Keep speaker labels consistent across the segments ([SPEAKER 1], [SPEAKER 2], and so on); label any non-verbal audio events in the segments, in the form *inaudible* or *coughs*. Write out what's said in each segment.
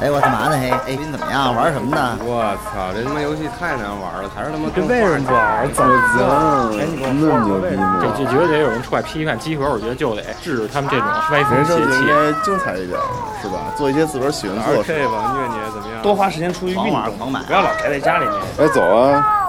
[SPEAKER 1] 哎，我干嘛呢？嘿，哎，你怎么样？玩什么呢？
[SPEAKER 2] 我操，这他妈游戏太难玩了，还是他妈
[SPEAKER 3] 啊这为什么不玩？怎么
[SPEAKER 4] 我
[SPEAKER 2] 哎你给我
[SPEAKER 4] 操，啊那么牛逼吗？
[SPEAKER 3] 这就觉得得有人出来批判集合，我觉得就得制止他们这种歪
[SPEAKER 4] 人
[SPEAKER 3] 风邪
[SPEAKER 4] 生就应
[SPEAKER 3] 气。
[SPEAKER 4] 该精彩一点，是吧？做一些自个儿喜欢做的 *laughs* 事。
[SPEAKER 2] RK 吧，虐你怎么样？
[SPEAKER 3] 多花时间出去运
[SPEAKER 1] 狂玩
[SPEAKER 3] 动，
[SPEAKER 1] 狂买
[SPEAKER 3] 不要老宅在家里面。
[SPEAKER 4] 哎，走啊！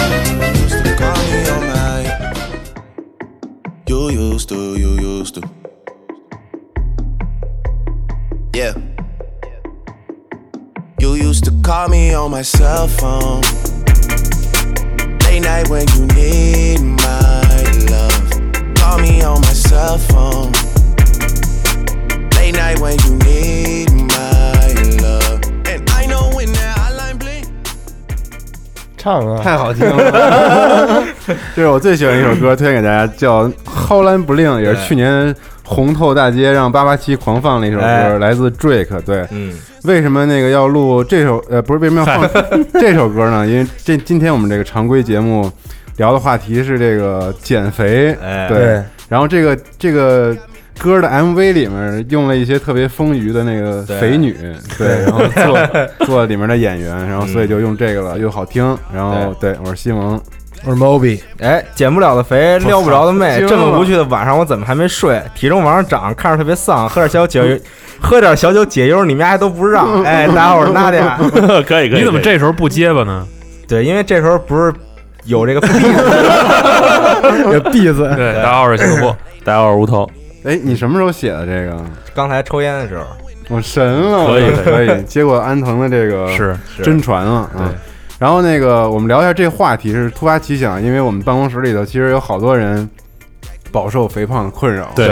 [SPEAKER 5] used to call me all night. You used to, you used to. Yeah. You used to call me on my cell phone. Late night when you need my love. Call me on my cell phone. Late night when you need my love. And I know when that hotline bling.
[SPEAKER 6] 唱啊，
[SPEAKER 7] 太好听了，这是我最喜欢的一首歌，推荐给大家，叫《浩兰不令》，也是去年红透大街让八八七狂放的一首歌，
[SPEAKER 6] 哎
[SPEAKER 7] 来自 Drake。对，
[SPEAKER 6] 嗯，
[SPEAKER 7] 为什么那个要录这首？呃，不是为什么
[SPEAKER 4] *laughs*
[SPEAKER 7] 要放这首歌呢？因为这今天我们这个常规节目聊的话题是这个减肥，
[SPEAKER 6] 哎
[SPEAKER 7] 对。然后这个这个歌的 MV 里面用了一些特别丰腴的那个
[SPEAKER 6] 对
[SPEAKER 7] 肥女，对，然后 *laughs* 做做里面的演员，然后所以就用这个了，又好听。然后对我是西蒙，
[SPEAKER 6] 我是 Moby，
[SPEAKER 8] 哎，减不了的肥，撩不着的妹，
[SPEAKER 7] 惊了
[SPEAKER 8] 这么无趣的晚上我怎么还没睡？体重往上涨，看着特别丧，喝点
[SPEAKER 7] *laughs*
[SPEAKER 8] 小酒，喝点小酒解忧，你们家还都不知道。哎，大家伙儿拿点。
[SPEAKER 6] 可以可以。
[SPEAKER 9] 你怎么这时候不结巴呢？
[SPEAKER 8] 对，因为这时候不是有这个闭
[SPEAKER 7] *laughs* 有闭嘴。
[SPEAKER 9] 对，大家好，我是小布。
[SPEAKER 6] 大家好，我是吴头，
[SPEAKER 7] 哎，你什么时候写的这个？
[SPEAKER 8] 刚才抽烟的时候，
[SPEAKER 7] 我神了，
[SPEAKER 6] 可以
[SPEAKER 7] 我可以。 *laughs* 结果安藤的这个
[SPEAKER 9] 是
[SPEAKER 7] 真传了，
[SPEAKER 9] 对
[SPEAKER 7] 嗯。然后那个，我们聊一下这个话题是突发奇想，因为我们办公室里头其实有好多人饱受肥胖的困扰，
[SPEAKER 6] 对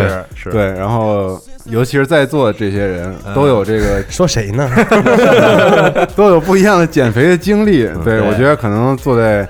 [SPEAKER 7] 对然后尤其是在座的这些人
[SPEAKER 9] 嗯
[SPEAKER 7] 都有这个、
[SPEAKER 6] *laughs* 说谁呢？
[SPEAKER 7] *laughs* 都有不一样的减肥的经历。
[SPEAKER 9] 嗯
[SPEAKER 7] 对
[SPEAKER 6] 对
[SPEAKER 7] 我觉得可能坐在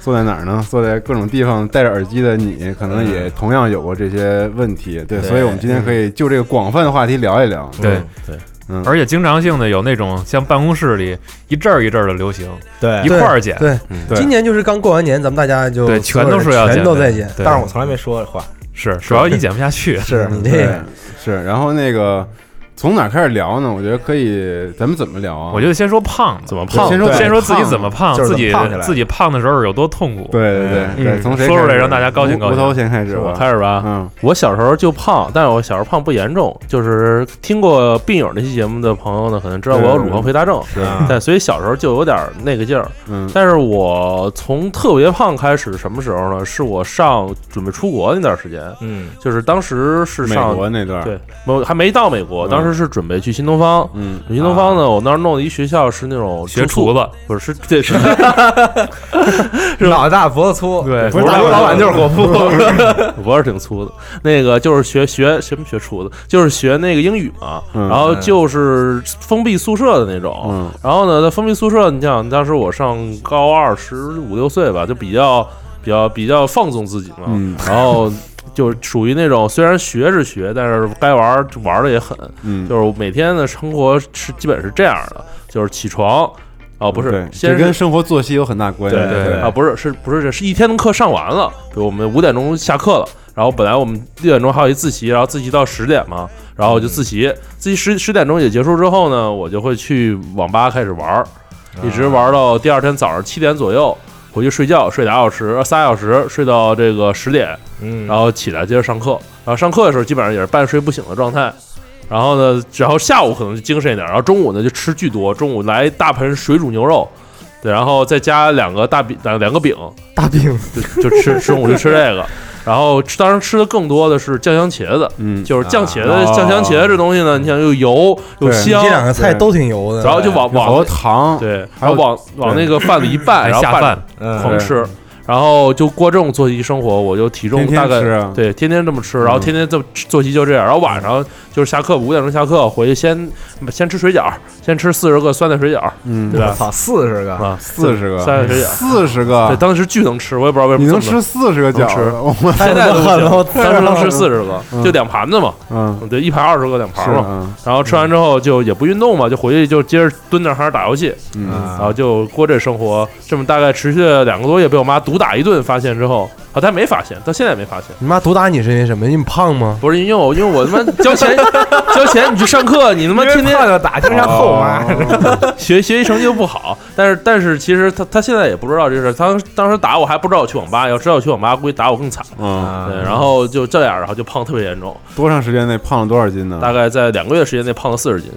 [SPEAKER 7] 坐在哪儿呢？坐在各种地方戴着耳机的你，
[SPEAKER 9] 嗯
[SPEAKER 7] 可能也同样有过这些问题。对，
[SPEAKER 8] 对
[SPEAKER 7] 所以我们今天可以
[SPEAKER 9] 嗯
[SPEAKER 7] 就这个广泛的话题聊一聊。
[SPEAKER 9] 对
[SPEAKER 6] 对，
[SPEAKER 7] 嗯
[SPEAKER 9] 而且经常性的有那种像办公室里一阵儿一阵儿的流行，
[SPEAKER 8] 对
[SPEAKER 10] 哎
[SPEAKER 9] 一，块儿减，
[SPEAKER 6] 对
[SPEAKER 7] 嗯，对
[SPEAKER 6] 今年就是刚过完年，咱们大家就
[SPEAKER 9] 对，全都是要减，
[SPEAKER 6] 全都在减。。
[SPEAKER 9] 对
[SPEAKER 8] 但是我从来没说过话。
[SPEAKER 9] 是主要你减不下去，
[SPEAKER 6] 是你这
[SPEAKER 7] 对
[SPEAKER 6] 个，
[SPEAKER 7] 是，然后那个从哪儿开始聊呢？我觉得可以，咱们怎么聊啊？
[SPEAKER 9] 我觉得先说胖子，
[SPEAKER 6] 怎么
[SPEAKER 7] 胖
[SPEAKER 9] 先说
[SPEAKER 7] 对
[SPEAKER 9] 先说自己怎么胖，
[SPEAKER 8] 就
[SPEAKER 9] 自
[SPEAKER 8] 是怎么
[SPEAKER 9] 己
[SPEAKER 8] 胖起来
[SPEAKER 9] 自己胖的时候有多痛苦。
[SPEAKER 7] 对对对对，
[SPEAKER 9] 嗯
[SPEAKER 7] 从谁
[SPEAKER 9] 说出来
[SPEAKER 7] 开始
[SPEAKER 9] 让大家高兴
[SPEAKER 7] 吴
[SPEAKER 9] 高兴
[SPEAKER 7] 吴头先开始
[SPEAKER 6] 我
[SPEAKER 7] 吧，
[SPEAKER 6] 开始吧。
[SPEAKER 7] 嗯，
[SPEAKER 6] 我小时候就胖，但是我小时候胖不严重，就是听过病友那期节目的朋友呢，可能知道我有乳房肥大症，
[SPEAKER 7] 是，
[SPEAKER 6] 对，所以小时候就有点那个劲儿。
[SPEAKER 7] 嗯，
[SPEAKER 6] 但是我从特别胖开始，什么时候呢？是我上准备出国那段时间，
[SPEAKER 8] 嗯，
[SPEAKER 6] 就是当时是
[SPEAKER 7] 美
[SPEAKER 6] 上
[SPEAKER 7] 国那段，
[SPEAKER 6] 对，没还没到美国，
[SPEAKER 7] 嗯
[SPEAKER 6] 当时是准备去新东方。
[SPEAKER 7] 嗯，
[SPEAKER 6] 新东方呢，我那儿弄了一学校是那种
[SPEAKER 9] 学
[SPEAKER 6] 住
[SPEAKER 9] 厨
[SPEAKER 6] 宿，
[SPEAKER 9] 子，
[SPEAKER 6] 不是是对是
[SPEAKER 8] 脑袋大脖子粗，
[SPEAKER 6] 对
[SPEAKER 8] 不是大老板就是伙
[SPEAKER 6] *laughs*
[SPEAKER 8] 夫。
[SPEAKER 7] *laughs*
[SPEAKER 6] 我是挺粗的，那个就是学学什么学厨子，就是学那个英语嘛，
[SPEAKER 7] 嗯
[SPEAKER 6] 然后就是封闭宿舍的那
[SPEAKER 9] 哦
[SPEAKER 6] 种。
[SPEAKER 7] 嗯
[SPEAKER 6] 然后呢，在封闭宿舍，你想当时我上高二十五六岁吧，就比较比较比较放纵自己嘛，
[SPEAKER 7] 嗯
[SPEAKER 6] 然后就属于那种虽然学是学，但是该玩儿玩的也狠，
[SPEAKER 7] 嗯，
[SPEAKER 6] 就是我每天的生活是基本是这样的，就是起床，哦不
[SPEAKER 7] 嗯
[SPEAKER 6] 是
[SPEAKER 7] 对，
[SPEAKER 6] 先
[SPEAKER 7] 这
[SPEAKER 6] 是
[SPEAKER 7] 跟生活作息有很大关系，
[SPEAKER 6] 对
[SPEAKER 9] 对
[SPEAKER 6] 啊，不是，是不是是一天的课上完了，比如我们五点钟下课了，然后本来我们六点钟还有一自习，然后自习到十点嘛，然后就自习，自习十十点钟也结束之后呢，我就会去网吧开始玩儿，一直玩到第二天早上七点左右。回去睡觉，睡俩小时、呃仨小时，睡到这个十点，
[SPEAKER 8] 嗯，
[SPEAKER 6] 然后起来接着上课。然后上课的时候基本上也是半睡不醒的状态。然后呢，然后下午可能就精神一点，然后中午呢就吃巨多，中午来一大盆水煮牛肉，对，然后再加两个大饼，两两个饼，
[SPEAKER 8] 大病
[SPEAKER 6] 就就吃中午就吃这个。然后吃当然吃的更多的是酱香茄子，
[SPEAKER 7] 嗯，
[SPEAKER 6] 就是酱茄子、
[SPEAKER 7] 啊
[SPEAKER 6] 酱香茄子这东西呢，你想又油又
[SPEAKER 7] 对
[SPEAKER 6] 香
[SPEAKER 3] 这，两个菜都挺油的，
[SPEAKER 6] 然后就往
[SPEAKER 7] 好多
[SPEAKER 6] 往
[SPEAKER 7] 糖，
[SPEAKER 6] 对，
[SPEAKER 7] 还
[SPEAKER 6] 然
[SPEAKER 7] 有
[SPEAKER 6] 后往往那个饭里一拌，
[SPEAKER 9] 还
[SPEAKER 6] 然后
[SPEAKER 9] 下
[SPEAKER 6] 拌
[SPEAKER 9] 饭，
[SPEAKER 8] 嗯
[SPEAKER 6] 狂吃。然后就过这种作息生活，我就体重
[SPEAKER 7] 天天
[SPEAKER 6] 大概
[SPEAKER 7] 吃啊
[SPEAKER 6] 对天天这么吃，然后天天这么吃作息就这样，然后晚上就是下课五点钟下课回去先先吃水饺，先吃四十个酸菜水饺
[SPEAKER 7] 嗯
[SPEAKER 6] 对，吧
[SPEAKER 8] 我操，四十个，
[SPEAKER 6] 啊，
[SPEAKER 7] 四十
[SPEAKER 6] 三
[SPEAKER 7] 个，
[SPEAKER 6] 十水饺，
[SPEAKER 7] 四十
[SPEAKER 6] 对，
[SPEAKER 7] 个，
[SPEAKER 6] 当时巨能吃，我也不知道为什么
[SPEAKER 7] 你能
[SPEAKER 6] 这么
[SPEAKER 7] 吃四十个饺子？
[SPEAKER 6] 能
[SPEAKER 7] 我
[SPEAKER 6] *laughs* 现在都不行
[SPEAKER 8] 我
[SPEAKER 6] 当时能吃四十个，
[SPEAKER 7] 嗯
[SPEAKER 6] 就两盘子嘛，
[SPEAKER 7] 嗯，
[SPEAKER 6] 对，一盘二十个，两
[SPEAKER 7] 是
[SPEAKER 6] 盘嘛。
[SPEAKER 7] 嗯
[SPEAKER 6] 然后吃完之后就也不运动嘛，就回去就接着蹲那儿还是打游戏，
[SPEAKER 7] 嗯，
[SPEAKER 6] 然后就过这生活，这么大概持续了两个多月，被我妈毒打一顿，发现之后，啊，她没发现，到现在也没发现。
[SPEAKER 10] 你妈毒打你是因为什么？因为你胖吗？
[SPEAKER 6] 不是因为我，因为我他妈
[SPEAKER 7] *laughs*
[SPEAKER 6] 交钱，交钱你去上课，你他妈天天
[SPEAKER 8] 胖就打，经
[SPEAKER 9] 哦
[SPEAKER 8] 常扣我妈。
[SPEAKER 6] 学学习成绩又不好，但是但是其实她她现在也不知道这事儿，她当时打我还不知道我去网吧，要知道我去网吧，估计打我更惨。
[SPEAKER 7] 嗯，
[SPEAKER 8] 啊
[SPEAKER 6] 对，然后就这样，然后就胖特别严重，
[SPEAKER 7] 多长时间内胖了多少斤呢？
[SPEAKER 6] 大概在两个月时间内胖
[SPEAKER 7] *laughs*
[SPEAKER 6] 了四十斤，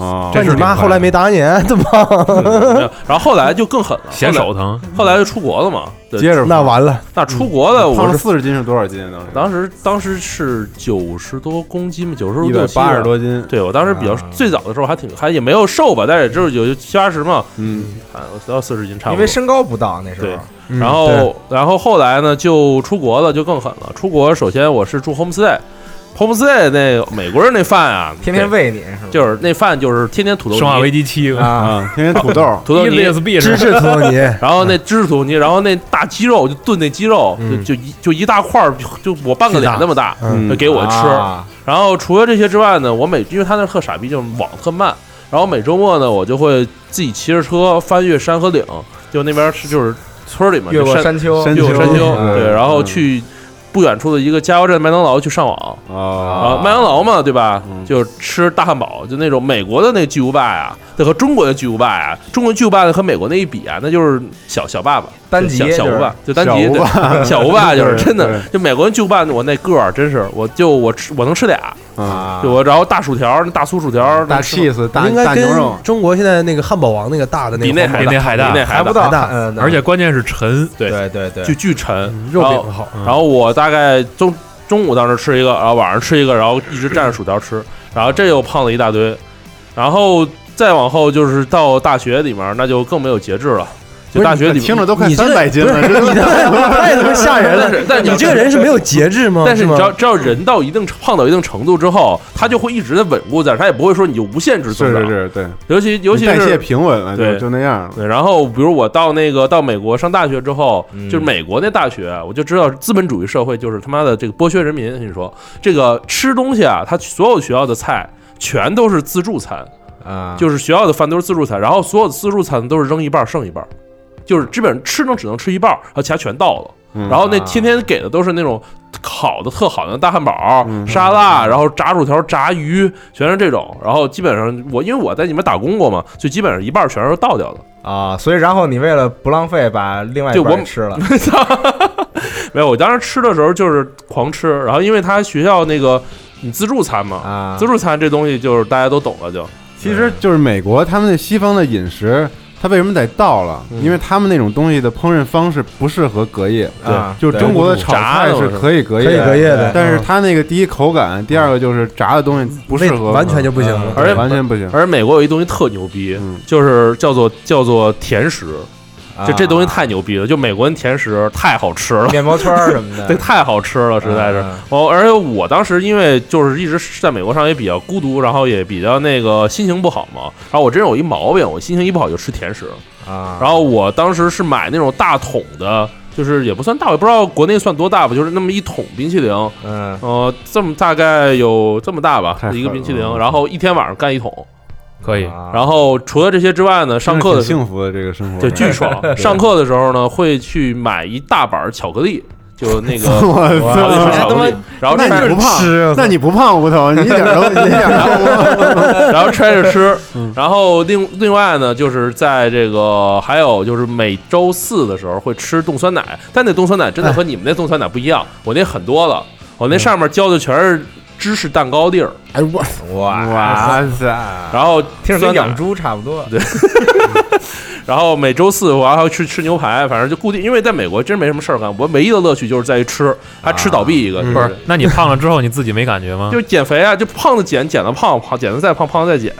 [SPEAKER 7] 啊，
[SPEAKER 10] 那你妈后来没打你，怎么？
[SPEAKER 7] 嗯
[SPEAKER 6] 没有然后后来就更狠了，
[SPEAKER 9] 显
[SPEAKER 6] 后
[SPEAKER 9] 手
[SPEAKER 6] 来
[SPEAKER 9] 疼，
[SPEAKER 6] 后来就出国了嘛，对，
[SPEAKER 7] 接着
[SPEAKER 10] *laughs*
[SPEAKER 7] 嗯
[SPEAKER 10] 那完了，
[SPEAKER 6] 那出国了，
[SPEAKER 7] 胖
[SPEAKER 6] 我
[SPEAKER 7] 了
[SPEAKER 6] 是
[SPEAKER 7] 四十斤是多少斤啊？
[SPEAKER 6] 当时当时是九十多公斤嘛，九十
[SPEAKER 7] 一百
[SPEAKER 6] 啊
[SPEAKER 7] 八十。多斤，啊
[SPEAKER 6] 对我当时比较最早的时候还挺还也没有瘦吧，但是也就是有七八十嘛，
[SPEAKER 7] 嗯，
[SPEAKER 6] 啊，我到四十斤差不
[SPEAKER 8] 因
[SPEAKER 6] 多。
[SPEAKER 8] 为身高不到那时候
[SPEAKER 6] 对，
[SPEAKER 10] 嗯
[SPEAKER 6] 然后然后后来呢就出国了，就更狠了。出国首先我是住 homestay，homestay 那美国人那饭啊，
[SPEAKER 8] 天天喂
[SPEAKER 6] 对
[SPEAKER 8] 你是吧？
[SPEAKER 6] 就是那饭就是天天土豆
[SPEAKER 9] 生化
[SPEAKER 6] 泥
[SPEAKER 9] 危机七嘛，
[SPEAKER 8] 啊，
[SPEAKER 7] 啊，天天土豆，
[SPEAKER 6] *laughs* 土豆泥
[SPEAKER 9] ESB
[SPEAKER 10] 芝
[SPEAKER 9] 是
[SPEAKER 10] 士土豆泥，
[SPEAKER 6] 然后那芝士土豆泥，然后那大鸡肉就炖那鸡肉，就就一就一大块儿，就就我半个脸那么大，
[SPEAKER 10] 嗯
[SPEAKER 6] 就给 *laughs* 我吃。
[SPEAKER 8] 啊
[SPEAKER 6] 然后除了这些之外呢，我每因为他那特傻逼，就是网特慢。然后每周末呢，我就会自己骑着车翻越山和岭，就那边是就是村里嘛，
[SPEAKER 8] 越
[SPEAKER 6] 就
[SPEAKER 8] 过
[SPEAKER 6] 山
[SPEAKER 8] 山丘，
[SPEAKER 7] 山
[SPEAKER 6] 越过山丘，
[SPEAKER 7] 嗯
[SPEAKER 6] 对，然后
[SPEAKER 7] 嗯
[SPEAKER 6] 去不远处的一个加油站麦当劳去上网。
[SPEAKER 7] 啊
[SPEAKER 6] 啊，麦当劳嘛，对吧？
[SPEAKER 7] 嗯
[SPEAKER 6] 就是吃大汉堡，就那种美国的那巨无霸呀，那和中国的巨无霸呀，中国巨无霸和美国那一比啊，那就是小小爸爸
[SPEAKER 8] 单
[SPEAKER 6] 对
[SPEAKER 8] 极就
[SPEAKER 6] 小小
[SPEAKER 8] 是
[SPEAKER 6] 无霸，就单极
[SPEAKER 7] 小无
[SPEAKER 6] 对，小
[SPEAKER 7] *laughs*
[SPEAKER 6] 无霸就是
[SPEAKER 7] 对
[SPEAKER 6] 真的
[SPEAKER 7] 对，
[SPEAKER 6] 就美国人巨无霸，我那个儿真是，我就我吃我能吃俩，
[SPEAKER 7] 啊，
[SPEAKER 6] 就我然后大薯条，那大粗薯条，
[SPEAKER 7] 大
[SPEAKER 6] 能吃
[SPEAKER 7] cheese 大
[SPEAKER 10] 应
[SPEAKER 7] 大
[SPEAKER 10] 该
[SPEAKER 7] 牛肉
[SPEAKER 10] 跟，中国现在那个汉堡王那个大的
[SPEAKER 6] 比
[SPEAKER 10] 那个汉
[SPEAKER 6] 那还
[SPEAKER 10] 堡
[SPEAKER 9] 比那还大
[SPEAKER 6] 比那
[SPEAKER 8] 还不
[SPEAKER 6] 大，
[SPEAKER 8] 到
[SPEAKER 10] 还大
[SPEAKER 8] 大，嗯，
[SPEAKER 9] 而且关键是沉，
[SPEAKER 6] 对
[SPEAKER 8] 对哦对对，
[SPEAKER 6] 巨巨沉，
[SPEAKER 10] 肉
[SPEAKER 6] 然后
[SPEAKER 10] 饼
[SPEAKER 8] *laughs*
[SPEAKER 10] 好，
[SPEAKER 6] 嗯然后我大概中中午当时吃一个，然后晚上吃一个，然后一直蘸着薯条吃，然后这又胖了一大堆，然后再往后就是到大学里面，那就更没有节制了。就大学里面，
[SPEAKER 7] 听着都快
[SPEAKER 10] 你这
[SPEAKER 7] 三百斤了，这都
[SPEAKER 10] 你太他妈吓人了！
[SPEAKER 6] 但是但
[SPEAKER 10] 你这个人是没有节制吗？
[SPEAKER 6] 但是你
[SPEAKER 10] 吗
[SPEAKER 6] 知道，只要人到一定胖到一定程度之后，他就会一直的稳固在，他也不会说你就无限制增
[SPEAKER 7] 是
[SPEAKER 6] 长。
[SPEAKER 7] 是是，对，
[SPEAKER 6] 尤其尤其
[SPEAKER 7] 代谢
[SPEAKER 6] 是
[SPEAKER 7] 平稳了，就
[SPEAKER 6] 对
[SPEAKER 7] 就那样了，
[SPEAKER 6] 对，然后比如我到那个到美国上大学之后，
[SPEAKER 8] 嗯
[SPEAKER 6] 就是美国那大学，我就知道资本主义社会就是他妈的这个剥削人民。跟你说，这个吃东西啊，他所有学校的菜全都是自助餐，
[SPEAKER 8] 啊，
[SPEAKER 6] 就是学校的饭都是自助餐，然后所有的自助餐都是扔一半儿剩一半儿，就是基本上吃能只能吃一半儿，然后其他全倒了。
[SPEAKER 7] 嗯
[SPEAKER 6] 然后那
[SPEAKER 8] 啊
[SPEAKER 6] 天天给的都是那种烤的特好的大汉堡、
[SPEAKER 7] 嗯
[SPEAKER 6] 沙拉，然后炸薯条、炸鱼，全是这种。然后基本上我因为我在你们打工过嘛，就基本上一半儿全是倒掉的。
[SPEAKER 8] 啊，所以然后你为了不浪费，把另外一
[SPEAKER 6] 对我
[SPEAKER 8] 半给吃了，
[SPEAKER 6] *laughs* 没有，我当时吃的时候就是狂吃，然后因为他学校那个你自助餐嘛，
[SPEAKER 8] 啊
[SPEAKER 6] 自助餐这东西就是大家都懂了就，
[SPEAKER 7] 其实就是美国他们的西方的饮食，它为什么得倒了？因为他们那种东西的烹饪方式不适合隔夜，
[SPEAKER 8] 啊
[SPEAKER 7] 就是中国的炒菜是可以隔夜，
[SPEAKER 10] 可以隔夜的，
[SPEAKER 7] 但是它那个第一口感，第二个就是炸的东西不
[SPEAKER 10] 味
[SPEAKER 7] 适合，
[SPEAKER 10] 完全就不行了。
[SPEAKER 6] 而且
[SPEAKER 7] 完全不行。
[SPEAKER 6] 而美国有一东西特牛逼，
[SPEAKER 7] 嗯
[SPEAKER 6] 就是叫做叫做甜食，
[SPEAKER 8] 啊
[SPEAKER 6] 就这东西太牛逼了，就美国人甜食太好吃了。
[SPEAKER 8] 面包圈儿什么的，
[SPEAKER 6] 这太好吃了，实在是
[SPEAKER 8] 啊
[SPEAKER 6] 哦！而且我当时因为就是一直在美国上也比较孤独，然后也比较那个心情不好嘛。然后我这人有一毛病，我心情一不好就吃甜食。
[SPEAKER 8] 啊，
[SPEAKER 6] 然后我当时是买那种大桶的，就是也不算大，我也不知道国内算多大吧，就是那么一桶冰淇淋，
[SPEAKER 8] 嗯
[SPEAKER 6] 呃，这么大概有这么大吧
[SPEAKER 7] 太，狠
[SPEAKER 6] 一个冰淇淋
[SPEAKER 7] 了，嗯
[SPEAKER 6] 然后一天晚上干一桶。
[SPEAKER 9] 可以。
[SPEAKER 8] 啊
[SPEAKER 6] 然后除了这些之外呢，上课
[SPEAKER 7] 真的挺
[SPEAKER 6] 的时候
[SPEAKER 7] 幸福的这个生活，
[SPEAKER 6] 对巨爽。上课的时候呢，会去买一大板巧克力，就
[SPEAKER 7] *laughs*
[SPEAKER 6] 那个
[SPEAKER 7] 我
[SPEAKER 6] 然后就吃巧
[SPEAKER 7] 操！
[SPEAKER 6] 克力，然后
[SPEAKER 7] 那
[SPEAKER 6] 吃
[SPEAKER 7] 你不胖
[SPEAKER 10] 吃啊，
[SPEAKER 7] 那你不胖无头，你一点都你一点都不胖。
[SPEAKER 6] 然后揣着吃，
[SPEAKER 8] 嗯
[SPEAKER 6] 然后另另外呢，就是在这个还有就是每周四的时候会吃冻酸奶，但那冻酸奶真
[SPEAKER 8] 哎
[SPEAKER 6] 的和你们那冻酸奶不一样，我那很多了，我那上面浇的全是芝士蛋糕粒儿，
[SPEAKER 10] 哎我
[SPEAKER 8] 哇
[SPEAKER 7] 哇塞！
[SPEAKER 6] 然后
[SPEAKER 8] 嗯听着
[SPEAKER 6] 酸
[SPEAKER 8] 跟养
[SPEAKER 6] 奶，
[SPEAKER 8] 猪差不多，
[SPEAKER 6] 然后每周四我还要去吃牛排，反正就固定，因为在美国真没什么事儿干，我唯一的乐趣就是在于吃，还吃倒闭一
[SPEAKER 8] 啊
[SPEAKER 6] 个，
[SPEAKER 9] 不是，那你胖了之后你自己没感
[SPEAKER 8] 嗯
[SPEAKER 9] 觉吗？
[SPEAKER 6] 就减肥啊，就胖的减，减的胖，胖减的再胖，胖的再减，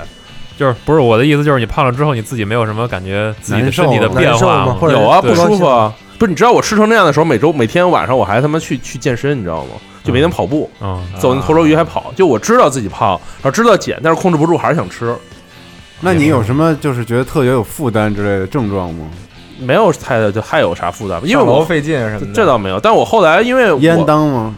[SPEAKER 9] 就是不是我的意思，就是你胖了之后你自己没有什么感觉自己的身体的变
[SPEAKER 10] 难受
[SPEAKER 9] 化
[SPEAKER 10] 吗？
[SPEAKER 9] 吗？
[SPEAKER 10] 或者
[SPEAKER 6] 有啊，
[SPEAKER 10] 对
[SPEAKER 6] 不舒服啊，不是，你知道我吃成那样的时候，每周每天晚上我还他妈去去健身，你知道吗？就每天跑步，
[SPEAKER 9] 嗯
[SPEAKER 7] 啊
[SPEAKER 6] 走那头周鱼还跑。就我知道自己胖，然后知道减，但是控制不住，还是想吃。
[SPEAKER 7] 那你有什么就是觉得特别有负担之类的症状吗？
[SPEAKER 6] 没有太就太有啥负担吧， *laughs* 因为
[SPEAKER 7] 上楼
[SPEAKER 6] 我
[SPEAKER 7] 费劲什么的
[SPEAKER 6] 这倒没有。但我后来因为我
[SPEAKER 7] 烟当吗？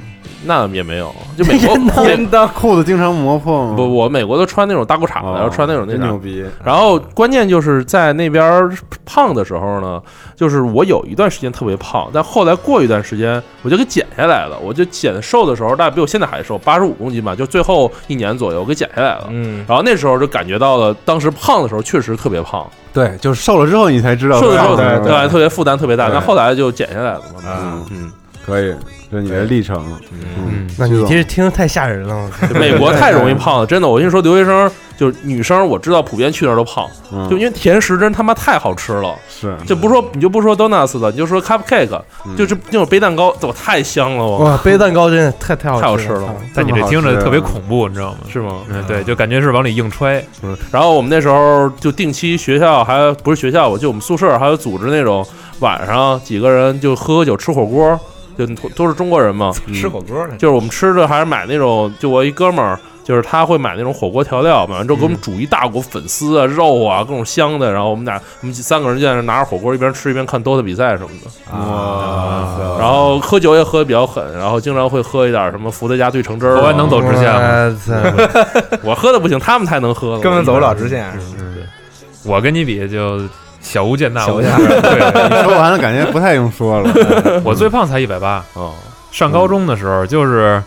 [SPEAKER 6] 那也没有，就美国
[SPEAKER 7] 烟当裤子经常磨破吗？
[SPEAKER 6] *laughs* 不，我美国都穿那种大裤衩子，
[SPEAKER 7] 哦
[SPEAKER 6] 然后啊穿那种那
[SPEAKER 7] 真
[SPEAKER 6] 啥
[SPEAKER 7] 牛逼。
[SPEAKER 6] 然后关键就是在那边儿胖的时候呢，就是我有一段时间特别胖，但后来过一段时间我就给减下来了。我就减瘦的时候，大概比我现在还瘦，八十五公斤吧，就最后一年左右我给减下来了。
[SPEAKER 9] 嗯，
[SPEAKER 6] 然后那时候就感觉到了，当时胖的时候确实特别胖，
[SPEAKER 7] 对，就是瘦了之后你才知道
[SPEAKER 6] 瘦
[SPEAKER 7] 对，
[SPEAKER 6] 的时候
[SPEAKER 7] 对
[SPEAKER 6] 对特别负担特别大，
[SPEAKER 7] 对
[SPEAKER 6] 但后来就减下来了嘛。
[SPEAKER 7] 嗯
[SPEAKER 6] 嗯，
[SPEAKER 7] 可以，这是你的历程。嗯，
[SPEAKER 10] 那你这听着太吓人了。
[SPEAKER 6] 美国太容易胖了，真的。我跟你说，留学生就是女生，我知道普遍去那儿都胖，
[SPEAKER 7] 嗯
[SPEAKER 6] 就因为甜食真他妈太好吃了。
[SPEAKER 7] 是
[SPEAKER 6] 就不说你就不说 donuts 了，你就说 cupcake，、就
[SPEAKER 7] 嗯
[SPEAKER 6] 这那种杯蛋糕，我太香了我。
[SPEAKER 10] 哇，杯蛋糕真的太太
[SPEAKER 6] 太好
[SPEAKER 10] 好嗯
[SPEAKER 6] 吃了，
[SPEAKER 9] 但你这听着特别
[SPEAKER 10] 啊
[SPEAKER 9] 恐怖，你知道吗？
[SPEAKER 6] 是吗？
[SPEAKER 9] 嗯，对，就感觉是往里硬揣。
[SPEAKER 6] 嗯，然后我们那时候就定期学校还不是学校吧，就我们宿舍还有组织那种晚上几个人就喝喝酒吃火锅，就都都是中国人嘛，
[SPEAKER 8] 吃火锅呢
[SPEAKER 6] 就是我们吃的还是买那种，就我一哥们儿。就是他会买那种火锅调料，买完之后给我们煮一大锅粉丝啊、肉啊，各种香的。然后我们俩，我们三个人就在那拿着火锅，一边吃一边看 DOTA 比赛什么的。
[SPEAKER 7] 嗯哇
[SPEAKER 6] 然 *laughs* 后喝酒也喝的比较狠，然后经常会喝一点什么伏特加兑橙汁儿啊。
[SPEAKER 9] 我还能走直线
[SPEAKER 10] 吗？
[SPEAKER 6] 我喝的不行，他们才能喝了，
[SPEAKER 9] 根本走不了
[SPEAKER 6] 直线。
[SPEAKER 9] 我跟你比就小巫见大巫。
[SPEAKER 7] 你
[SPEAKER 9] 对，
[SPEAKER 7] 说完了，感觉不太用说了。
[SPEAKER 9] 我最胖才一百八。
[SPEAKER 6] 嗯
[SPEAKER 9] 上高中的时候就是。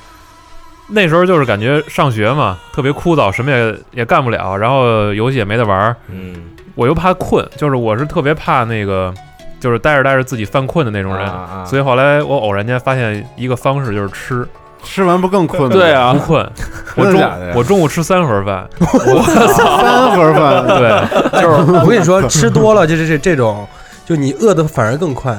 [SPEAKER 9] 那时候就是感觉上学嘛，特别枯燥，什么也也干不了，然后游戏也没得玩儿，
[SPEAKER 6] 嗯，
[SPEAKER 9] 我又怕困，就是我是特别怕那个，就是待着待着自己犯困的那种人，
[SPEAKER 10] 啊啊
[SPEAKER 9] 所以后来我偶然间发现一个方式就是吃，
[SPEAKER 7] 吃完不更困吗？
[SPEAKER 9] 对啊，不困，
[SPEAKER 7] *laughs*
[SPEAKER 9] 我
[SPEAKER 7] 真的
[SPEAKER 9] 中
[SPEAKER 7] 假的呀
[SPEAKER 9] 我中午吃三盒饭，
[SPEAKER 7] *laughs* 三盒饭，
[SPEAKER 9] 对，
[SPEAKER 10] 就是 *laughs*
[SPEAKER 7] *laughs*
[SPEAKER 10] 我跟你说，吃多了就是这这种，就你饿的反而更快。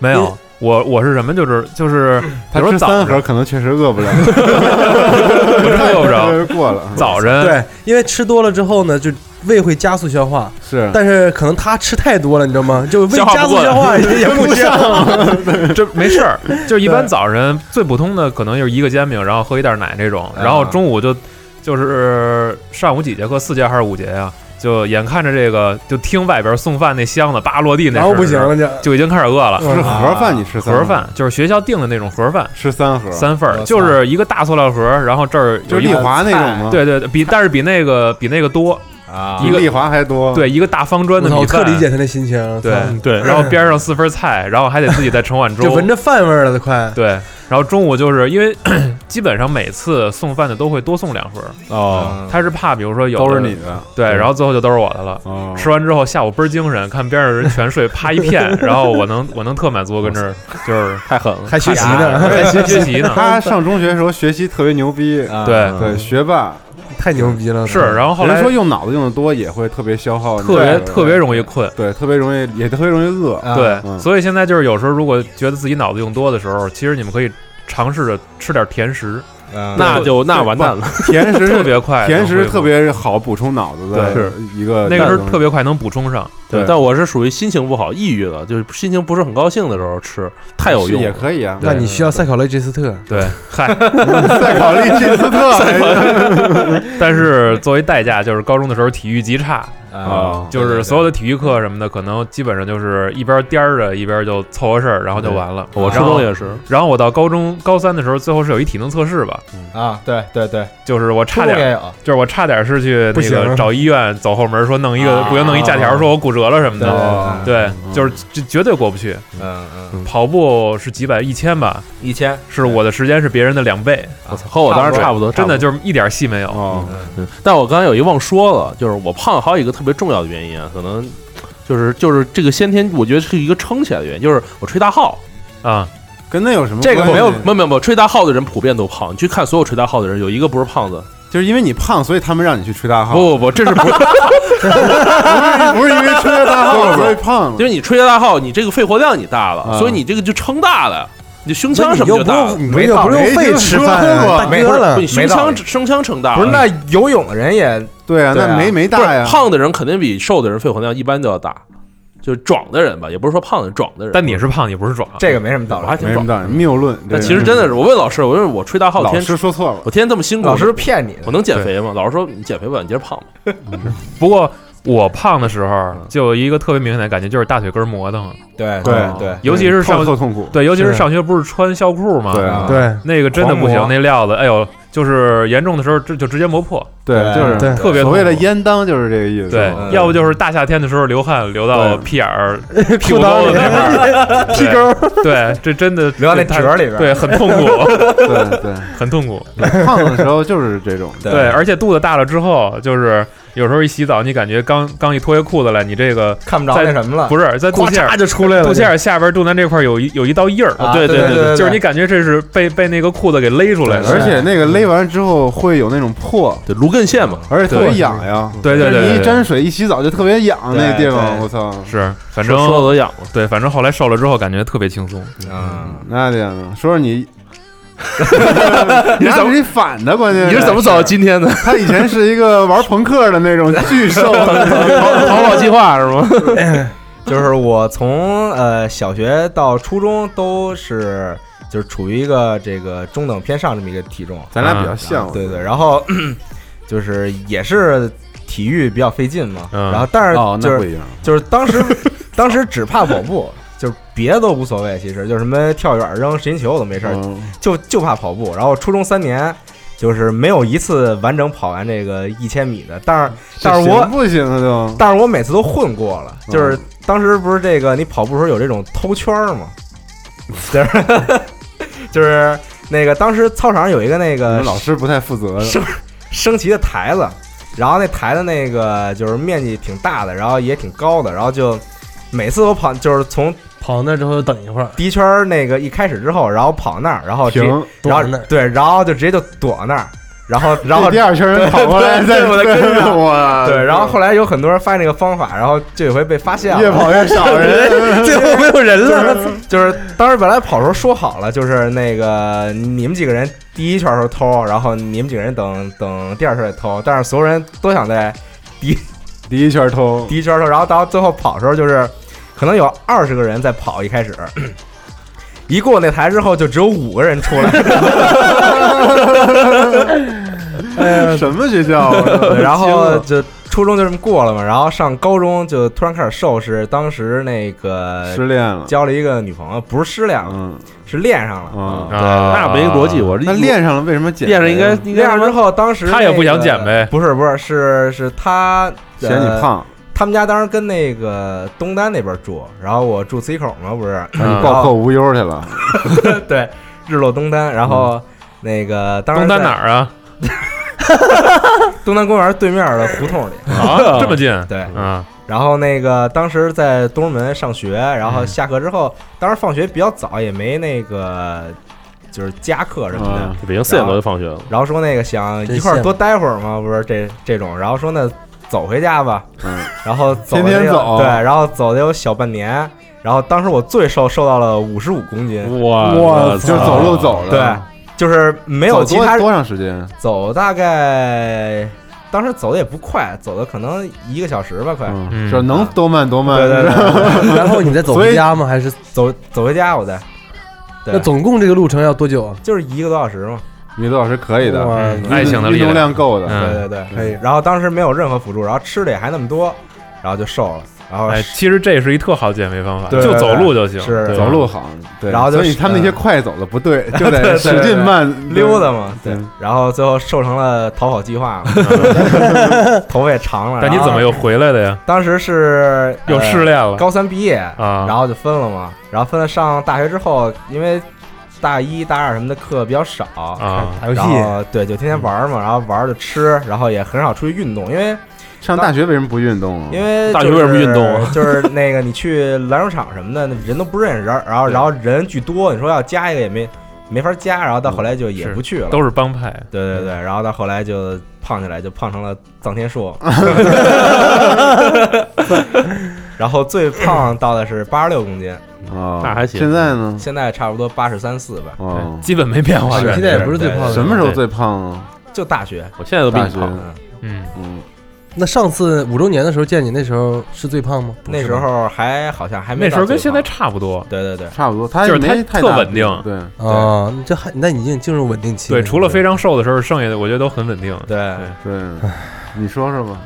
[SPEAKER 9] 没有，我我是什么，就是就是，比
[SPEAKER 7] 他
[SPEAKER 9] 如说
[SPEAKER 7] 吃
[SPEAKER 9] 早
[SPEAKER 7] 三
[SPEAKER 9] 上
[SPEAKER 7] 盒可能确实饿不了，
[SPEAKER 9] 我真的饿不
[SPEAKER 7] *laughs*
[SPEAKER 9] 着，
[SPEAKER 7] 过了。
[SPEAKER 9] 早
[SPEAKER 6] 嗯
[SPEAKER 9] 晨
[SPEAKER 10] 对，因为吃多了之后呢，就胃会加速消化。
[SPEAKER 7] 是
[SPEAKER 10] 但是可能他吃太多了，你知道吗？就胃
[SPEAKER 9] 消化
[SPEAKER 10] 加
[SPEAKER 9] 不
[SPEAKER 10] 速
[SPEAKER 9] 过
[SPEAKER 10] 消化
[SPEAKER 9] 来
[SPEAKER 10] 也也不
[SPEAKER 7] *laughs*
[SPEAKER 10] 上。
[SPEAKER 9] *laughs* 这没事
[SPEAKER 10] *laughs*
[SPEAKER 9] 儿，就是一般早晨最普通的可能就是一个煎饼，然后喝一袋奶这
[SPEAKER 10] 啊
[SPEAKER 9] 种，然后中午就就是上午几节课，四节还是五节呀、就眼看着这个，就听外边送饭那箱子叭落地那
[SPEAKER 10] 然
[SPEAKER 9] 声
[SPEAKER 10] 后
[SPEAKER 9] 儿，
[SPEAKER 10] 不行了嗯就
[SPEAKER 9] 就已经开始饿了。
[SPEAKER 7] 是盒饭你吃三
[SPEAKER 9] 盒饭就是学校订的那种盒饭，
[SPEAKER 7] 吃三盒
[SPEAKER 9] 三份
[SPEAKER 7] 我
[SPEAKER 9] 儿，
[SPEAKER 10] 啊
[SPEAKER 7] 操
[SPEAKER 9] 就是一个大塑料盒，然后这儿有
[SPEAKER 7] 就是
[SPEAKER 9] 一
[SPEAKER 7] 丽华那种吗
[SPEAKER 9] 对对，对比但是比那个比那个多
[SPEAKER 10] 啊
[SPEAKER 9] 一个
[SPEAKER 7] 丽华还多
[SPEAKER 9] 对，一个大方砖的米饭，
[SPEAKER 10] 我特理解他那心情。
[SPEAKER 9] 对
[SPEAKER 10] 操
[SPEAKER 9] 然后边上四份菜，然后还得自己再
[SPEAKER 10] *laughs*
[SPEAKER 9] 盛碗粥，
[SPEAKER 10] 就闻着饭味儿了，都
[SPEAKER 7] *laughs*
[SPEAKER 10] 快。
[SPEAKER 9] 对，然后中午就是因为 *clears throat* 基本上每次送饭的都会多送两份儿
[SPEAKER 7] 哦
[SPEAKER 9] 他是怕比如说有
[SPEAKER 7] 都是你嗯的哦
[SPEAKER 9] 对，
[SPEAKER 7] 对，
[SPEAKER 9] 然后最后就都是我的了。吃完之后下午倍儿精神，看边上人全睡，啪一片，然后我能我能特满足，跟这儿就是
[SPEAKER 6] 太狠了，
[SPEAKER 10] 还学习
[SPEAKER 9] 呢，还学习呢
[SPEAKER 7] 他上中学的时候学习特别牛逼，
[SPEAKER 9] 对
[SPEAKER 7] 对，学霸，
[SPEAKER 10] 啊太牛逼了
[SPEAKER 9] 是嗯然后后来
[SPEAKER 7] 人说用脑子用的多也会特别消耗，
[SPEAKER 9] 特别
[SPEAKER 7] 对
[SPEAKER 9] 特别容易哎困，
[SPEAKER 7] 对，特别容易也特别容易饿，
[SPEAKER 10] 啊
[SPEAKER 9] 对，
[SPEAKER 7] 嗯
[SPEAKER 9] 所以现在就是有时候如果觉得自己脑子用多的时候，其实你们可以尝试着吃点甜食，
[SPEAKER 6] 那就那完蛋了
[SPEAKER 9] *laughs*
[SPEAKER 7] 甜食是
[SPEAKER 9] 特别快，
[SPEAKER 7] 甜食
[SPEAKER 9] 能恢复
[SPEAKER 7] 嗯特别好补充脑子的，
[SPEAKER 6] 对
[SPEAKER 7] 一个
[SPEAKER 9] 那个是特别快能补充上。
[SPEAKER 6] 对，但我是属于心情不好、抑郁了，就是心情不是很高兴的时候吃，太有用了。
[SPEAKER 7] 啊
[SPEAKER 10] 那你需要赛考勒吉斯特。
[SPEAKER 9] 对，
[SPEAKER 7] *laughs*
[SPEAKER 9] 嗨，
[SPEAKER 7] 赛考利金斯特
[SPEAKER 9] 赛考但是作为代价，就是高中的时候体育极差
[SPEAKER 7] 啊
[SPEAKER 9] 就是所有的体育课什么的，可能基本上就是一边颠儿着一边就凑合事儿，然后就完了。
[SPEAKER 6] 嗯对我初
[SPEAKER 9] 然后
[SPEAKER 6] 中也是
[SPEAKER 9] 然后我到高中高三的时候，最后是有一体能测试吧，
[SPEAKER 6] 嗯
[SPEAKER 8] 啊，对对对，
[SPEAKER 9] 就是我差
[SPEAKER 8] 初中也
[SPEAKER 9] 点
[SPEAKER 8] 有，
[SPEAKER 9] 就是我差点是去
[SPEAKER 8] 不
[SPEAKER 9] 那
[SPEAKER 8] 行
[SPEAKER 9] 个找医院走后门说弄一个
[SPEAKER 8] 啊
[SPEAKER 9] 不行弄一假条，说我骨折了
[SPEAKER 7] 哦
[SPEAKER 9] 什么
[SPEAKER 6] 啊
[SPEAKER 9] 的，
[SPEAKER 8] 对
[SPEAKER 6] 嗯
[SPEAKER 9] 对，就是这绝对过不去。
[SPEAKER 8] 嗯嗯，
[SPEAKER 9] 跑步是几百一千吧，
[SPEAKER 8] 一千
[SPEAKER 9] 是我的时间是别人的两倍，我操，
[SPEAKER 6] 和我当时差不多
[SPEAKER 9] 真的
[SPEAKER 6] 差
[SPEAKER 9] 就
[SPEAKER 6] 不多
[SPEAKER 9] 是一点戏没有。
[SPEAKER 6] 嗯但我刚才有一忘说了，就是我胖还有一个特别重要的原因啊，可能就是就是这个先天，我觉得是一个撑起来的原因，就是我吹大号
[SPEAKER 9] 啊。
[SPEAKER 7] 跟那有什么
[SPEAKER 6] 这个
[SPEAKER 7] 关系
[SPEAKER 6] 没有没有没有，吹大号的人普遍都胖。你去看所有吹大号的人，有一个不是胖子。
[SPEAKER 7] 就是因为你胖，所以他们让你去吹大号。
[SPEAKER 6] 不不不，这是不不
[SPEAKER 7] *laughs* 是不是因为吹大号所以胖了，
[SPEAKER 6] 就是你吹大号，你这个肺活量你大了，
[SPEAKER 7] 啊
[SPEAKER 6] 所以你这个就撑大了，你胸腔什
[SPEAKER 10] 那你
[SPEAKER 6] 么就
[SPEAKER 10] 又
[SPEAKER 6] 大
[SPEAKER 10] 不
[SPEAKER 6] 了。
[SPEAKER 10] 用你没又不用肺吃饭啊大
[SPEAKER 6] 没
[SPEAKER 10] 哥了
[SPEAKER 6] 不是你胸
[SPEAKER 10] 没道
[SPEAKER 6] 腔
[SPEAKER 10] 理
[SPEAKER 6] 胸腔撑大了，
[SPEAKER 8] 不是那游泳的人也
[SPEAKER 7] 对啊
[SPEAKER 6] 不是胖的人肯定比瘦的人肺活量一般都要大。就是壮的人吧，也不是说胖的人，壮的人。
[SPEAKER 9] 但你是胖，你不是壮，啊
[SPEAKER 8] 这个没什么道理
[SPEAKER 6] 我还挺
[SPEAKER 7] 没什
[SPEAKER 6] 壮
[SPEAKER 7] 么。道理，谬论。
[SPEAKER 6] 但
[SPEAKER 7] 这
[SPEAKER 6] 其实真的是，我问老师，我问我吹大号
[SPEAKER 7] 老
[SPEAKER 6] 天，
[SPEAKER 7] 师说错了，
[SPEAKER 6] 我天天这么辛苦，
[SPEAKER 8] 老师骗你的
[SPEAKER 6] 我能减肥吗？老师说你减肥吧，你今儿胖吧。
[SPEAKER 9] 不过我胖的时候就有一个特别明显的感觉，就是大腿根儿磨蹭。
[SPEAKER 8] 对嗯
[SPEAKER 9] 哦
[SPEAKER 8] 哎对
[SPEAKER 9] 尤其是上
[SPEAKER 7] 特痛苦。
[SPEAKER 9] 对，尤其是上学不是穿校裤吗？
[SPEAKER 7] 对啊
[SPEAKER 10] 对
[SPEAKER 9] 那个真的不行，
[SPEAKER 10] 狂磨
[SPEAKER 9] 那料子，哎呦，就是严重的时候就就直接磨破。
[SPEAKER 7] 对，就是
[SPEAKER 10] 对
[SPEAKER 9] 特别
[SPEAKER 7] 所谓的
[SPEAKER 9] 痛苦
[SPEAKER 7] 阉裆就是这个意思。
[SPEAKER 9] 对，
[SPEAKER 7] 嗯
[SPEAKER 9] 要不就是大夏天的时候流汗流到
[SPEAKER 7] 对
[SPEAKER 9] 屁眼儿、屁股沟子那儿、屁沟，对，这真的
[SPEAKER 8] 流到那
[SPEAKER 9] 这
[SPEAKER 8] 褶儿里边
[SPEAKER 9] 对，很痛苦， *laughs*
[SPEAKER 7] 对对，
[SPEAKER 9] 很痛苦。
[SPEAKER 7] 胖的时候就是这种。
[SPEAKER 8] 对
[SPEAKER 9] 对，而且肚子大了之后，就是有时候一洗澡，你感觉刚刚一脱下裤子来，你这个
[SPEAKER 8] 看不着
[SPEAKER 9] 在
[SPEAKER 8] 那什么 *laughs* 了，
[SPEAKER 9] 不是在肚脐眼儿
[SPEAKER 10] 嚓就出来了，
[SPEAKER 9] 肚脐眼儿下边肚腩这块儿有一有一道印儿，
[SPEAKER 8] 啊
[SPEAKER 6] 对
[SPEAKER 8] 对
[SPEAKER 6] 对
[SPEAKER 8] 对，
[SPEAKER 9] 就是你感觉这是被被那个裤子给勒出来的，
[SPEAKER 7] 而且那个勒完之后会有那种破，
[SPEAKER 6] 对，芦根线嘛，
[SPEAKER 7] 而且特别痒呀。
[SPEAKER 9] 对对对
[SPEAKER 7] 你
[SPEAKER 9] 对
[SPEAKER 7] 一
[SPEAKER 9] 对
[SPEAKER 7] 沾水一洗澡就特别痒，那地方
[SPEAKER 8] 对
[SPEAKER 7] 我操！
[SPEAKER 9] 是，反
[SPEAKER 6] 说说的
[SPEAKER 9] 正
[SPEAKER 6] 都痒了。
[SPEAKER 9] 对，反正后来瘦了之后感觉特别轻松。
[SPEAKER 8] 嗯，
[SPEAKER 7] 那天呢，说说你，你是怎么反的？关键
[SPEAKER 6] 走到今天的？
[SPEAKER 7] 他以前是一个玩朋克的那种巨瘦的
[SPEAKER 6] 逃跑计划是吗？
[SPEAKER 8] 就是我从呃小学到初中都是就是处于一个这个中等偏上这么一个体重，
[SPEAKER 7] 咱俩比较像，
[SPEAKER 8] 对对，然后 *clears throat* 就是也是体育比较费劲嘛，
[SPEAKER 9] 嗯
[SPEAKER 8] 然后但
[SPEAKER 7] 哦，
[SPEAKER 8] 是就
[SPEAKER 7] 那
[SPEAKER 8] 是
[SPEAKER 7] 不一样。
[SPEAKER 8] 就是当时当时只怕跑步，就是别的都无所谓，其实就是什么跳远、扔实心球我都没事儿，
[SPEAKER 7] 嗯
[SPEAKER 8] 就就怕跑步。然后初中三年。就是没有一次完整跑完这个一千米的，但是
[SPEAKER 7] 嗯
[SPEAKER 8] 但是
[SPEAKER 7] 这
[SPEAKER 8] 我
[SPEAKER 7] 行不行啊，就
[SPEAKER 8] 但是我每次都混过了，
[SPEAKER 7] 嗯
[SPEAKER 8] 就是当时不是这个你跑步时候有这种偷圈儿吗？就是就是那个当时操场上有一个那
[SPEAKER 7] 你
[SPEAKER 8] 个
[SPEAKER 7] 们老师不太负责。
[SPEAKER 8] 升升旗的台子，然后那台子那个就是面积挺大的，然后也挺高的，然后就每次我跑就是从
[SPEAKER 10] *laughs* 跑那之后等一会儿，
[SPEAKER 8] 第一圈儿那个一开始之后，然后跑那儿，然后直
[SPEAKER 7] 停，
[SPEAKER 10] 躲
[SPEAKER 8] 然后
[SPEAKER 10] 那儿
[SPEAKER 8] 对，然后就直接就躲那儿，
[SPEAKER 7] *laughs*
[SPEAKER 8] 然后然后
[SPEAKER 7] 这第二圈人跑过来，
[SPEAKER 8] 对
[SPEAKER 7] 再
[SPEAKER 8] 对我在跟上
[SPEAKER 7] 我
[SPEAKER 8] 对，然后后来有很多人发现这个方法，然后这回被发现了，
[SPEAKER 7] 越跑越少
[SPEAKER 10] *laughs*
[SPEAKER 7] 人。
[SPEAKER 8] 最后没有人了。就是当时本来跑的时候说好了，就是那个你们几个人第一圈的时候偷，然后你们几个人等等第二圈再偷，但是所有人都想在
[SPEAKER 7] 第一圈偷，
[SPEAKER 8] 第一圈偷，然后到最后跑的时候就是可能有二十个人在跑，一开始。一过那台之后，就只有五个人出来，
[SPEAKER 7] 什么学校啊？
[SPEAKER 8] 对然后就初中就这么过了嘛。然后上高中就突然开始瘦，是当时那个
[SPEAKER 7] 失恋了，
[SPEAKER 8] 交了一个女朋友，不是失恋了，
[SPEAKER 7] 嗯
[SPEAKER 8] 是恋上了。
[SPEAKER 7] 嗯，
[SPEAKER 9] 啊，
[SPEAKER 6] 那没逻辑，。我这
[SPEAKER 7] 那练上了为什么减？
[SPEAKER 6] 练上应该应
[SPEAKER 8] 恋
[SPEAKER 6] 该
[SPEAKER 8] 上之后，当时
[SPEAKER 9] 他也
[SPEAKER 8] 那
[SPEAKER 9] 不想
[SPEAKER 8] 个
[SPEAKER 9] 减呗
[SPEAKER 8] 不是不是是是他
[SPEAKER 7] 嫌你。
[SPEAKER 8] 呃
[SPEAKER 7] 胖，
[SPEAKER 8] 他们家当时跟那个东单那边住，然后我住磁器口嘛，
[SPEAKER 9] *laughs*
[SPEAKER 8] 不是 *laughs*
[SPEAKER 7] 你报课无忧去了。
[SPEAKER 8] 对日落东单，然
[SPEAKER 7] 嗯
[SPEAKER 8] 后那个当时
[SPEAKER 9] 东单
[SPEAKER 8] 在
[SPEAKER 9] 哪儿啊？
[SPEAKER 8] 东单公园对面的胡
[SPEAKER 9] *laughs*
[SPEAKER 8] 同里，
[SPEAKER 9] 啊，这么近
[SPEAKER 8] 对。
[SPEAKER 9] 啊？
[SPEAKER 8] 然后那个当时在东直门上学，然
[SPEAKER 7] 嗯
[SPEAKER 8] 后下课之后，当时放学比较早，也没那个就是加课什么的。
[SPEAKER 7] 嗯
[SPEAKER 6] 北京四点多就放学了，
[SPEAKER 8] 然后说那个想一块儿多待会儿嘛，不是这这种，然后说那走回家吧，
[SPEAKER 7] 嗯，
[SPEAKER 8] 然后走了
[SPEAKER 7] 天天
[SPEAKER 8] 得有
[SPEAKER 7] 走
[SPEAKER 8] 对，然后走得有小半年，然后当时我最瘦，瘦到了五十五公斤，
[SPEAKER 9] 哎
[SPEAKER 6] 哇
[SPEAKER 7] 就是走路走了。
[SPEAKER 8] 对，就是没
[SPEAKER 7] 没
[SPEAKER 8] 有哎其他
[SPEAKER 7] 嗯多长时间？
[SPEAKER 8] 走大概，当时走的也不快，走的可能一个小时吧，快，
[SPEAKER 7] 嗯，就是能多慢多慢。
[SPEAKER 8] 对对
[SPEAKER 7] 嗯
[SPEAKER 8] 对，
[SPEAKER 10] 然后你再走
[SPEAKER 7] 所以
[SPEAKER 10] 回家吗？还是
[SPEAKER 8] *laughs* 走走回家我再，
[SPEAKER 10] 那
[SPEAKER 8] 对，
[SPEAKER 10] 总共这个路程要多久啊？
[SPEAKER 8] 就是一个多小时嘛，
[SPEAKER 7] 米多老师可以的，
[SPEAKER 10] 哇
[SPEAKER 9] 嗯爱情的力
[SPEAKER 7] 运动
[SPEAKER 9] 量
[SPEAKER 7] 量够的。
[SPEAKER 8] 对
[SPEAKER 9] 嗯，
[SPEAKER 8] 对对，
[SPEAKER 10] 可以
[SPEAKER 8] 然后当时没有任何辅助，然后吃的也还那么多，然后就瘦了，然后
[SPEAKER 9] 哎，其实这是一特好减肥方法，
[SPEAKER 8] 对
[SPEAKER 9] 就走路就行，
[SPEAKER 8] 是
[SPEAKER 9] 对
[SPEAKER 7] 走路好，对，
[SPEAKER 8] 啊然后就嗯
[SPEAKER 7] 所以他们那些快走的不
[SPEAKER 8] *laughs*
[SPEAKER 7] 对，就得使劲慢
[SPEAKER 8] 溜达。嘛，
[SPEAKER 7] 对，
[SPEAKER 8] 然后最后瘦成了逃跑计
[SPEAKER 10] *laughs*
[SPEAKER 8] 划嘛，头发也长了。
[SPEAKER 9] 但你
[SPEAKER 8] 然后
[SPEAKER 9] 怎么又回来的呀？
[SPEAKER 8] 当时是
[SPEAKER 9] 又失
[SPEAKER 8] 了、
[SPEAKER 9] 恋了
[SPEAKER 8] 哎高三毕业，然
[SPEAKER 9] 啊？
[SPEAKER 8] 后就分了嘛。然后分了上大学之后，因为大一大二什么的课比较少
[SPEAKER 9] 啊，
[SPEAKER 10] 打游戏嗯
[SPEAKER 8] 然后对，就天天玩嘛，然后玩就吃，然后也很少出去运动，因为
[SPEAKER 7] 上大学为什么不运
[SPEAKER 10] 嗯
[SPEAKER 7] 动啊？
[SPEAKER 8] 因为、就是、
[SPEAKER 6] 大学为什么运动啊？
[SPEAKER 8] *laughs* 就是那个你去篮球场什么的，那人都不认识，然后然后然后人巨多，你说要加一个也没没法加，然后到后来就也
[SPEAKER 9] 是
[SPEAKER 8] 不去了，
[SPEAKER 9] 都是帮派，
[SPEAKER 8] 对对
[SPEAKER 10] 嗯
[SPEAKER 8] 对，然后到后来就胖起来，就胖成了臧天
[SPEAKER 10] *laughs*
[SPEAKER 8] 朔。 *laughs* 然后最胖到的是八十六公斤，
[SPEAKER 7] 啊，
[SPEAKER 6] 那还行
[SPEAKER 7] 现在呢？
[SPEAKER 8] 现在差不多八十三四吧。
[SPEAKER 7] 哦，
[SPEAKER 9] 哎基本没变化。
[SPEAKER 10] 啊你现在也不是最胖的，
[SPEAKER 7] 什么时候最胖啊？
[SPEAKER 8] 就大学，
[SPEAKER 6] 我现在都比你
[SPEAKER 7] 大学
[SPEAKER 6] 胖。
[SPEAKER 8] 嗯，
[SPEAKER 9] 嗯，
[SPEAKER 7] 嗯，
[SPEAKER 10] 那上次五周年的时候见你，那时候是最胖吗？
[SPEAKER 8] 嗯那时候还好像还没
[SPEAKER 10] 那时候
[SPEAKER 8] 到最
[SPEAKER 10] 跟现在
[SPEAKER 8] 胖
[SPEAKER 9] 差不多，
[SPEAKER 8] 对对对，
[SPEAKER 7] 差不多
[SPEAKER 10] 他也
[SPEAKER 9] 就是
[SPEAKER 10] 没
[SPEAKER 9] 他
[SPEAKER 10] 太
[SPEAKER 9] 特
[SPEAKER 10] 大
[SPEAKER 9] 稳定，
[SPEAKER 10] 对啊，你这还那你已经进入稳定期了。
[SPEAKER 9] 对，除了非常瘦的时候，剩下的我觉得都很稳定。
[SPEAKER 8] 对
[SPEAKER 9] 对，
[SPEAKER 10] *laughs*
[SPEAKER 7] 你说说吧。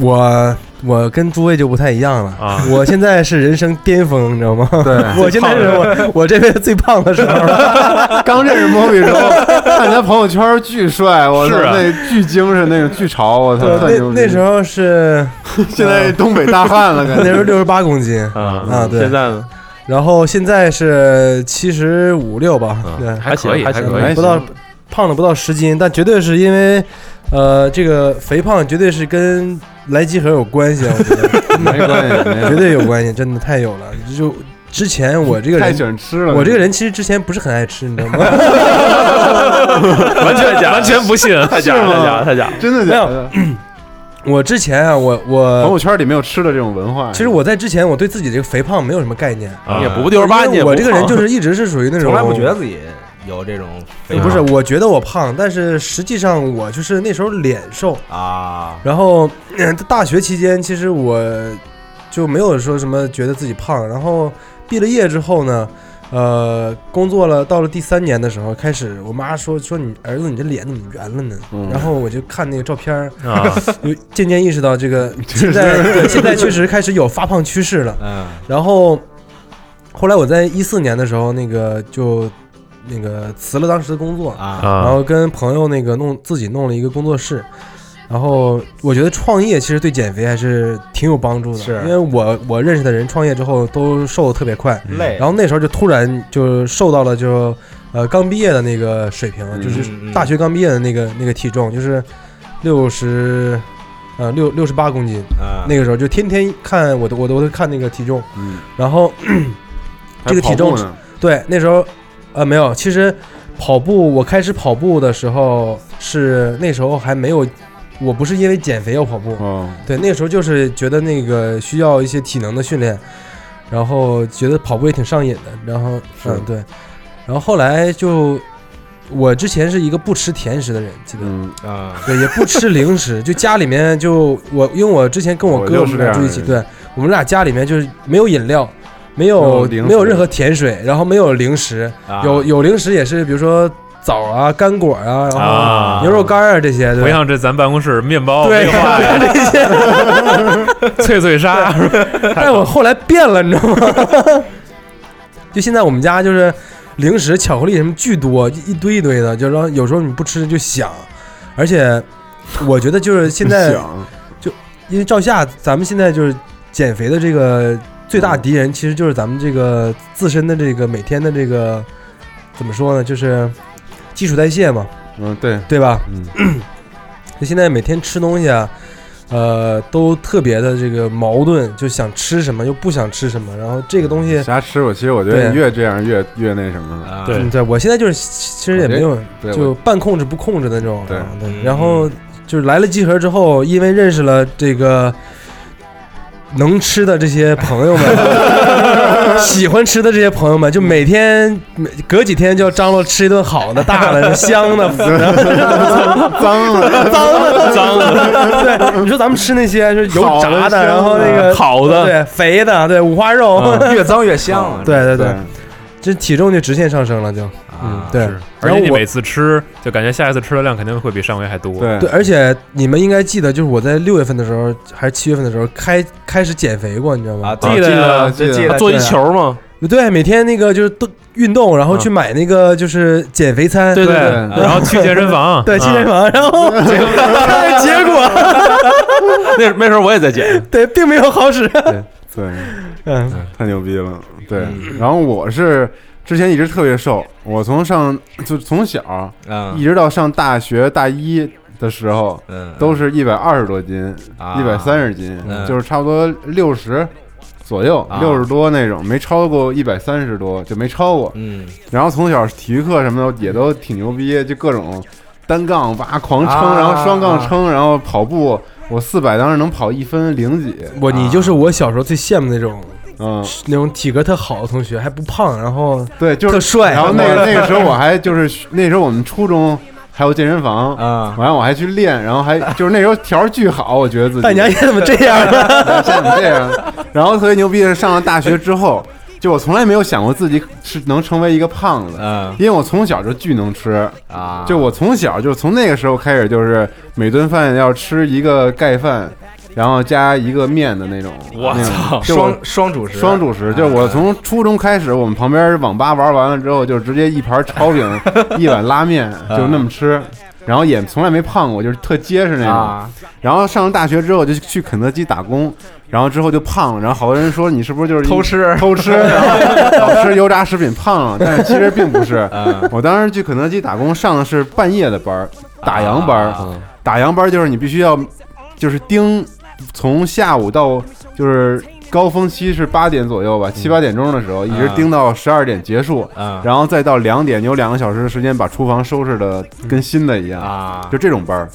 [SPEAKER 10] 我我跟诸位就不太一样了
[SPEAKER 9] 啊！
[SPEAKER 10] 我现在是人生巅峰，你知道吗？对 *laughs* 我现在是我 *laughs* 我这辈子最胖的时候
[SPEAKER 9] *laughs*
[SPEAKER 10] 了。
[SPEAKER 7] 刚认识莫比时候， *laughs* 看他朋友圈巨帅，我操，
[SPEAKER 10] 是啊
[SPEAKER 7] 那巨精神，那种巨潮，我操，太
[SPEAKER 10] 对啊
[SPEAKER 7] 牛逼
[SPEAKER 10] 那那时候是
[SPEAKER 7] *laughs* 现在是东北大汉了感觉
[SPEAKER 10] *laughs* 那时候六十八公斤啊，对。
[SPEAKER 7] 现
[SPEAKER 10] 在呢？然后现在是七十五六吧，
[SPEAKER 6] 嗯
[SPEAKER 10] 对，
[SPEAKER 9] 还可以还可以
[SPEAKER 10] 不到胖了不到十斤，但绝对是因为，呃，这个肥胖绝对是跟来集合有关系啊，我觉得
[SPEAKER 9] *laughs*
[SPEAKER 7] 没关系 *laughs* 没关系
[SPEAKER 10] 绝对有关系，真的太有了。就之前我这个人
[SPEAKER 7] 太喜欢吃了
[SPEAKER 10] 我这个人其实之前不是很爱吃，你知道吗？
[SPEAKER 7] *laughs*
[SPEAKER 9] 完全假完全 *laughs* 不信太假了
[SPEAKER 10] 是吗
[SPEAKER 9] 太假了太假了
[SPEAKER 7] 真的假的？
[SPEAKER 10] 我之前啊，我我
[SPEAKER 7] 朋友圈里没有吃的这种文化
[SPEAKER 10] 其，实我在之前，我对自己这个肥胖没有什么概念，
[SPEAKER 7] 啊也不丢人吧
[SPEAKER 10] 因为
[SPEAKER 7] 你也不
[SPEAKER 10] 我这个人
[SPEAKER 7] 胖
[SPEAKER 10] 就是一直是属于那种
[SPEAKER 8] 从来不觉得自己有这种肥
[SPEAKER 10] 不是，
[SPEAKER 8] 胖
[SPEAKER 10] 我觉得我胖，但是实际上我就是那时候脸瘦
[SPEAKER 8] 啊。
[SPEAKER 10] 然后嗯大学期间，其实我就没有说什么觉得自己胖。然后毕了业之后呢，呃，工作了，到了第三年的时候，开始我妈说说你儿子你这脸怎么圆了呢？
[SPEAKER 7] 嗯
[SPEAKER 10] 然后我就看那个照片儿 *laughs*
[SPEAKER 9] 啊，
[SPEAKER 10] 就渐渐意识到这个现在对现在确实开始有发胖趋势了。
[SPEAKER 8] 嗯，
[SPEAKER 10] 然后后来我在一四年的时候，那个就那个辞了当时的工作
[SPEAKER 8] 啊
[SPEAKER 10] 然后跟朋友那个弄自己弄了一个工作室。然后我觉得创业其实对减肥还是挺有帮助的，
[SPEAKER 8] 是
[SPEAKER 10] 因为我我认识的人创业之后都瘦的特别快，
[SPEAKER 8] 累
[SPEAKER 10] 然后那时候就突然就瘦到了就呃刚毕业的那个水平，就是
[SPEAKER 8] 嗯
[SPEAKER 10] 大学刚毕业的那个那个体重，就是六十呃六六十八公斤，
[SPEAKER 8] 啊
[SPEAKER 10] 那个时候就天天看我都我都会看那个体重，
[SPEAKER 7] 嗯，
[SPEAKER 10] 然后这个体重
[SPEAKER 7] 还跑步呢
[SPEAKER 10] 对那时候呃没有，其实跑步我开始跑步的时候是那时候还没有，我不是因为减肥要跑步，
[SPEAKER 7] 哦
[SPEAKER 10] 对那个时候就是觉得那个需要一些体能的训练，然后觉得跑步也挺上瘾的，然后
[SPEAKER 7] 是
[SPEAKER 10] 嗯对，然后后来就。我之前是一个不吃甜食的人，基本、
[SPEAKER 7] 嗯
[SPEAKER 8] 啊，
[SPEAKER 10] 对，也不吃零食，就家里面就我，因为我之前跟我
[SPEAKER 7] 我
[SPEAKER 10] 哥
[SPEAKER 7] 就
[SPEAKER 10] 我
[SPEAKER 7] 是
[SPEAKER 10] 们
[SPEAKER 7] 这
[SPEAKER 10] 俩
[SPEAKER 7] 样
[SPEAKER 10] 住一
[SPEAKER 7] 的
[SPEAKER 10] 起，
[SPEAKER 7] 人
[SPEAKER 10] 对我们俩家里面就是没有饮料，没有
[SPEAKER 7] 没有零食
[SPEAKER 10] 没有任何甜水，然后没有零食，
[SPEAKER 8] 啊
[SPEAKER 10] 有有零食也是比如说枣啊、干果啊，然
[SPEAKER 9] 啊
[SPEAKER 10] 后牛肉干啊这些，对
[SPEAKER 9] 回
[SPEAKER 10] 吧
[SPEAKER 9] 想这咱办公室面包、
[SPEAKER 10] 对
[SPEAKER 9] 没话呀 *laughs* 脆脆鲨，
[SPEAKER 10] *laughs* 但我后来变了，你知道吗？ *laughs* 就现在我们家就是零食、巧克力什么巨多，一一堆一堆的，就然后有时候你不吃就想，而且我觉得就是现在
[SPEAKER 7] *laughs* 想
[SPEAKER 10] 就因为照下，咱们现在就是减肥的这个最大敌人，其实就是咱们这个自身的这个每天的这个怎么说呢，就是基础代谢嘛。
[SPEAKER 7] 嗯，对
[SPEAKER 10] 对吧？
[SPEAKER 7] 嗯，
[SPEAKER 10] 就现在每天吃东西啊，呃，都特别的这个矛盾，就想吃什么又不想吃什么，然后这个东西
[SPEAKER 7] 瞎吃。我其实我觉得
[SPEAKER 10] 对
[SPEAKER 7] 你越这样越越那什么了。
[SPEAKER 8] 啊
[SPEAKER 10] 嗯对我现在就是其实也没有
[SPEAKER 7] 我这对
[SPEAKER 10] 就
[SPEAKER 7] 我
[SPEAKER 10] 半控制不控制的那种，
[SPEAKER 7] 对
[SPEAKER 10] 啊
[SPEAKER 8] 嗯
[SPEAKER 10] 对。然后就是来了集合之后，因为认识了这个。能吃的这些朋友
[SPEAKER 8] *laughs*
[SPEAKER 10] 们，喜欢吃的这些朋友们，就每天每隔几天就要张罗吃一顿好的、大
[SPEAKER 8] *laughs*
[SPEAKER 10] 的、香的、
[SPEAKER 7] *laughs* 脏
[SPEAKER 10] 的、 *laughs* 脏
[SPEAKER 7] *laughs*
[SPEAKER 10] 的、脏的。对，你说咱们吃那些就是油炸
[SPEAKER 8] 好
[SPEAKER 10] 的，
[SPEAKER 8] 的啊
[SPEAKER 10] 然后那个
[SPEAKER 8] 好的嗯
[SPEAKER 10] 对，肥的，对，五花肉， *laughs*
[SPEAKER 8] 越脏越香。
[SPEAKER 10] *laughs* 对对对，这体重就直线上升了，就，
[SPEAKER 8] 啊
[SPEAKER 10] 嗯，对。
[SPEAKER 9] 而
[SPEAKER 10] 然
[SPEAKER 9] 且
[SPEAKER 10] 后
[SPEAKER 9] 你
[SPEAKER 10] 我
[SPEAKER 9] 每次吃，就感觉下一次吃的量肯定会比上回还多。
[SPEAKER 7] 嗯
[SPEAKER 10] 对，而且你们应该记得，就是我在六月份的时候还是七月份的时候开开始减肥过，你知道吗？
[SPEAKER 8] 啊记得呀记得记
[SPEAKER 6] 啊
[SPEAKER 8] 得
[SPEAKER 10] 对
[SPEAKER 8] 做一球
[SPEAKER 6] 嘛。
[SPEAKER 10] 对，每天那个就是都运动，然后去买那个就是减肥餐，
[SPEAKER 9] 对对对然后去健身
[SPEAKER 10] *laughs*
[SPEAKER 9] 房啊
[SPEAKER 10] 对，去健身房，然
[SPEAKER 7] 啊
[SPEAKER 10] 后结果
[SPEAKER 7] *laughs*
[SPEAKER 6] 那那时候我也在减，
[SPEAKER 10] 对，并没有好使。
[SPEAKER 7] 对，
[SPEAKER 10] 嗯，
[SPEAKER 7] 太牛逼了。对，然后我是之前一直特别瘦，我从上就从小
[SPEAKER 8] 嗯
[SPEAKER 7] 一直到上大学大一的时候，
[SPEAKER 8] 嗯
[SPEAKER 7] 都是一百二十多斤，
[SPEAKER 8] 啊
[SPEAKER 7] 一百三十斤，
[SPEAKER 8] 嗯
[SPEAKER 7] 就是差不多六十左右
[SPEAKER 8] 啊，
[SPEAKER 7] 六十多那种，没超过一百三十多就没超过。
[SPEAKER 8] 嗯，
[SPEAKER 7] 然后从小体育课什么的也都挺牛逼，就各种单杠哇狂撑，
[SPEAKER 10] 啊
[SPEAKER 7] 然后双杠撑，然后跑步，我四百当时能跑一分零几。
[SPEAKER 10] 我你就是我小时候最羡慕那种，
[SPEAKER 7] 嗯，
[SPEAKER 10] 那种体格特好的同学，还不胖，然后
[SPEAKER 7] 对，就是
[SPEAKER 10] 特帅，嗯 *laughs*
[SPEAKER 7] 然后那个
[SPEAKER 10] 然
[SPEAKER 7] 那个时候我还就是那时候我们初中。还有健身房啊，完了我还去练，然后还就是那时候条儿巨好，我觉得自己。
[SPEAKER 10] 大娘你怎么这样啊
[SPEAKER 7] *laughs*
[SPEAKER 10] 呢
[SPEAKER 7] 对现在怎么这样？然后特别牛逼的是上了大学之后，就我从来没有想过自己是能成为一个胖子，
[SPEAKER 8] 嗯
[SPEAKER 7] 因为我从小就巨能吃啊，就我从小就从那个时候开始就是每顿饭要吃一个盖饭。然后加一个面的那种，
[SPEAKER 8] 我
[SPEAKER 7] 那种
[SPEAKER 8] 操
[SPEAKER 7] 就我
[SPEAKER 8] 哦双双主食
[SPEAKER 7] 双主食，就是我从初中开始，我们旁边网吧玩完了之后，就直接一盘炒
[SPEAKER 8] *laughs*
[SPEAKER 7] 饼，一碗拉面，就那么吃，然后也从来没胖过，就是特结实那种。
[SPEAKER 8] 啊
[SPEAKER 7] 然后上了大学之后就去肯德基打工，然后之后就胖了，然后好多人说你是不是就是
[SPEAKER 8] 偷
[SPEAKER 7] *laughs*
[SPEAKER 8] 吃
[SPEAKER 7] 偷
[SPEAKER 8] *laughs*
[SPEAKER 7] 吃，然后老吃油炸食品胖了，但是其实并不是
[SPEAKER 8] *laughs* 嗯。
[SPEAKER 7] 我当时去肯德基打工上的是半夜的班儿，
[SPEAKER 8] 啊
[SPEAKER 7] 打烊班儿，
[SPEAKER 8] 嗯
[SPEAKER 7] 打烊班儿就是你必须要就是盯从下午到就是。高峰期是八点左右
[SPEAKER 8] 嗯
[SPEAKER 7] 吧，七八点钟的时候，一直盯到十二点结束，然后再到两点，你有两个小时的时间把厨房收拾的跟新的一
[SPEAKER 8] 啊
[SPEAKER 7] 样，就这种班儿。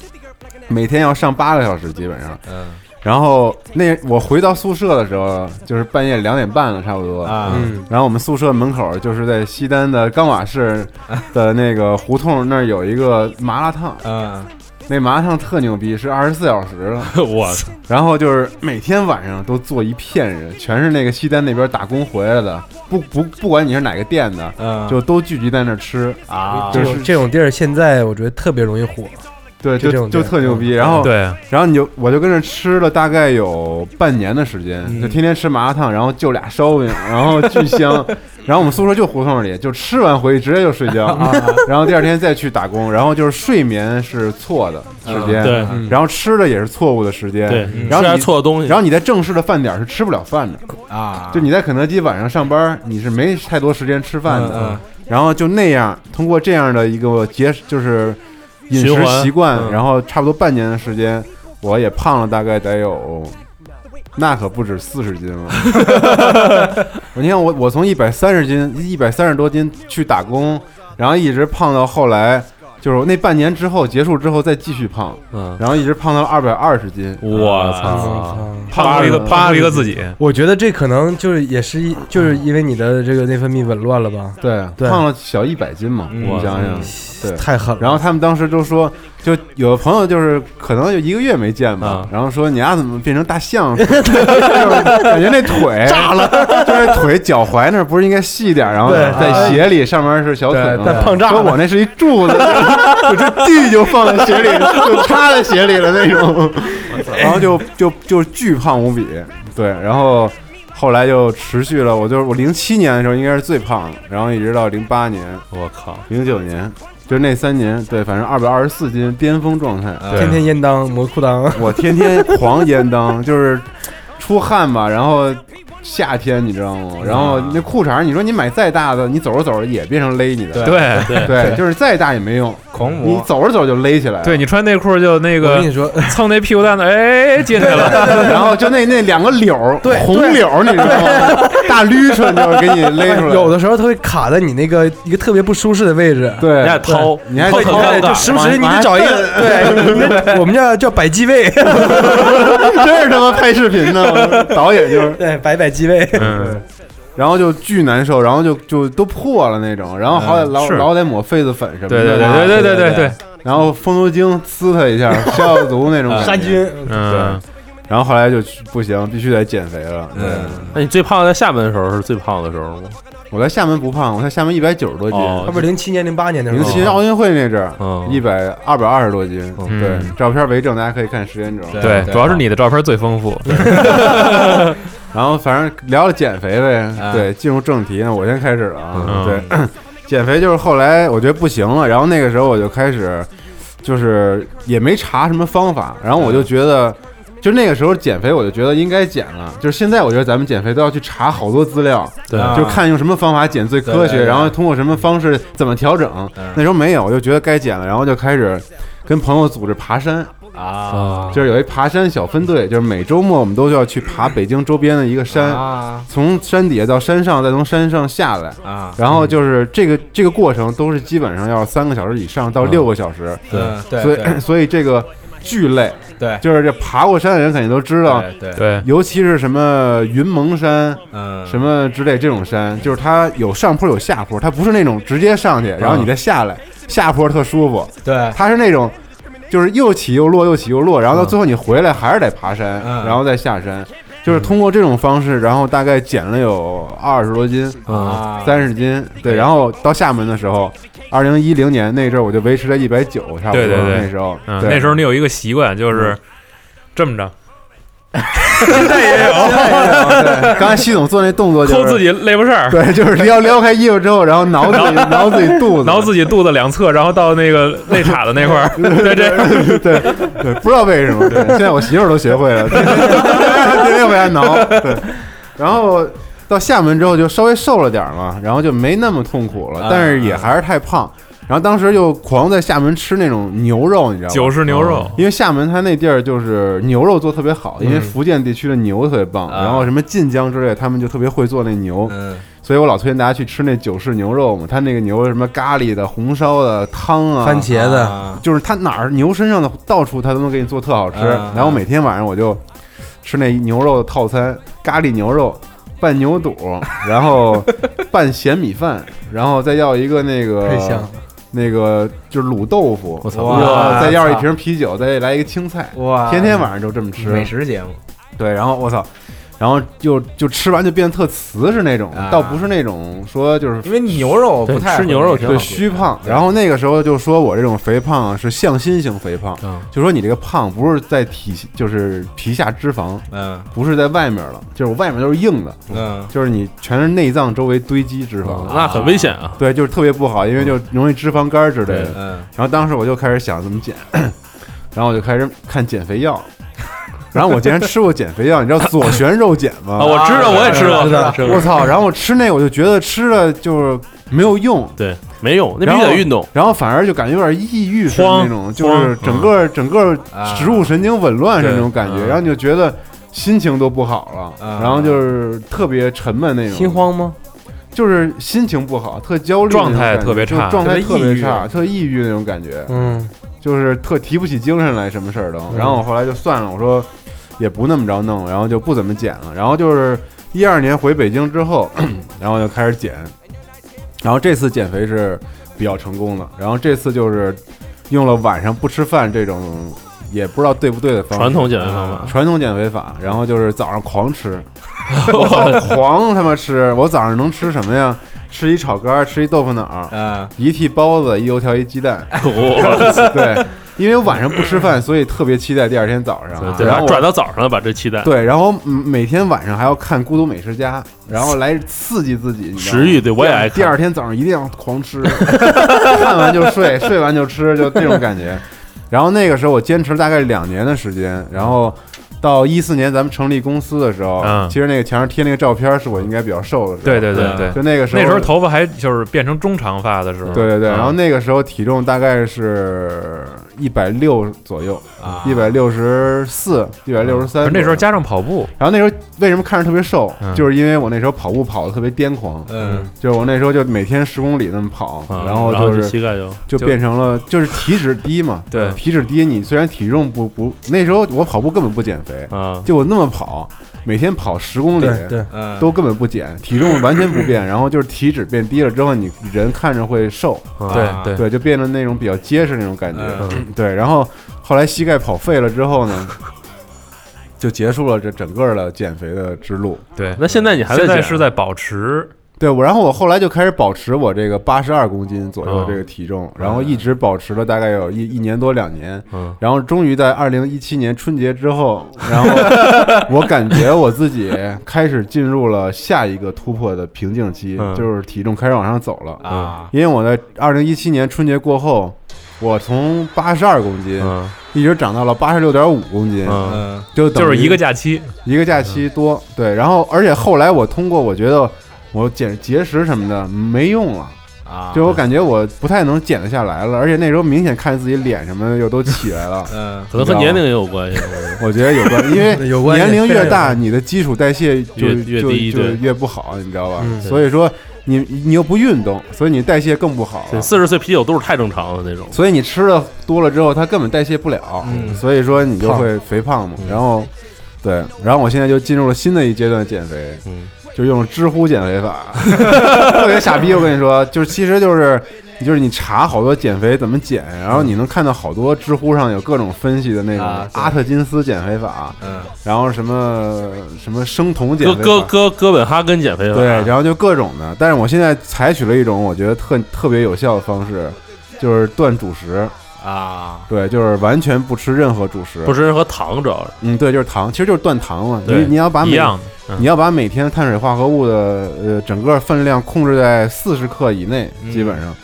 [SPEAKER 7] 每天要上八个小时，基本上。
[SPEAKER 8] 嗯，
[SPEAKER 7] 然后那我回到宿舍的时候，就是半夜两点半了，差不多。
[SPEAKER 8] 啊嗯
[SPEAKER 7] 然后我们宿舍门口就是在西单的钢瓦市的那个胡同那儿有一个麻辣烫。
[SPEAKER 8] 嗯。
[SPEAKER 7] 那麻辣烫特牛逼，是二十四小时的。
[SPEAKER 6] 我操！
[SPEAKER 7] 然后就是每天晚上都坐一片人，全是那个西单那边打工回来的，不不不管你是哪个店的，
[SPEAKER 10] 啊
[SPEAKER 8] 嗯
[SPEAKER 7] 就都聚集在那儿吃
[SPEAKER 8] 啊
[SPEAKER 10] 这
[SPEAKER 7] 就是
[SPEAKER 10] 嗯种这种地儿现在我觉得特别容易火，
[SPEAKER 7] 对，
[SPEAKER 10] 就这
[SPEAKER 7] 就
[SPEAKER 10] 种
[SPEAKER 7] 就
[SPEAKER 10] 地儿
[SPEAKER 7] 特牛逼。
[SPEAKER 10] 嗯
[SPEAKER 7] 然后
[SPEAKER 10] 对，
[SPEAKER 7] 然后你就我就跟着吃了大概有半年的时间，
[SPEAKER 6] 嗯
[SPEAKER 7] 就天天吃麻辣烫，然后就俩烧饼，然后巨
[SPEAKER 6] *laughs*
[SPEAKER 7] 香。然后我们宿舍就胡同里，就吃完回去直接就睡觉，
[SPEAKER 6] 啊
[SPEAKER 7] 然后第二天再去打工，然后就是睡眠是错的时间，
[SPEAKER 6] 嗯对嗯
[SPEAKER 7] 然后吃的也是错误的时间，
[SPEAKER 6] 对嗯
[SPEAKER 7] 然
[SPEAKER 6] 吃
[SPEAKER 7] 后
[SPEAKER 6] 点
[SPEAKER 7] 你
[SPEAKER 6] 错的东西
[SPEAKER 7] 然后你在正式的饭点儿是吃不了饭的，
[SPEAKER 8] 啊，
[SPEAKER 7] 就你在肯德基晚上上班，你是没太多时间吃饭的。
[SPEAKER 8] 嗯嗯
[SPEAKER 7] 然后就那样，通过这样的一个节，就是饮
[SPEAKER 6] 循
[SPEAKER 7] 食
[SPEAKER 6] 环
[SPEAKER 7] 习惯，
[SPEAKER 6] 嗯
[SPEAKER 7] 然后差不多半年的时间，我也胖了大概得有，那可不止四十斤了。我你看我我从一百三十斤，一百三十多斤去打工，然后一直胖到后来。就是那半年之后结束之后再继续胖，
[SPEAKER 6] 嗯哦
[SPEAKER 7] 然后一直胖到二百二十斤，
[SPEAKER 6] 我
[SPEAKER 7] 啊
[SPEAKER 10] 操
[SPEAKER 6] 啊胖了一个胖了一个自己。
[SPEAKER 10] 我觉得这可能就是也是一就是因为你的这个内分泌紊乱了吧？
[SPEAKER 7] 对，
[SPEAKER 10] 对，
[SPEAKER 7] 胖了小一百斤嘛，你想想，对，
[SPEAKER 10] 太狠了。
[SPEAKER 7] 然后他们当时都说，就有的朋友就是可能有一个月没见吧，然后说你丫怎么变成大象？就是感觉那腿炸了，就是那腿脚踝那儿不是应该细点儿，然后
[SPEAKER 10] 对
[SPEAKER 7] 在鞋里上面是小腿
[SPEAKER 10] 对？
[SPEAKER 7] 吗
[SPEAKER 10] 但胖炸
[SPEAKER 7] 说我那是一柱子，就这地就放在鞋里，就插在鞋里了那种，然后就就就巨胖无比，对，然后。后来就持续了，我就是我零七年的时候应该是最胖的，然后一直到零八年，
[SPEAKER 6] 我靠，
[SPEAKER 7] 零九年，就是那三年，对，反正二百二十四斤巅峰状态，
[SPEAKER 10] 天天烟当磨裤裆，
[SPEAKER 7] 我天天狂烟当，就是出汗嘛，然后夏天你知道吗？然后那裤衩儿，你说你买再大的，你走着走着也变成勒你的，
[SPEAKER 9] 对对
[SPEAKER 7] 对，
[SPEAKER 9] 对
[SPEAKER 7] 就是再大也没用，
[SPEAKER 8] 狂
[SPEAKER 9] 魔
[SPEAKER 7] 你走着走着就勒起来了，
[SPEAKER 9] 对你穿内裤就那个，
[SPEAKER 7] 我跟你说，
[SPEAKER 9] 蹭那屁股蛋子，哎，进去了。
[SPEAKER 7] 然后就那那两个柳儿，红柳儿，你知道吗？大捋顺就是给你勒出来，
[SPEAKER 10] 有的时候它会卡在你那个一个特别不舒适的位置，
[SPEAKER 7] 对
[SPEAKER 6] 你还掏
[SPEAKER 7] 你还
[SPEAKER 6] 掏
[SPEAKER 10] 对
[SPEAKER 6] 很
[SPEAKER 10] 对
[SPEAKER 6] 尴尬
[SPEAKER 10] 就时不时你得找一个， *laughs* 对，我们叫叫摆机
[SPEAKER 7] *laughs*
[SPEAKER 10] 位，
[SPEAKER 7] 真是他妈拍视频呢，我导演就是
[SPEAKER 10] 对摆摆机位，
[SPEAKER 7] 嗯，然后就巨难受，然后就就都破了那种，然后好歹
[SPEAKER 9] 嗯
[SPEAKER 7] 老、
[SPEAKER 9] 是
[SPEAKER 7] 老得抹痱子粉什么的，
[SPEAKER 9] 对对对
[SPEAKER 7] 吧
[SPEAKER 9] 对对对对
[SPEAKER 7] *laughs* 然后风油精呲它
[SPEAKER 9] *laughs*
[SPEAKER 7] 一下，消消毒那种感觉
[SPEAKER 10] 杀菌
[SPEAKER 9] 嗯
[SPEAKER 7] 对然后后来就去不行，必须得减肥了。对，
[SPEAKER 6] 那你最胖在厦门的时候是最胖的时候吗？
[SPEAKER 7] 我在厦门不胖，我在厦门一百九十多斤，
[SPEAKER 9] 哦
[SPEAKER 10] 他不是零七年零八年的时
[SPEAKER 7] 零
[SPEAKER 10] 候，
[SPEAKER 7] 七奥运会那阵儿
[SPEAKER 6] 嗯，
[SPEAKER 7] 一百二百二十多斤。
[SPEAKER 9] 嗯
[SPEAKER 7] 对，照片为证，大家可以看时间轴。
[SPEAKER 9] 对，主要是你的照片最丰富。
[SPEAKER 7] 然后反正聊聊减肥呗，
[SPEAKER 6] 啊
[SPEAKER 7] 对，进入正题呢，我先开始了啊
[SPEAKER 9] 嗯，
[SPEAKER 7] 对， *coughs* 减肥就是后来我觉得不行了，然后那个时候我就开始，就是也没查什么方法，然后我就觉得。就那个时候减肥，我就觉得应该减了。就是现在，我觉得咱们减肥都要去查好多资料，
[SPEAKER 6] 对
[SPEAKER 7] 就看用什么方法减最科
[SPEAKER 6] 对对
[SPEAKER 7] 学，
[SPEAKER 6] 对
[SPEAKER 7] 然后通过什么方式怎么调整。那时候没有，我就觉得该减了，然后就开始跟朋友组织爬山。
[SPEAKER 6] 啊
[SPEAKER 7] 就是有一爬山小分队，就是每周末我们都要去爬北京周边的一个山，
[SPEAKER 8] 啊
[SPEAKER 7] 从山底下到山上，再从山上下来。
[SPEAKER 8] 啊
[SPEAKER 7] 然后就是这个这个过程都是基本上要三个小时以上到六个小时，
[SPEAKER 8] 对对
[SPEAKER 7] *clears throat* 所
[SPEAKER 8] 对
[SPEAKER 7] 以所以这个巨累。
[SPEAKER 8] 对，
[SPEAKER 7] 就是这爬过山的人肯定都知道，
[SPEAKER 8] 对
[SPEAKER 6] *laughs*
[SPEAKER 9] 对
[SPEAKER 7] 尤其是什么云蒙山，
[SPEAKER 8] 嗯，
[SPEAKER 7] 什么之类这种山，就是它有上坡有下坡，它不是那种直接上去然后你再下
[SPEAKER 8] 嗯
[SPEAKER 7] 来，下坡特舒服，
[SPEAKER 8] 对，
[SPEAKER 7] 它是那种。就是又起又落，又起又落，然后
[SPEAKER 9] 嗯
[SPEAKER 7] 到最后你回来还是得爬山，
[SPEAKER 8] 嗯
[SPEAKER 7] 然后再下山，就是通过这种方式，然后大概减了有二十多斤，
[SPEAKER 9] 嗯
[SPEAKER 8] 啊
[SPEAKER 7] 三十斤，对，然后到厦门的时候，二零一零年那阵儿我就维持在一百九，差不多
[SPEAKER 9] 对对对，
[SPEAKER 7] 那时候，
[SPEAKER 9] 嗯，
[SPEAKER 7] 对
[SPEAKER 9] 那时候你有一个习惯，就是
[SPEAKER 6] 嗯
[SPEAKER 9] 这么着，
[SPEAKER 7] 对刚才系总做那动作
[SPEAKER 9] 抠
[SPEAKER 7] 就是
[SPEAKER 9] 自己肋巴事儿，
[SPEAKER 7] 对，就是撩撩开衣服之后，然后
[SPEAKER 9] *laughs*
[SPEAKER 7] 挠自己挠自己肚子，
[SPEAKER 9] 挠自己肚子两侧，然后到那个
[SPEAKER 6] *laughs*
[SPEAKER 9] 肋叉子那块儿，对这样，
[SPEAKER 7] *laughs* 对对，不知道为什么，对，现在我媳妇儿都学会了，天天回家挠，对，然后。到厦门之后就稍微瘦了点儿嘛，然后就没那么痛苦
[SPEAKER 8] 啊
[SPEAKER 7] 了，但是也还是太胖。然后当时就狂在厦门吃那种牛肉，你知道
[SPEAKER 9] *laughs*
[SPEAKER 7] 吗？
[SPEAKER 9] 九式牛肉，
[SPEAKER 7] 因为厦门它那地儿就是牛肉做特别好，因为福建地区的牛特别棒，
[SPEAKER 8] 嗯啊
[SPEAKER 7] 然后什么晋江之类，他们就特别会做那牛，
[SPEAKER 8] 嗯
[SPEAKER 7] 所以我老推荐大家去吃那九式牛肉嘛，它那个牛什么咖喱的、红烧的、汤啊，
[SPEAKER 10] 番茄的，
[SPEAKER 8] 啊
[SPEAKER 7] 就是它哪儿牛身上的到处它都能给你做特好吃。
[SPEAKER 8] 啊
[SPEAKER 7] 然后每天晚上我就吃那牛肉的套餐，咖喱牛肉。拌牛肚，然后拌咸米饭，然后再要一个那
[SPEAKER 8] *laughs*
[SPEAKER 7] 个
[SPEAKER 10] 太香了。
[SPEAKER 7] 那个就是卤豆腐，
[SPEAKER 8] 我操
[SPEAKER 7] 哇
[SPEAKER 8] 哇啊
[SPEAKER 7] 再要一
[SPEAKER 8] 操
[SPEAKER 7] 瓶啤酒，再来一个青菜，
[SPEAKER 8] 哇，
[SPEAKER 7] 天天晚上就这么
[SPEAKER 8] 美
[SPEAKER 7] 吃。
[SPEAKER 8] 食节目，
[SPEAKER 7] 对，然后我操，然后就就吃完就变得特瓷实那种，
[SPEAKER 8] 啊
[SPEAKER 7] 倒不是那种说就是
[SPEAKER 8] 因为牛肉不太
[SPEAKER 6] 对吃牛肉挺好
[SPEAKER 7] 对虚胖。然后那个时候就说我这种肥胖是向心型肥胖，
[SPEAKER 8] 嗯
[SPEAKER 7] 就说你这个胖不是在体就是皮下脂肪，
[SPEAKER 8] 嗯
[SPEAKER 7] 不是在外面了，就是我外面都是硬的，
[SPEAKER 8] 嗯
[SPEAKER 7] 就是你全是内脏周围堆积脂肪。
[SPEAKER 6] 那很危险啊！
[SPEAKER 7] 对，就是特别不好，因为就容易脂肪肝儿之类的。
[SPEAKER 8] 嗯，
[SPEAKER 7] 然后当时我就开始想怎么减，然后我就开始看减肥药。然后我竟然吃过减肥药，你知道左旋肉碱
[SPEAKER 6] *laughs* 啊，
[SPEAKER 7] 吗？
[SPEAKER 6] 我知道，我也吃
[SPEAKER 8] 知道
[SPEAKER 6] 过，
[SPEAKER 8] 知
[SPEAKER 7] 我操！然后我吃那，我就觉得吃了就是没有用，
[SPEAKER 6] 对，没用，那必
[SPEAKER 7] 然
[SPEAKER 6] 须
[SPEAKER 7] 后
[SPEAKER 6] 得运动。
[SPEAKER 7] 然后反而就感觉有点抑郁是那种，就是整个整个植物神经紊乱是那种感觉，
[SPEAKER 6] 对嗯
[SPEAKER 7] 然后你就觉得心情都不好了，
[SPEAKER 8] 啊
[SPEAKER 7] 然后就是特别沉闷那种，
[SPEAKER 10] 心慌吗？
[SPEAKER 7] 就是心情不好，特焦虑那种
[SPEAKER 9] 状态
[SPEAKER 7] 感觉，
[SPEAKER 9] 特别差
[SPEAKER 7] 就状态特
[SPEAKER 8] 特别
[SPEAKER 7] 别
[SPEAKER 8] 抑郁
[SPEAKER 7] 差，特抑郁那种感觉。
[SPEAKER 10] 嗯，
[SPEAKER 7] 就是特提不起精神来，什么事儿都。
[SPEAKER 10] 嗯
[SPEAKER 7] 然后我后来就算了，我说也不那么着弄，然后就不怎么减了。然后就是一二年回北京之后， *clears throat* 然后就开始减，然后这次减肥是比较成功的。然后这次就是用了晚上不吃饭这种也不知道对不对的方式
[SPEAKER 6] 嗯
[SPEAKER 7] 啊
[SPEAKER 6] 传统减肥方法，
[SPEAKER 7] 传统减肥法，然后就是早上狂
[SPEAKER 6] *laughs*
[SPEAKER 7] 吃，我狂他妈吃，我早上能吃什么呀？吃一炒肝儿，吃一豆腐脑儿，
[SPEAKER 8] 嗯
[SPEAKER 7] 一屉包子，一油条，一鸡蛋。
[SPEAKER 6] *laughs* 我
[SPEAKER 7] 对，因为晚上不吃饭，所以特别期待第二天早上。啊
[SPEAKER 6] 对，
[SPEAKER 7] 然
[SPEAKER 6] 把
[SPEAKER 7] 后
[SPEAKER 6] 它
[SPEAKER 7] 我
[SPEAKER 6] 转到早上了，把这期待
[SPEAKER 7] 对，然后嗯每天晚上还要看《孤独美食家》，然后来刺激自己你知道吗
[SPEAKER 6] 食欲，对我也爱
[SPEAKER 7] 第二
[SPEAKER 6] 看。
[SPEAKER 7] 天早上一定要狂吃， *laughs* 看完就睡，睡完就吃，就这种感觉。然后那个时候我坚持大概两年的时间，然后到一四年咱们成立公司的时候，
[SPEAKER 9] 嗯
[SPEAKER 7] 其实那个墙上贴那个照片是我应该比较瘦的时候，
[SPEAKER 9] 对对对对，
[SPEAKER 7] 就那个时候
[SPEAKER 9] 那时候头发还就是变成中长发的时候，
[SPEAKER 7] 对对对，
[SPEAKER 9] 嗯
[SPEAKER 7] 然后那个时候体重大概是一百六左右，
[SPEAKER 8] 啊，
[SPEAKER 7] 一百六十四、一百六十
[SPEAKER 9] 可
[SPEAKER 7] 三
[SPEAKER 9] 嗯是。那时候，加上跑步，
[SPEAKER 7] 然后那时候为什么看着特别瘦，
[SPEAKER 9] 嗯
[SPEAKER 7] 就是因为我那时候跑步跑的特别癫狂，
[SPEAKER 8] 嗯
[SPEAKER 7] 就是我那时候就每天十公里那么跑，
[SPEAKER 6] 啊
[SPEAKER 7] 然
[SPEAKER 6] 然
[SPEAKER 7] 后就
[SPEAKER 6] 这
[SPEAKER 7] 是
[SPEAKER 6] 膝盖就
[SPEAKER 7] 就
[SPEAKER 9] 就
[SPEAKER 7] 变成了就是体脂低嘛，
[SPEAKER 9] 对
[SPEAKER 7] 体脂低，你虽然体重不不，那时候我跑步根本不减肥，
[SPEAKER 6] 啊，
[SPEAKER 7] 就我那么跑，每天跑十公里。
[SPEAKER 10] 对对，
[SPEAKER 8] 嗯，
[SPEAKER 7] 都根本不减，体重完全不变，然后就是体脂变低了之后，你人看着会瘦，
[SPEAKER 8] 啊
[SPEAKER 9] 对对，
[SPEAKER 7] 对，就变得那种比较结实那种感觉。
[SPEAKER 8] 嗯
[SPEAKER 7] 对，然后后来膝盖跑废了之后呢，就结束了这整个的减肥的之路。
[SPEAKER 9] 对，
[SPEAKER 6] 那现在你还在
[SPEAKER 9] 现在
[SPEAKER 6] 减
[SPEAKER 9] 是在保持，
[SPEAKER 7] 对，我然后我后来就开始保持我这个八十二公斤左右
[SPEAKER 6] 哦
[SPEAKER 7] 这个体重，然后一直保持了大概有一一年多两年，
[SPEAKER 6] 嗯
[SPEAKER 7] 然后终于在二零一七年春节之后，然后我感觉我自己开始进入了下一个突破的瓶颈期，
[SPEAKER 6] 嗯
[SPEAKER 7] 就是体重开始往上走了。
[SPEAKER 8] 啊，
[SPEAKER 7] 因为我在二零一七年春节过后，我从八十二公斤
[SPEAKER 6] 嗯
[SPEAKER 7] 一直长到了八十六点五公斤，
[SPEAKER 6] 嗯，
[SPEAKER 8] 嗯
[SPEAKER 7] 就等
[SPEAKER 9] 就是
[SPEAKER 7] 于
[SPEAKER 9] 一个假期，
[SPEAKER 7] 一个假期多。对，然后而且后来我通过我觉得我减节食什么的没用了，
[SPEAKER 8] 啊，，
[SPEAKER 7] 就我感觉我不太能减得下来了，而且那时候明显看自己脸什么的又都起来了
[SPEAKER 8] 嗯
[SPEAKER 6] *laughs* 可能和年龄也有关系。
[SPEAKER 7] 我觉得有关，因
[SPEAKER 10] *laughs*
[SPEAKER 7] 为
[SPEAKER 10] 有关系
[SPEAKER 7] 年
[SPEAKER 10] 非
[SPEAKER 7] 龄
[SPEAKER 10] 常有
[SPEAKER 7] 越大，
[SPEAKER 10] 关
[SPEAKER 7] 你的基础代谢就
[SPEAKER 6] 越越
[SPEAKER 7] 就
[SPEAKER 6] 低
[SPEAKER 7] 就
[SPEAKER 6] 对
[SPEAKER 7] 越不好，你知道吧？
[SPEAKER 10] 嗯
[SPEAKER 7] 所以说你你又不运动，所以你代谢更不好了。
[SPEAKER 6] 四十岁啤酒肚太正常了那种。
[SPEAKER 7] 所以你吃的多了之后，它根本代谢不了，所以说你就会肥嗯胖嘛。然后，对，然后我现在就进入了新的一阶段减肥，就用知乎减 *laughs* 肥法，特别傻逼。我跟你说，就是其实就是就是你查好多减肥怎么减，然后你能看到好多知乎上有各种分析的那种
[SPEAKER 6] 啊对
[SPEAKER 7] 阿特金斯减肥法，
[SPEAKER 6] 嗯，
[SPEAKER 7] 然后什么什么生酮减
[SPEAKER 6] 哥
[SPEAKER 7] 肥法，
[SPEAKER 6] 哥哥哥本哈根减肥法
[SPEAKER 7] 对，然后就各种的。但是我现在采取了一种我觉得特特别有效的方式，就是断主食
[SPEAKER 6] 啊，
[SPEAKER 7] 对，就是完全不吃任何主食，
[SPEAKER 6] 不吃任何糖，主要是
[SPEAKER 7] 嗯，对，就是糖，其实就是断糖嘛。你
[SPEAKER 6] 对
[SPEAKER 7] 你要把每
[SPEAKER 6] 一样的嗯
[SPEAKER 7] 你要把每天碳水化合物的呃整个分量控制在四十克以内，
[SPEAKER 6] 嗯
[SPEAKER 7] 基本上。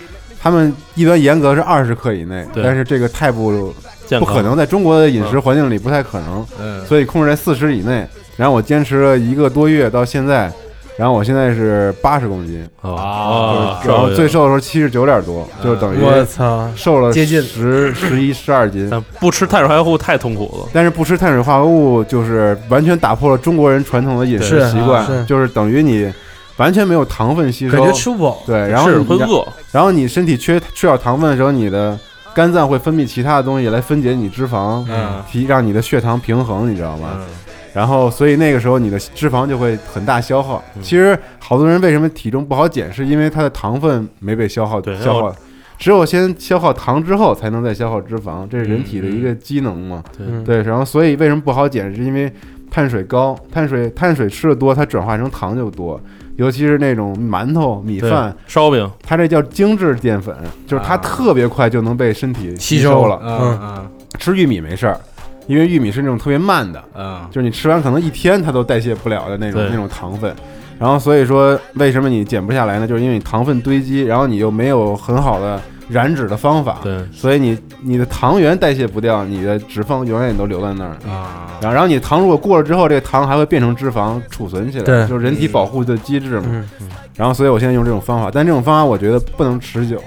[SPEAKER 7] 他们一般严格是二十克以内，
[SPEAKER 6] 对
[SPEAKER 7] 但是这个太不
[SPEAKER 6] 健
[SPEAKER 7] 不
[SPEAKER 6] 康
[SPEAKER 7] 可能，在中国的饮食
[SPEAKER 6] 嗯
[SPEAKER 7] 环境里不太可能，
[SPEAKER 6] 嗯
[SPEAKER 7] 所以控制在四十以内。然后我坚持了一个多月到现在，然后我现在是八十公斤
[SPEAKER 8] 哦
[SPEAKER 6] 啊
[SPEAKER 7] 就是然后最瘦的时候七十九点多，就是等于
[SPEAKER 6] 我操
[SPEAKER 7] 瘦了
[SPEAKER 6] 接近
[SPEAKER 7] 十十一十二斤，
[SPEAKER 6] 不吃碳水化合物太痛苦了。
[SPEAKER 7] 但是不吃碳水化合物就是完全打破了中国人传统的饮食
[SPEAKER 6] 是啊
[SPEAKER 7] 习惯，
[SPEAKER 6] 是
[SPEAKER 7] 就是等于你完全没有糖分吸收，
[SPEAKER 6] 感觉吃不饱
[SPEAKER 7] 对，然后
[SPEAKER 6] 是
[SPEAKER 7] 你
[SPEAKER 6] 会饿，
[SPEAKER 7] 然后你身体缺缺少糖分的时候，你的肝脏会分泌其他的东西来分解你脂肪，
[SPEAKER 6] 嗯
[SPEAKER 7] 提让你的血糖平衡，你知道吗？然后，所以那个时候你的脂肪就会很大消耗。
[SPEAKER 6] 嗯
[SPEAKER 7] 其实好多人为什么体重不好减，是因为它的糖分没被消耗消
[SPEAKER 6] 然
[SPEAKER 7] 耗
[SPEAKER 6] 后，
[SPEAKER 7] 只有先消耗糖之后，才能再消耗脂肪，这是人体的一个机能嘛。
[SPEAKER 6] 嗯
[SPEAKER 7] 对，然后所以为什么不好减，是因为碳水高，碳水碳水吃的多，它转化成糖就多，尤其是那种馒头、米
[SPEAKER 6] 对
[SPEAKER 7] 饭、
[SPEAKER 6] 烧饼，
[SPEAKER 7] 它这叫精致淀粉，就是它特别快就能被身体
[SPEAKER 6] 吸
[SPEAKER 7] 收
[SPEAKER 10] 啊
[SPEAKER 6] 收
[SPEAKER 7] 了。
[SPEAKER 6] 嗯
[SPEAKER 7] 嗯，吃玉米没事儿，因为玉米是那种特别慢的，
[SPEAKER 8] 嗯，
[SPEAKER 7] 就是你吃完可能一天它都代谢不了的那种
[SPEAKER 6] 对
[SPEAKER 7] 那种糖分。然后所以说，为什么你减不下来呢？就是因为你糖分堆积，然后你又没有很好的燃脂的方法，
[SPEAKER 6] 对，
[SPEAKER 7] 所以你你的糖原代谢不掉，你的脂肪永远都留在那儿
[SPEAKER 8] 啊。
[SPEAKER 7] 然后然后你糖如果过了之后，这个糖还会变成脂肪储存起来，
[SPEAKER 10] 对
[SPEAKER 7] 就是人体保护的机制嘛。
[SPEAKER 10] 嗯
[SPEAKER 7] 然后所以我现在用这种方法，但这种方法我觉得不能持久，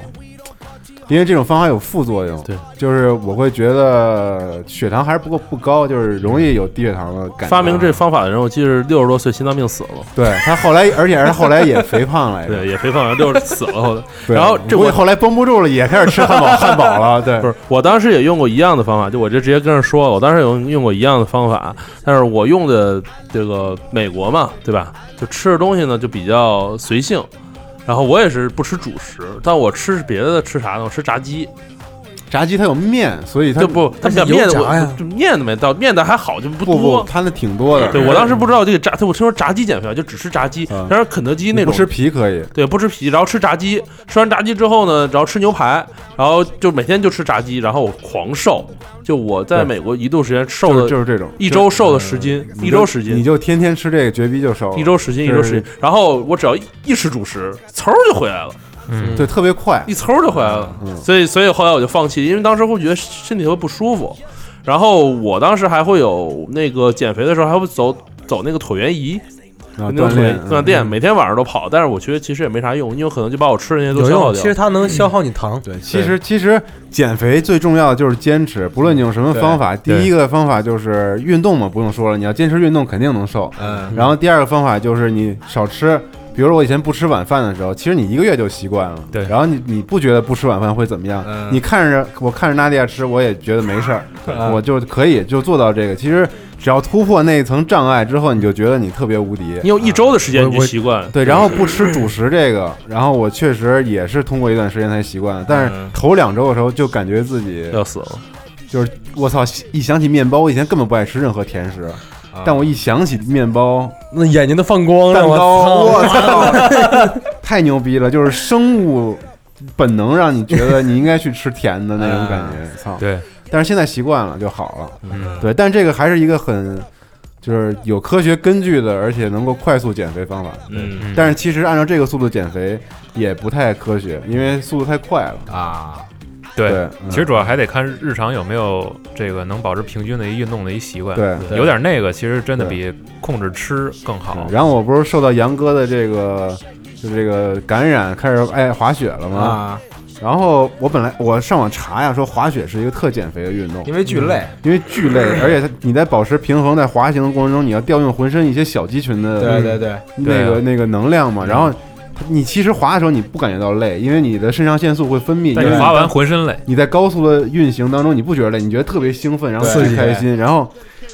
[SPEAKER 7] 因为这种方法有副作用。对，就是我会觉得血糖还是不够不高，就是容易有低血糖的感觉。
[SPEAKER 6] 发明这方法的人，我记得六十多岁心脏病死了。
[SPEAKER 7] 对他后来，而且他后来也肥胖
[SPEAKER 6] *laughs*
[SPEAKER 7] 来着。
[SPEAKER 6] 对，也肥胖了，六十死了后来。
[SPEAKER 7] 对
[SPEAKER 6] 然后这
[SPEAKER 7] 我
[SPEAKER 6] 我
[SPEAKER 7] 后来绷不住了，也开始吃
[SPEAKER 6] *laughs*
[SPEAKER 7] 汉堡汉堡了。对，
[SPEAKER 6] 不是，我当时也用过一样的方法，就我就直接跟人说了，我当时有用过一样的方法，但是我用的这个美国嘛，对吧？就吃的东西呢就比较随性，然后我也是不吃主食，但我吃别的吃啥呢？我吃炸鸡。
[SPEAKER 7] 炸鸡它有面，所以它
[SPEAKER 6] 就不，它
[SPEAKER 7] 它
[SPEAKER 6] 面
[SPEAKER 7] 油炸
[SPEAKER 6] 我
[SPEAKER 7] 呀
[SPEAKER 6] 就面都没到，面的还好，就
[SPEAKER 7] 不
[SPEAKER 6] 不多
[SPEAKER 7] 不，。它那挺多的。
[SPEAKER 6] 对我当时不知道这个炸，对我听说炸鸡减肥啊就只吃炸鸡，但是肯德基那
[SPEAKER 7] 不
[SPEAKER 6] 种
[SPEAKER 7] 吃皮可以。
[SPEAKER 6] 对，不吃皮，然后吃炸鸡，吃完炸鸡之后呢，然后吃牛排，然后就每天就吃炸鸡，然后我狂瘦，就我在
[SPEAKER 7] 对
[SPEAKER 6] 美国一度时间瘦
[SPEAKER 7] 就
[SPEAKER 6] 了
[SPEAKER 7] 是就是这种
[SPEAKER 6] 一
[SPEAKER 7] 就
[SPEAKER 6] 周
[SPEAKER 7] 是
[SPEAKER 6] 瘦了十斤，
[SPEAKER 7] 你
[SPEAKER 6] 一
[SPEAKER 7] 就
[SPEAKER 6] 周十斤
[SPEAKER 7] 你，就天天吃这个，绝逼就瘦了。
[SPEAKER 6] 一周十斤，一周
[SPEAKER 7] 就是
[SPEAKER 6] 十斤，然后我只要一一吃主食，嗖儿就回来了。
[SPEAKER 7] 嗯对，特别快，
[SPEAKER 6] 一嗖就回来了。
[SPEAKER 7] 嗯
[SPEAKER 6] 所以，所以后来我就放弃，因为当时会觉得身体会不舒服。然后我当时还会有那个减肥的时候，还会走走那个椭圆仪，
[SPEAKER 7] 啊
[SPEAKER 6] 那种
[SPEAKER 7] 锻
[SPEAKER 6] 椭
[SPEAKER 7] 炼
[SPEAKER 6] 圆
[SPEAKER 7] 嗯
[SPEAKER 6] 锻炼，每天晚上都跑。但是我觉得其实也没啥用，因为可能就把我吃的那些都
[SPEAKER 10] 有
[SPEAKER 6] 消耗
[SPEAKER 10] 用，
[SPEAKER 6] 掉。
[SPEAKER 10] 其实它能消耗你糖。
[SPEAKER 7] 对，其实其实减肥最重要的就是坚持，不论你用什么方法，第
[SPEAKER 10] 对
[SPEAKER 7] 一个方法就是运动嘛，不用说了，你要坚持运动肯定能瘦。
[SPEAKER 8] 嗯
[SPEAKER 7] 然后第二个方法就是你少吃。比如说我以前不吃晚饭的时候，其实你一个月就习惯了。对，然后你你不觉得不吃晚饭会怎么样？
[SPEAKER 8] 嗯
[SPEAKER 7] 你看着我看着娜迪亚吃，我也觉得没事儿，
[SPEAKER 8] 嗯
[SPEAKER 7] 我就可以就做到这个。其实只要突破那一层障碍之后，你就觉得你特别无敌。
[SPEAKER 6] 你有一周的时间你就习惯
[SPEAKER 7] *laughs*
[SPEAKER 6] 了。
[SPEAKER 7] 对，然后不吃主食这个，然后我确实也是通过一段时间才习惯的，但是头两周的时候就感觉自己
[SPEAKER 6] 要死
[SPEAKER 7] 嗯
[SPEAKER 6] 了，
[SPEAKER 7] 就是我操！一想起面包，我以前根本不爱吃任何甜食，但我一想起面包，
[SPEAKER 10] 那眼睛都放光
[SPEAKER 7] 蛋
[SPEAKER 10] 了，我
[SPEAKER 7] 糕，
[SPEAKER 10] 操！
[SPEAKER 7] 我操， *laughs* 太牛逼了！就是生物本能让你觉得你应该去吃甜的那种感觉，操！
[SPEAKER 9] 对，
[SPEAKER 7] 但是现在习惯了就好了。
[SPEAKER 9] 嗯
[SPEAKER 7] 对，但这个还是一个很就是有科学根据的，而且能够快速减肥方法。
[SPEAKER 8] 嗯嗯
[SPEAKER 7] 但是其实按照这个速度减肥也不太科学，因为速度太快了
[SPEAKER 8] 啊。
[SPEAKER 9] 对，
[SPEAKER 7] 嗯
[SPEAKER 9] 其实主要还得看日常有没有这个能保持平均的一运动的一习惯。
[SPEAKER 7] 对
[SPEAKER 9] 有点那个，其实真的比控制吃更
[SPEAKER 10] 嗯
[SPEAKER 9] 好。
[SPEAKER 7] 然后我不是受到杨哥的这个就这个感染，开始爱滑雪了吗？
[SPEAKER 8] 啊
[SPEAKER 7] 然后我本来我上网查呀，说滑雪是一个特减肥的运动，
[SPEAKER 8] 因为巨累
[SPEAKER 7] 嗯因为巨累，而且它你在保持平衡在
[SPEAKER 10] 嗯
[SPEAKER 7] 滑行的过程中，你要调用浑身一些小肌群的
[SPEAKER 8] 对对对嗯
[SPEAKER 7] 那个
[SPEAKER 8] 对
[SPEAKER 7] 那个能量嘛。然后它你其实滑的时候你不感觉到累，因为你的肾上腺素会分泌。
[SPEAKER 9] 但
[SPEAKER 7] 因为
[SPEAKER 9] 你滑完浑身累。
[SPEAKER 7] 你在高速的运行当中，你不觉得累，你觉得特别兴奋，然后特
[SPEAKER 9] 对
[SPEAKER 7] 别开心，然后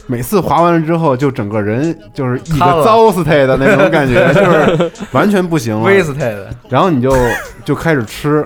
[SPEAKER 7] 每次滑完了之后，就整个人就是一个糟死他的那种
[SPEAKER 9] *laughs*
[SPEAKER 7] 感觉，就是完全不
[SPEAKER 10] 嗯
[SPEAKER 7] 行了，
[SPEAKER 8] 微死他的。
[SPEAKER 7] 然后你就就开始吃，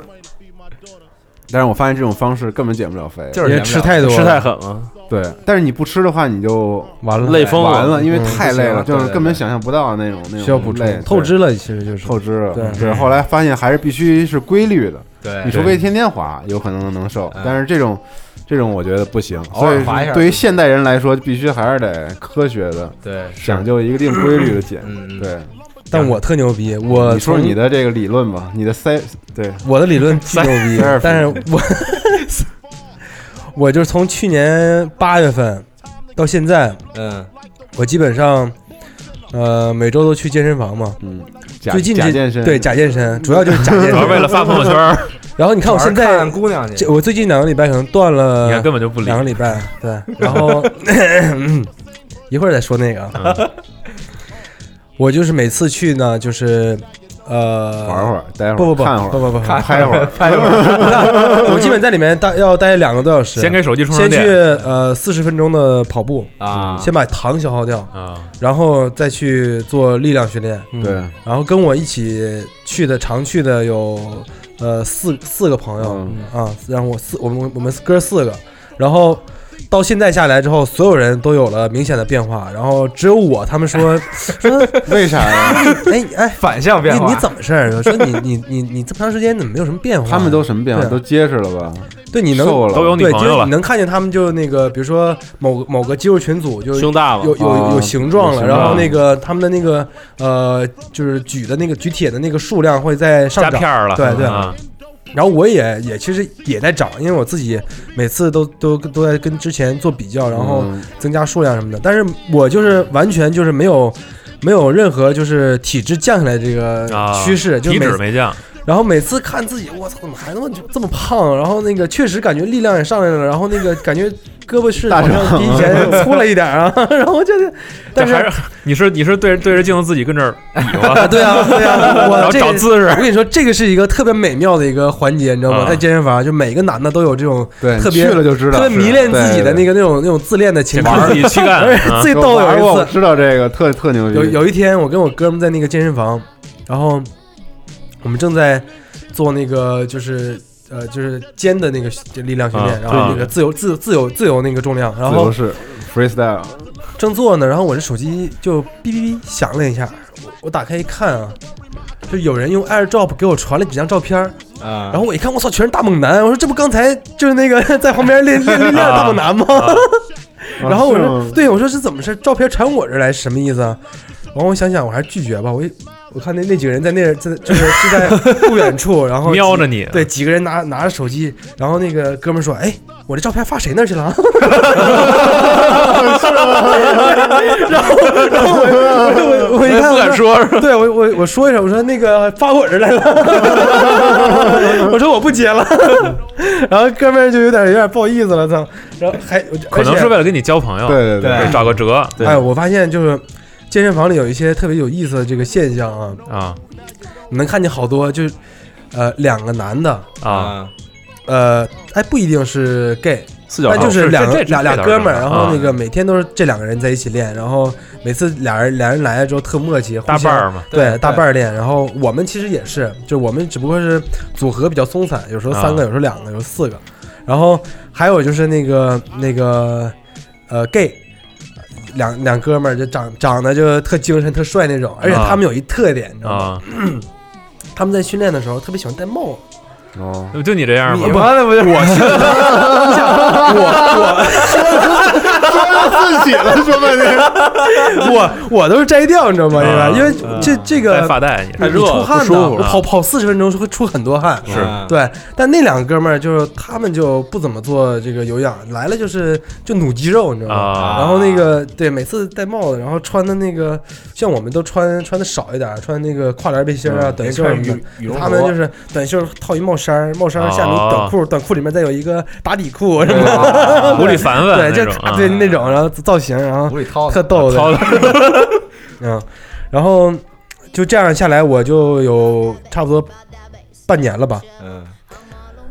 [SPEAKER 7] 但是我发现这种方式根本减不了肥，
[SPEAKER 8] 就是减不了因为吃太多了吃太狠了。
[SPEAKER 7] 对，但是你不吃的话，你就
[SPEAKER 10] 完
[SPEAKER 9] 了累疯了
[SPEAKER 7] 完了，因为
[SPEAKER 9] 嗯
[SPEAKER 7] 太累了，
[SPEAKER 9] 不行
[SPEAKER 7] 就
[SPEAKER 9] 了
[SPEAKER 7] 是
[SPEAKER 9] 对
[SPEAKER 7] 根本想象不到的那种那种
[SPEAKER 10] 需要补充
[SPEAKER 7] 累对
[SPEAKER 10] 透支了其实就是
[SPEAKER 7] 透支了。
[SPEAKER 10] 对
[SPEAKER 7] 是后来发现还是必须是规律的，
[SPEAKER 8] 哎
[SPEAKER 10] 对
[SPEAKER 7] 你除非天天滑，有可能能瘦，但是这种这种我觉得不行。
[SPEAKER 8] 嗯偶
[SPEAKER 7] 所
[SPEAKER 8] 尔
[SPEAKER 7] 以
[SPEAKER 8] 滑一下
[SPEAKER 7] 对于现代人来说，必须还是得科学的，
[SPEAKER 8] 对是嗯
[SPEAKER 7] 讲究一定规律的减，对。
[SPEAKER 10] 但我特牛逼，我
[SPEAKER 7] 你说
[SPEAKER 10] 呃从
[SPEAKER 7] 你的这个理论吧，你的塞对
[SPEAKER 10] 我的理
[SPEAKER 7] *laughs*
[SPEAKER 10] 论巨牛逼
[SPEAKER 7] 塞尔，夫
[SPEAKER 10] 但是我我就是从去年八月份到现在，
[SPEAKER 8] 嗯，
[SPEAKER 10] 我基本上呃每周都去健身房嘛，
[SPEAKER 7] 嗯，假
[SPEAKER 10] 最近
[SPEAKER 7] 假
[SPEAKER 10] 这
[SPEAKER 7] 健身
[SPEAKER 10] 对假健身，主要就是假健
[SPEAKER 7] *laughs*
[SPEAKER 10] 身，
[SPEAKER 9] 主要为了发朋友圈儿
[SPEAKER 10] 然后你看我现
[SPEAKER 8] 主要是
[SPEAKER 10] 在
[SPEAKER 8] 看姑娘去
[SPEAKER 10] 这我最近两个礼拜可能断了，
[SPEAKER 9] *laughs* 你看根本就不理
[SPEAKER 10] 两个礼拜，对，然后 *coughs* 嗯一会儿再说那个
[SPEAKER 7] 嗯
[SPEAKER 10] 啊。我就是每次去呢，就是呃
[SPEAKER 7] 玩会儿待会儿
[SPEAKER 10] 不不不
[SPEAKER 7] 看会儿
[SPEAKER 10] 不不不不
[SPEAKER 7] 看拍 *laughs* 会儿
[SPEAKER 10] 拍会儿。 *laughs* 我基本在里面待要待两个多小时，
[SPEAKER 9] 先给手机充上
[SPEAKER 10] 先
[SPEAKER 9] 电
[SPEAKER 10] 去呃四十分钟的跑步
[SPEAKER 9] 啊
[SPEAKER 10] 先把糖消耗掉
[SPEAKER 9] 啊，
[SPEAKER 10] 然后再去做力量训练。嗯
[SPEAKER 7] 对
[SPEAKER 10] 然后跟我一起去的常去的有呃四四个朋友、啊，然后我四我们我们哥四个，然后到现在下来之后，所有人都有了明显的变化，然后只有我他们说说
[SPEAKER 7] 为啥
[SPEAKER 10] *laughs*
[SPEAKER 7] 呀？
[SPEAKER 10] 哎哎，
[SPEAKER 8] 反向变化
[SPEAKER 10] 你你怎么事儿？说你你你你这么长时间怎么没有什么变化？
[SPEAKER 7] 他们都什么变化？
[SPEAKER 10] 对
[SPEAKER 7] 都结实了吧？
[SPEAKER 10] 对，你能
[SPEAKER 7] 瘦了，嗯
[SPEAKER 10] 对就是你能看见他们就那个，比如说某某个肌肉群组就
[SPEAKER 7] 胸大了
[SPEAKER 10] 有有
[SPEAKER 7] 啊
[SPEAKER 10] 有形状了，
[SPEAKER 7] 有形
[SPEAKER 10] 然
[SPEAKER 7] 状
[SPEAKER 10] 后那个他们的那个呃，就是举的那个举铁的那个数量会在上涨，
[SPEAKER 9] 加片儿了
[SPEAKER 10] 对对。
[SPEAKER 9] 啊
[SPEAKER 10] 然后我也也其实也在涨，因为我自己每次都都都在跟之前做比较，然后
[SPEAKER 7] 嗯
[SPEAKER 10] 增加数量什么的。但是我就是完全就是没有没有任何就是体质降下来这个
[SPEAKER 9] 啊
[SPEAKER 10] 趋势，就
[SPEAKER 9] 体
[SPEAKER 10] 每
[SPEAKER 9] 脂
[SPEAKER 10] 次
[SPEAKER 9] 没降，
[SPEAKER 10] 然后每次看自己，我操，怎么还那么这么胖？然后那个确实感觉力量也上来了，然后那个感觉胳膊是
[SPEAKER 9] 大
[SPEAKER 10] 好
[SPEAKER 9] 肠
[SPEAKER 10] 像比以前粗了一点
[SPEAKER 7] *laughs*
[SPEAKER 10] 啊。然后就是，但
[SPEAKER 9] 这还是你是你是对着对着镜子自己跟这儿比划
[SPEAKER 10] 啊，对啊，对啊，*laughs*
[SPEAKER 9] 然
[SPEAKER 10] 我
[SPEAKER 9] 后
[SPEAKER 10] 这个
[SPEAKER 9] 找姿势
[SPEAKER 10] 我，跟你说，这个是一个特别美妙的一个环节，你知道吗？
[SPEAKER 9] 啊
[SPEAKER 10] 在健身房，就每个男的都有这种
[SPEAKER 7] 对
[SPEAKER 10] 特别
[SPEAKER 7] 去了就知道
[SPEAKER 10] 特别迷恋
[SPEAKER 7] 是
[SPEAKER 10] 自己的
[SPEAKER 7] 对
[SPEAKER 10] 那个那种那种自恋的情
[SPEAKER 7] 玩
[SPEAKER 10] 感，
[SPEAKER 7] 儿
[SPEAKER 10] *laughs*
[SPEAKER 9] 啊
[SPEAKER 10] 最逗有
[SPEAKER 7] 玩
[SPEAKER 10] 一
[SPEAKER 7] 儿
[SPEAKER 10] 次
[SPEAKER 7] 过我知道这个特特牛逼。
[SPEAKER 10] 有有一天，我跟我哥们在那个健身房，然后我们正在做那个就是呃就是肩的那个力量训练，
[SPEAKER 7] 啊
[SPEAKER 10] 然后那个
[SPEAKER 7] 对
[SPEAKER 10] 自由自自由自由那个重量，然
[SPEAKER 7] 自
[SPEAKER 10] 后
[SPEAKER 7] 由式 freestyle，
[SPEAKER 10] 正做呢，然后我这手机就哔哔哔响了一下，我我打开一看啊，就有人用 AirDrop 给我传了几张照片儿
[SPEAKER 8] 啊
[SPEAKER 10] 然后我一看，我操，全是大猛男！我说这不刚才就是那个 *laughs* 在旁边练练练练的大猛男吗？
[SPEAKER 8] 啊
[SPEAKER 10] 然后我
[SPEAKER 8] 啊是
[SPEAKER 10] 说
[SPEAKER 8] 吗，
[SPEAKER 10] 对，我说是怎么事？照片传我这儿来是什么意思啊？然后我想想，我还是拒绝吧。我一我看那那几个人在那儿在就是就在不远处，然后几
[SPEAKER 9] 瞄着你
[SPEAKER 10] 对，几个人拿拿着手机，然后那个哥们儿说，哎，我这照片发谁那儿去了啊？ *laughs*
[SPEAKER 7] 啊
[SPEAKER 10] 然后，然后我我我我一看，
[SPEAKER 9] 不敢
[SPEAKER 10] 说，对我我我说一声，我说那个发我这儿来了， *laughs* 我说我不接了， *laughs* 然后哥们儿就有点有点不好意思了，操，然后还
[SPEAKER 9] 可能是为了跟你交朋友，
[SPEAKER 10] 对对哦对
[SPEAKER 9] 找个辙。
[SPEAKER 10] 哎，我发现就是健身房里有一些特别有意思的这个现象啊
[SPEAKER 9] 啊，
[SPEAKER 10] 你能看见好多就是呃两个男的
[SPEAKER 8] 嗯
[SPEAKER 9] 啊，
[SPEAKER 10] 呃哎不一定是 gay，
[SPEAKER 9] 四角
[SPEAKER 10] 但就是是
[SPEAKER 9] 这
[SPEAKER 10] 两个
[SPEAKER 9] 这这
[SPEAKER 10] 俩俩
[SPEAKER 9] 这倒
[SPEAKER 10] 哥
[SPEAKER 9] 是
[SPEAKER 10] 们儿，
[SPEAKER 9] 啊
[SPEAKER 10] 然后那个每天都是这两个人在一起练，然后每次俩人俩人来了之后特默契，互
[SPEAKER 9] 搭
[SPEAKER 10] 相
[SPEAKER 9] 伴儿嘛
[SPEAKER 10] 对
[SPEAKER 9] 对
[SPEAKER 10] 搭伴儿练。然后我们其实也是，就是我们只不过是组合比较松散，有时候三个，
[SPEAKER 9] 啊
[SPEAKER 10] 有时候两个，有时候四个。然后还有就是那个那个呃 gay。两两哥们儿就长长得就特精神、特帅那种，而且
[SPEAKER 9] 啊
[SPEAKER 10] 他们有一特点，你知道吗
[SPEAKER 9] 啊？
[SPEAKER 10] 他们在训练的时候特别喜欢戴帽子。
[SPEAKER 7] 哦，
[SPEAKER 9] 就你这样吗？
[SPEAKER 10] 你妈的不是
[SPEAKER 9] 我去
[SPEAKER 10] 我
[SPEAKER 7] 说自己了，说半 *laughs*
[SPEAKER 10] *laughs*
[SPEAKER 7] 天。
[SPEAKER 10] 我我都是摘掉，你知道吗？
[SPEAKER 9] 啊
[SPEAKER 10] 因为这这个
[SPEAKER 9] 戴发带你
[SPEAKER 10] 你
[SPEAKER 9] 太热
[SPEAKER 10] 你出
[SPEAKER 9] 不
[SPEAKER 10] 汗
[SPEAKER 9] 舒
[SPEAKER 10] 的，
[SPEAKER 9] 服
[SPEAKER 10] 我
[SPEAKER 9] 啊嗯
[SPEAKER 10] 跑跑四十分钟是会出很多汗。
[SPEAKER 8] 嗯
[SPEAKER 9] 是
[SPEAKER 10] 对，但那两个哥们儿就是他们就不怎么做这个有氧，来了就是就努肌肉，你知道吗？
[SPEAKER 9] 啊
[SPEAKER 10] 然后那个对，每次戴帽子，然后穿的那个像我们都穿穿的少一点，穿那个跨栏背心啊、
[SPEAKER 8] 嗯
[SPEAKER 10] 短袖什么的
[SPEAKER 8] 你穿羽羽绒，服
[SPEAKER 10] 他们
[SPEAKER 9] 啊
[SPEAKER 10] 就是短袖套一帽衫儿，帽衫儿下面一短裤，短裤里面再有一个打底裤什么 *laughs*
[SPEAKER 8] 啊
[SPEAKER 10] 的，
[SPEAKER 9] 无理反问
[SPEAKER 10] 对，
[SPEAKER 9] 那
[SPEAKER 10] 就
[SPEAKER 9] 种啊
[SPEAKER 10] 对那种，然后造型，然后特逗的
[SPEAKER 9] 掏的
[SPEAKER 10] 嗯，然后就这样下来，我就有差不多半年了吧，
[SPEAKER 8] 嗯，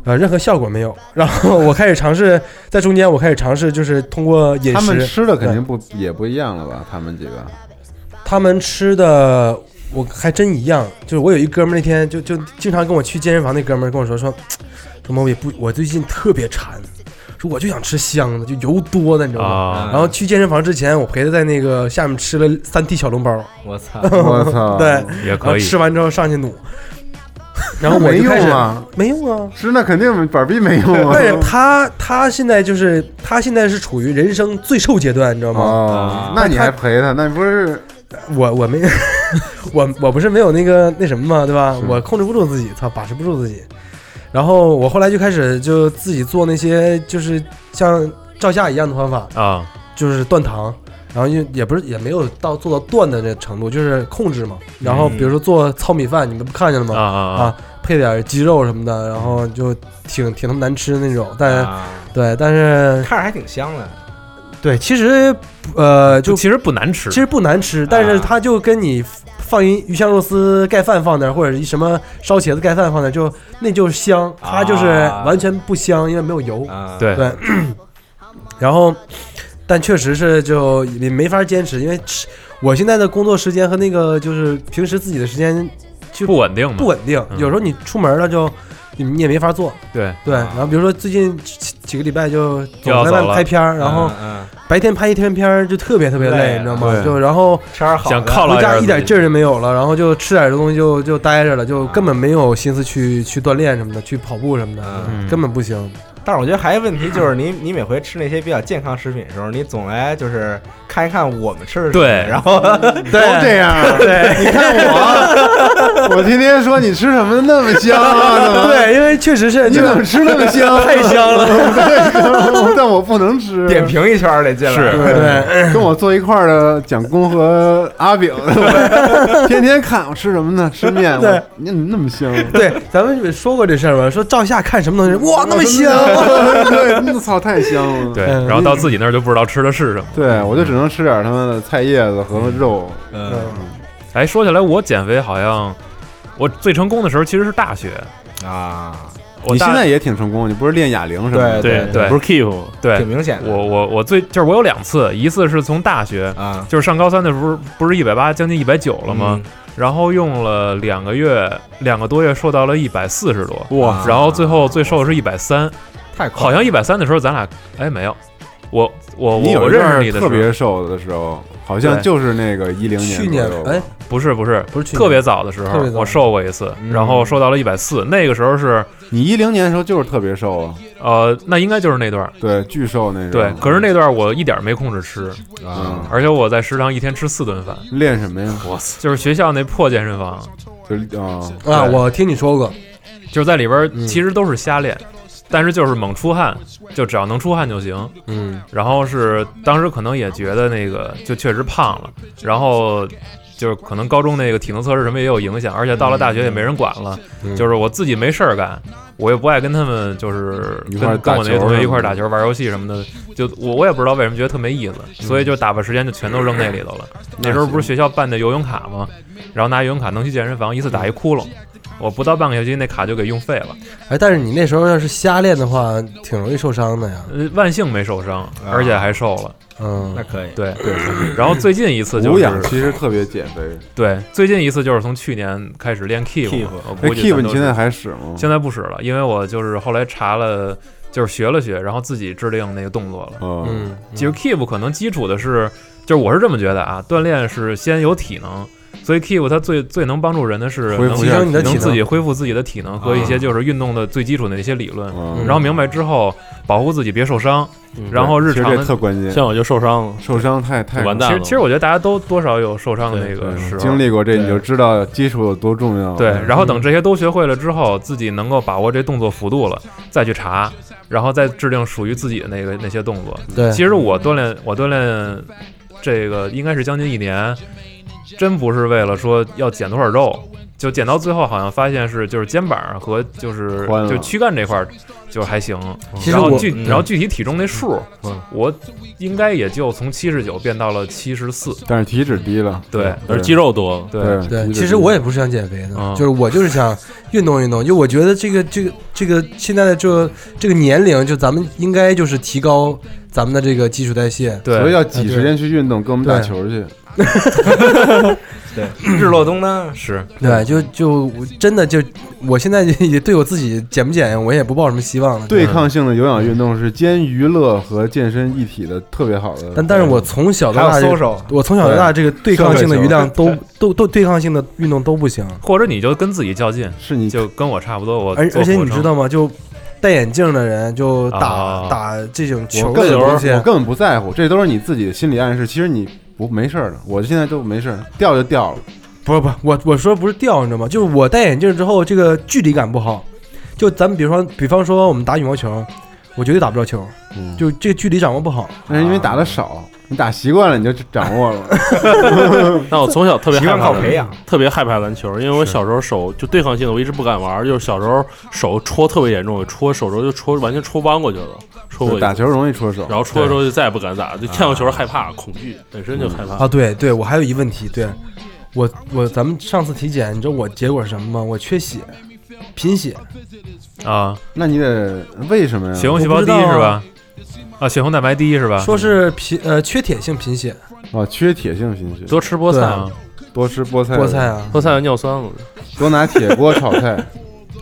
[SPEAKER 10] 呃，任何效果没有。然后我开始尝试，在中间我开始尝试，就是通过饮食，
[SPEAKER 7] 他们吃的肯定
[SPEAKER 10] 嗯
[SPEAKER 7] 不也不一样了吧？他们几个，
[SPEAKER 10] 他们吃的我还真一样，就是我有一哥们儿那天就就经常跟我去健身房那哥们儿跟我说说，说毛也不我最近特别馋，说我就想吃香的，就油多的， *laughs* 你知道吗？
[SPEAKER 8] 嗯
[SPEAKER 9] 啊
[SPEAKER 10] 然后去健身房之前，我陪他在那个下面吃了三屉小笼包，
[SPEAKER 8] 我操
[SPEAKER 9] 我操
[SPEAKER 10] *laughs* 对，
[SPEAKER 9] 也
[SPEAKER 10] 然
[SPEAKER 9] 可以
[SPEAKER 10] 后吃完之后上去努。然后我
[SPEAKER 7] 没
[SPEAKER 10] 就
[SPEAKER 7] 用
[SPEAKER 10] 开始
[SPEAKER 7] 啊，
[SPEAKER 10] 没用
[SPEAKER 9] *laughs*
[SPEAKER 10] 啊，
[SPEAKER 7] 吃那肯定板儿逼没用
[SPEAKER 10] *laughs*
[SPEAKER 7] 啊。
[SPEAKER 10] 但是他他现在就是他现在是处于人生最瘦阶段，你知道吗？
[SPEAKER 9] 啊
[SPEAKER 10] 啊
[SPEAKER 7] 哦，那你还陪他？那不是
[SPEAKER 10] 我我没 *laughs* 我我不是没有那个那什么嘛，对吧？我控制不住自己，操，把持不住自己。然后我后来就开始就自己做那些就是像照下一样的方法，
[SPEAKER 9] 啊，
[SPEAKER 10] 就是断糖，然后也也不是也没有到做到断的这程度，就是控制嘛。然后比如说做糙米饭，你们不看见了吗？
[SPEAKER 9] 嗯啊啊啊
[SPEAKER 10] 配点鸡肉什么的，然后就挺挺他妈难吃的那种，但、 *laughs*
[SPEAKER 9] 啊
[SPEAKER 10] 对，但是
[SPEAKER 8] 啊看着还挺香的。
[SPEAKER 10] 对，其实呃，就
[SPEAKER 9] 其实不难吃，啊
[SPEAKER 10] 其实不难吃，但是它就跟你放一鱼香肉丝盖饭放那儿，或者一什么烧茄子盖饭放那儿，就那就是香，它就是
[SPEAKER 9] 啊
[SPEAKER 10] 完全不香，因为没有油。
[SPEAKER 8] 啊
[SPEAKER 9] 对
[SPEAKER 10] 对，然后但确实是就也没法坚持，因为吃我现在的工作时间和那个就是平时自己的时间就
[SPEAKER 9] 不稳定嘛
[SPEAKER 10] 不稳定。
[SPEAKER 9] 嗯
[SPEAKER 10] 有时候你出门了就你你也没法做。
[SPEAKER 9] 对
[SPEAKER 10] 对，然后比如说最近几几个礼拜就
[SPEAKER 9] 啊就要
[SPEAKER 10] 总在外
[SPEAKER 9] 走
[SPEAKER 10] 面
[SPEAKER 9] 了
[SPEAKER 10] 拍片儿，然后
[SPEAKER 8] 嗯
[SPEAKER 10] 白天拍一天片儿就特别特别
[SPEAKER 8] 累
[SPEAKER 10] 累，你知道吗？
[SPEAKER 9] 对
[SPEAKER 10] 就然后
[SPEAKER 8] 吃点好的想犒劳
[SPEAKER 10] 回
[SPEAKER 8] 一下
[SPEAKER 10] 家
[SPEAKER 8] 自己
[SPEAKER 10] 一点劲儿就没有了，然后就吃点东西就就待着了，就根本没有心思去去锻炼什么的，去跑步什么的，根本不行。
[SPEAKER 8] 但是我觉得还有一个问题就是你，你每回吃那些比较健康食品的时候，你总来就是看一看我们吃的什么，
[SPEAKER 7] 对
[SPEAKER 8] 然后
[SPEAKER 7] 嗯都这样啊
[SPEAKER 8] 对，
[SPEAKER 7] 你看
[SPEAKER 10] *laughs*
[SPEAKER 7] 啊我，我天天说你吃什么那么香啊？怎么
[SPEAKER 10] 对，因为确实是
[SPEAKER 7] 你怎么吃那么
[SPEAKER 10] *laughs*
[SPEAKER 7] 香？啊
[SPEAKER 8] 太香了
[SPEAKER 7] *laughs* 对但我不能吃。
[SPEAKER 8] 点评一圈儿得进来，
[SPEAKER 7] 对，跟我坐一块儿的蒋工和阿炳，
[SPEAKER 10] *laughs*
[SPEAKER 7] 天天看我吃什么呢？吃面。
[SPEAKER 10] 对
[SPEAKER 7] 我，你怎么那么香？，
[SPEAKER 10] 对，咱们也说过这事儿吧，说照下看什么东西，哇，那么香啊
[SPEAKER 7] 嗯对，我操，太香
[SPEAKER 10] *laughs*
[SPEAKER 7] 了。
[SPEAKER 9] 对，然后到自己那儿就不知道吃的是什么。
[SPEAKER 7] 对，我就只能吃点他妈的菜叶子和肉。
[SPEAKER 8] 嗯，
[SPEAKER 9] 哎，说起来，我减肥好像我最成功的时候其实是大学
[SPEAKER 8] 啊。
[SPEAKER 9] 我
[SPEAKER 7] 你
[SPEAKER 9] 大
[SPEAKER 7] 现在也挺成功，你不是练哑铃什么的？
[SPEAKER 9] 对对，keep，对，
[SPEAKER 8] 挺明显的
[SPEAKER 9] 我我我最就是我有两次，一次是从大学，
[SPEAKER 8] 啊、
[SPEAKER 9] 就是上高三的时候，不是一百八，将近一百九了吗？
[SPEAKER 7] 嗯
[SPEAKER 9] 然后用了两个月，两个多月瘦到了一百四十多，
[SPEAKER 8] 哇
[SPEAKER 9] 然后最后最瘦的是一百三，
[SPEAKER 8] 啊太
[SPEAKER 9] 好像一百三的时候咱俩哎没有，我我
[SPEAKER 7] 你
[SPEAKER 9] 我
[SPEAKER 7] 有
[SPEAKER 9] 我
[SPEAKER 7] 一阵
[SPEAKER 9] 认识
[SPEAKER 7] 儿
[SPEAKER 9] 你的时
[SPEAKER 7] 特
[SPEAKER 9] 候
[SPEAKER 7] 别瘦的时候，好像
[SPEAKER 9] 对
[SPEAKER 7] 就是那个一零年
[SPEAKER 9] 去年
[SPEAKER 7] 左右
[SPEAKER 10] 哎，
[SPEAKER 9] 不是不是
[SPEAKER 10] 不是去年
[SPEAKER 9] 特别早的时候
[SPEAKER 7] 特别，早
[SPEAKER 9] 我瘦过一次，
[SPEAKER 7] 嗯
[SPEAKER 9] 然后瘦到了一百四，那个时候是
[SPEAKER 7] 你一零年的时候就是特别瘦啊，
[SPEAKER 9] 呃，那应该就是那段儿。
[SPEAKER 7] 对，巨瘦那种。
[SPEAKER 9] 对，可是那段儿我一点儿没控制吃
[SPEAKER 7] 啊
[SPEAKER 9] 而且我在食堂一天吃四顿饭，
[SPEAKER 7] 练什么呀？
[SPEAKER 9] 我操，就是学校那破健身房，
[SPEAKER 7] 就是啊
[SPEAKER 10] 啊！我听你说过，
[SPEAKER 9] 就是在里边儿
[SPEAKER 7] 嗯
[SPEAKER 9] 其实都是瞎练，但是就是猛出汗，就只要能出汗就行。
[SPEAKER 10] 嗯，
[SPEAKER 9] 然后是当时可能也觉得那个就确实胖了，然后就是可能高中那个体能测试什么也有影响，而且到了大学也没人管了，
[SPEAKER 10] 嗯
[SPEAKER 9] 就是我自己没事儿干。我也不爱跟他们，就是
[SPEAKER 7] 一块儿
[SPEAKER 9] 跟跟
[SPEAKER 7] 打
[SPEAKER 9] 我那些
[SPEAKER 7] 球
[SPEAKER 9] 同
[SPEAKER 7] 什
[SPEAKER 9] 学
[SPEAKER 7] 么
[SPEAKER 9] 一块儿
[SPEAKER 7] 的
[SPEAKER 9] 打球、玩游戏什么的，就我我也不知道为什么觉得特没意思，所以就打发时间就全都扔那里头了。那时候不是学校办的游泳卡吗？然后拿游泳卡能去健身房，一次打一窟窿，我不到半个学期那卡就给用废了。
[SPEAKER 10] 哎，但是你那时候要是瞎练的话，挺容易受伤的呀。
[SPEAKER 9] 呃，万幸没受
[SPEAKER 7] 啊
[SPEAKER 9] 伤，而且还瘦了。
[SPEAKER 10] 嗯，
[SPEAKER 8] 那可以。
[SPEAKER 9] 对对。然后最近一次就是
[SPEAKER 7] 无氧其实特别减肥。
[SPEAKER 9] 对，最近一次就是从去年开始练 Keep，
[SPEAKER 7] Keep
[SPEAKER 9] 嘛我
[SPEAKER 7] 哎
[SPEAKER 9] *laughs* 估计
[SPEAKER 7] ，Keep
[SPEAKER 9] 咱
[SPEAKER 7] 你
[SPEAKER 9] 都
[SPEAKER 7] 现在
[SPEAKER 9] 是
[SPEAKER 7] 还使吗？
[SPEAKER 9] 现在不使了，因为我就是后来查了，就是学了学，然后自己制定那个动作了。
[SPEAKER 7] 哦嗯，
[SPEAKER 9] 其实 Keep 可能基础的是，就是我是这么觉得啊，锻炼是先有体能。所以 Keep 它最最能帮助人的是
[SPEAKER 7] 恢
[SPEAKER 9] 能
[SPEAKER 7] 复一下体能啊
[SPEAKER 9] 能自己恢复自己的体能和一些就是运动的最基础的一些理论，嗯
[SPEAKER 7] 嗯
[SPEAKER 9] 然后明白之后保护自己别受伤，然后日
[SPEAKER 7] 其实
[SPEAKER 9] 常
[SPEAKER 7] 这
[SPEAKER 9] 的
[SPEAKER 7] 特关键。
[SPEAKER 6] 像我就受伤了，
[SPEAKER 7] 受伤太太
[SPEAKER 6] 完蛋
[SPEAKER 9] 其
[SPEAKER 6] 了。
[SPEAKER 9] 实其实我觉得大家都多少有受伤的那个时
[SPEAKER 7] 对
[SPEAKER 9] 候，
[SPEAKER 7] 经历过嗯这你就知道基础有多重要。
[SPEAKER 9] 对，然后等这些都学会了之后，自己能够把握这动作幅度了，再去查，然后再制定属于自己的那个那些动作。
[SPEAKER 10] 对
[SPEAKER 9] 其实我锻炼，我锻炼这个应该是将近一年，真不是为了说要减多少肉，就减到最后好像发现是就是肩膀和就是
[SPEAKER 7] 宽了
[SPEAKER 9] 就躯干这块儿就还行。
[SPEAKER 10] 其实
[SPEAKER 9] 然后
[SPEAKER 10] 我
[SPEAKER 9] 具
[SPEAKER 10] 嗯
[SPEAKER 9] 然后具体体重那数
[SPEAKER 10] 嗯，
[SPEAKER 9] 我应该也就从七十九变到了七十四。
[SPEAKER 7] 但是体脂低了，
[SPEAKER 9] 对
[SPEAKER 7] 对
[SPEAKER 9] 多对
[SPEAKER 10] 对，其实我也不是想减肥的，
[SPEAKER 9] 嗯
[SPEAKER 10] 就是我就是想运动运动。就我觉得这个这个这个现在的这这个年龄，就咱们应该就是提高咱们的这个基础代谢。
[SPEAKER 7] 所以要挤时间去运动，跟我们打
[SPEAKER 10] 对
[SPEAKER 7] 球去。
[SPEAKER 8] 对， *clears throat* 日落东啊呢
[SPEAKER 9] 是
[SPEAKER 10] 对，就就我真的就我现在也对我自己减不减，我也不抱什么希望了。
[SPEAKER 7] 对抗性的有氧运动是兼娱乐和健身一体的，特别好的。
[SPEAKER 10] 但但是我从小到大
[SPEAKER 7] 还有
[SPEAKER 10] 这个
[SPEAKER 7] social
[SPEAKER 10] 我从小到大这个对
[SPEAKER 7] 对
[SPEAKER 10] 抗性的
[SPEAKER 7] 社会
[SPEAKER 10] 余量
[SPEAKER 7] 球
[SPEAKER 10] 都都都对抗性的运动都不行。
[SPEAKER 9] 或者你就跟自己较劲，
[SPEAKER 7] 是
[SPEAKER 8] 嗯
[SPEAKER 7] 你
[SPEAKER 9] 就跟我差不多，我
[SPEAKER 10] 而
[SPEAKER 9] 做俯卧
[SPEAKER 10] 而且你
[SPEAKER 9] 撑
[SPEAKER 10] 知道吗？就戴眼镜的人就打、
[SPEAKER 9] 啊
[SPEAKER 10] 打这种球
[SPEAKER 7] 我
[SPEAKER 10] 的
[SPEAKER 7] 根本
[SPEAKER 10] 东
[SPEAKER 7] 不
[SPEAKER 10] 西，
[SPEAKER 7] 我根本不在乎，这都是你自己的心理暗示。其实你不没事儿的，我现在都没事儿，掉就掉了。
[SPEAKER 10] 不是不是，我我说不是掉，你知道吗？就是我戴眼镜之后，这个距离感不好。就咱们比方比方说我们打羽毛球，我绝对打不着球，
[SPEAKER 7] 嗯
[SPEAKER 10] 就这个距离掌握不好。
[SPEAKER 7] 那是因为打的少，你打习惯了你就掌握了。
[SPEAKER 6] 那我从小特别害怕篮
[SPEAKER 7] 培养，
[SPEAKER 6] 特别害怕篮球，因为我小时候手就对抗性的，我一直不敢玩，就是小时候手戳特别严重，戳手肘就戳完全戳弯过去了，戳过去
[SPEAKER 7] 打球容易戳手，
[SPEAKER 6] 然后戳的时候就再也不敢打，就看到球害怕、恐
[SPEAKER 7] 嗯
[SPEAKER 6] 惧，本身就害怕
[SPEAKER 10] 啊，对对，我还有一问题，对我我咱们上次体检，你知道我结果是什么吗？我缺血，贫血。
[SPEAKER 9] 啊，
[SPEAKER 7] 那你得为什么呀？
[SPEAKER 8] 嗯
[SPEAKER 9] 血红细胞低是吧？啊，血红蛋白低是吧？嗯
[SPEAKER 10] 说是贫呃缺铁性贫血，
[SPEAKER 7] 啊，缺铁性贫血，
[SPEAKER 9] 多吃菠菜啊
[SPEAKER 7] 多吃菠菜，
[SPEAKER 10] 菠菜啊，
[SPEAKER 6] 菠菜有尿酸了，
[SPEAKER 7] 多拿铁锅炒菜。，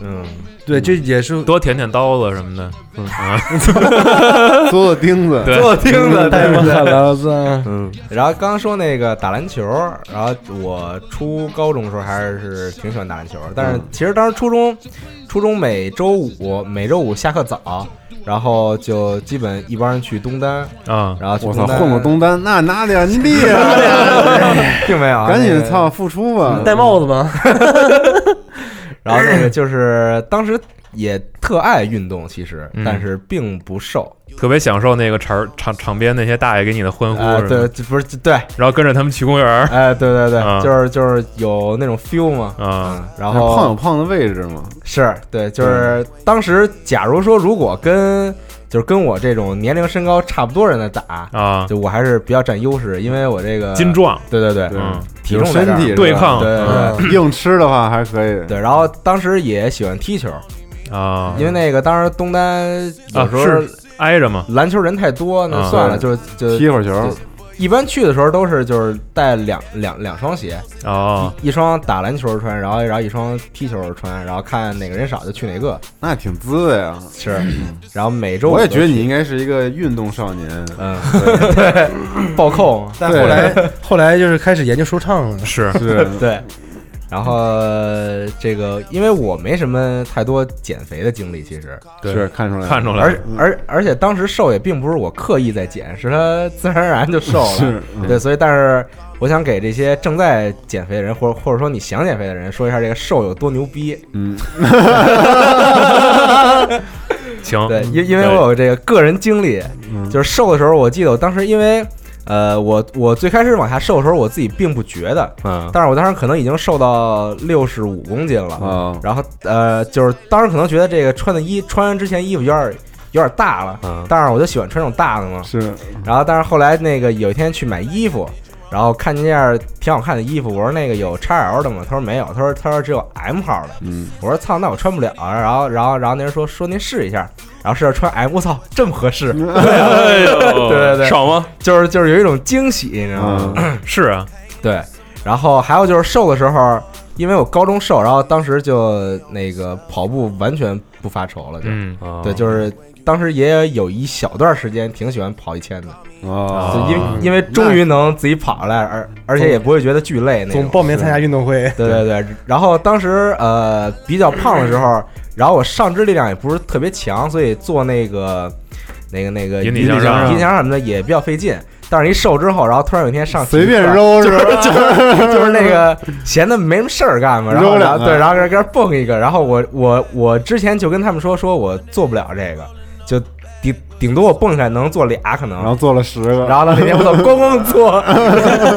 [SPEAKER 6] 嗯，
[SPEAKER 10] 对，这也是
[SPEAKER 9] 多舔舔刀子什么的，嗯啊
[SPEAKER 7] 做钉子
[SPEAKER 9] 对
[SPEAKER 8] 做钉子
[SPEAKER 9] 对
[SPEAKER 8] 太不狠了
[SPEAKER 10] 子。
[SPEAKER 8] 嗯，然后刚刚说那个打篮球，然后我初高中的时候还是挺喜欢打篮球，但是其实当时初中，初中每周五每周五下课早，然后就基本一帮人去东单
[SPEAKER 9] 啊，
[SPEAKER 8] 然后去
[SPEAKER 7] 我操，
[SPEAKER 8] 东单
[SPEAKER 7] 混过东单，那拿点力啊！
[SPEAKER 8] *laughs* 并没有啊，
[SPEAKER 7] 赶紧
[SPEAKER 8] 那个
[SPEAKER 7] 操付出吧！
[SPEAKER 10] 戴帽子吗？
[SPEAKER 8] 然后那个就是当时也特爱运动，其实
[SPEAKER 9] 嗯
[SPEAKER 8] 但是并不瘦。
[SPEAKER 9] 特别享受那个场场场边那些大爷给你的欢呼
[SPEAKER 8] 啊、
[SPEAKER 9] 什
[SPEAKER 8] 对
[SPEAKER 9] 么的，，
[SPEAKER 8] 就不是对， *laughs*
[SPEAKER 9] 然后跟着他们去公园儿，
[SPEAKER 8] 哎、对对对，
[SPEAKER 9] 啊
[SPEAKER 8] 就是就是有那种 feel 嘛，嗯
[SPEAKER 9] 啊，
[SPEAKER 8] 然后
[SPEAKER 7] 胖有胖的位置嘛，
[SPEAKER 8] 是对，就是当时假如说如果跟就是跟我这种年龄身高差不多人的打
[SPEAKER 9] 啊，
[SPEAKER 8] 就我还是比较占优势，因为我这个
[SPEAKER 9] 金壮，
[SPEAKER 8] 对对对，
[SPEAKER 9] 嗯
[SPEAKER 8] 体重
[SPEAKER 7] 有
[SPEAKER 8] 在这
[SPEAKER 7] 身
[SPEAKER 8] 儿
[SPEAKER 7] 体是吧
[SPEAKER 9] 对抗啊
[SPEAKER 8] 对对
[SPEAKER 10] 啊
[SPEAKER 8] 对
[SPEAKER 7] 硬吃的话还可以。
[SPEAKER 8] 对，然后当时也喜欢踢球，
[SPEAKER 9] 啊，
[SPEAKER 8] 因为那个当时东单
[SPEAKER 9] 啊
[SPEAKER 8] 有时候
[SPEAKER 9] 是挨着嘛，
[SPEAKER 8] 篮球人太多，那
[SPEAKER 9] 啊
[SPEAKER 8] 算了，
[SPEAKER 7] 对
[SPEAKER 8] 就就
[SPEAKER 7] 踢会儿球。
[SPEAKER 8] 一般去的时候都是就是带两两两双鞋，
[SPEAKER 9] 哦，
[SPEAKER 8] 一双打篮球穿，然后然后一双踢球穿，然后看哪个人少就去哪个。
[SPEAKER 7] 那挺滋的呀。
[SPEAKER 8] 是，然后每周
[SPEAKER 7] 我也觉
[SPEAKER 8] *clears throat*
[SPEAKER 7] 得
[SPEAKER 8] 你
[SPEAKER 7] 你应该是一个运动少年。
[SPEAKER 8] 嗯
[SPEAKER 7] 对
[SPEAKER 8] 暴扣，
[SPEAKER 10] 但后来后来就是开始研究说唱
[SPEAKER 8] 嗯
[SPEAKER 10] 了。
[SPEAKER 9] 是
[SPEAKER 10] *laughs*
[SPEAKER 7] 是，
[SPEAKER 8] 对。然后这个，因为我没什么太多减肥的经历，其实，
[SPEAKER 9] 对
[SPEAKER 7] 是看出来了
[SPEAKER 9] 看出来
[SPEAKER 8] 而
[SPEAKER 9] 了，
[SPEAKER 8] 而而且当时瘦也并不是我刻意在减，是他 *laughs* 自然而然就瘦了
[SPEAKER 7] 是。嗯
[SPEAKER 8] 对，所以但是我想给这些正在减肥的人，或者或者说你想减肥的人，说一下这个瘦有多牛逼。
[SPEAKER 10] *laughs*
[SPEAKER 7] 嗯，
[SPEAKER 9] 行，
[SPEAKER 8] 对，因因为我有这个个人经历，就是瘦的时候，我记得我当时因为。呃，我我最开始往下瘦的时候，我自己并不觉得，
[SPEAKER 6] 嗯，
[SPEAKER 8] 但是我当时可能已经瘦到六十五公斤了，
[SPEAKER 7] 啊，
[SPEAKER 8] 然后呃，就是当时可能觉得这个穿的衣穿之前衣服有点有点大了，
[SPEAKER 6] 嗯
[SPEAKER 8] 但是我就喜欢穿这种大的嘛。
[SPEAKER 7] 是
[SPEAKER 8] 然后但是后来那个有一天去买衣服，然后看见件儿挺好看的衣服，我说那个有 XL 的吗？他说没有，他说他说只有 M 号的。
[SPEAKER 7] 嗯，
[SPEAKER 8] 我说操，那我穿不了啊。然后然后然后那人说说您试一下，然后试着穿 M，我操，这么合适，
[SPEAKER 7] 哦
[SPEAKER 6] 哎呦，
[SPEAKER 9] 哦
[SPEAKER 8] *laughs*
[SPEAKER 6] 对
[SPEAKER 8] 对对
[SPEAKER 6] 爽
[SPEAKER 8] *laughs*
[SPEAKER 6] 吗？
[SPEAKER 8] 就是就是有一种惊喜，你知道吗？
[SPEAKER 7] 嗯，
[SPEAKER 9] 是啊，
[SPEAKER 8] 对，然后还有就是瘦的时候，因为我高中瘦，然后当时就那个跑步完全不发愁了，就、
[SPEAKER 9] 嗯，
[SPEAKER 6] 啊
[SPEAKER 8] 对，就是当时也有一小段时间挺喜欢跑一千的，
[SPEAKER 7] 啊，
[SPEAKER 9] 哦
[SPEAKER 8] 就因为因为终于能自己跑下来，而而且也不会觉得巨累那
[SPEAKER 10] 总
[SPEAKER 8] 种。
[SPEAKER 10] 报名参加运动会，
[SPEAKER 8] 对对对，然后当时呃比较胖的时候，然后我上肢力量也不是特别强，所以做那个那个那个
[SPEAKER 9] 引体
[SPEAKER 8] 引
[SPEAKER 9] 向上
[SPEAKER 8] 引体向上什么的也比较费劲。但是一瘦之后，然后突然有一天上体育
[SPEAKER 7] 随便
[SPEAKER 8] 课 *laughs*
[SPEAKER 7] 揉 *laughs* 是吧？
[SPEAKER 8] 就是
[SPEAKER 7] *laughs*
[SPEAKER 8] 那个闲的没什么事儿干嘛，然后
[SPEAKER 7] 扔
[SPEAKER 8] 然
[SPEAKER 7] 两
[SPEAKER 8] 后
[SPEAKER 7] 个
[SPEAKER 8] 对，然后搁这儿蹦一个，然后我我我之前就跟他们说，说我做不了这个，就顶顶多我蹦起来能做俩可
[SPEAKER 7] 然后
[SPEAKER 8] 能，
[SPEAKER 7] *laughs* 做了十个，
[SPEAKER 8] 然后到那天我操咣咣做，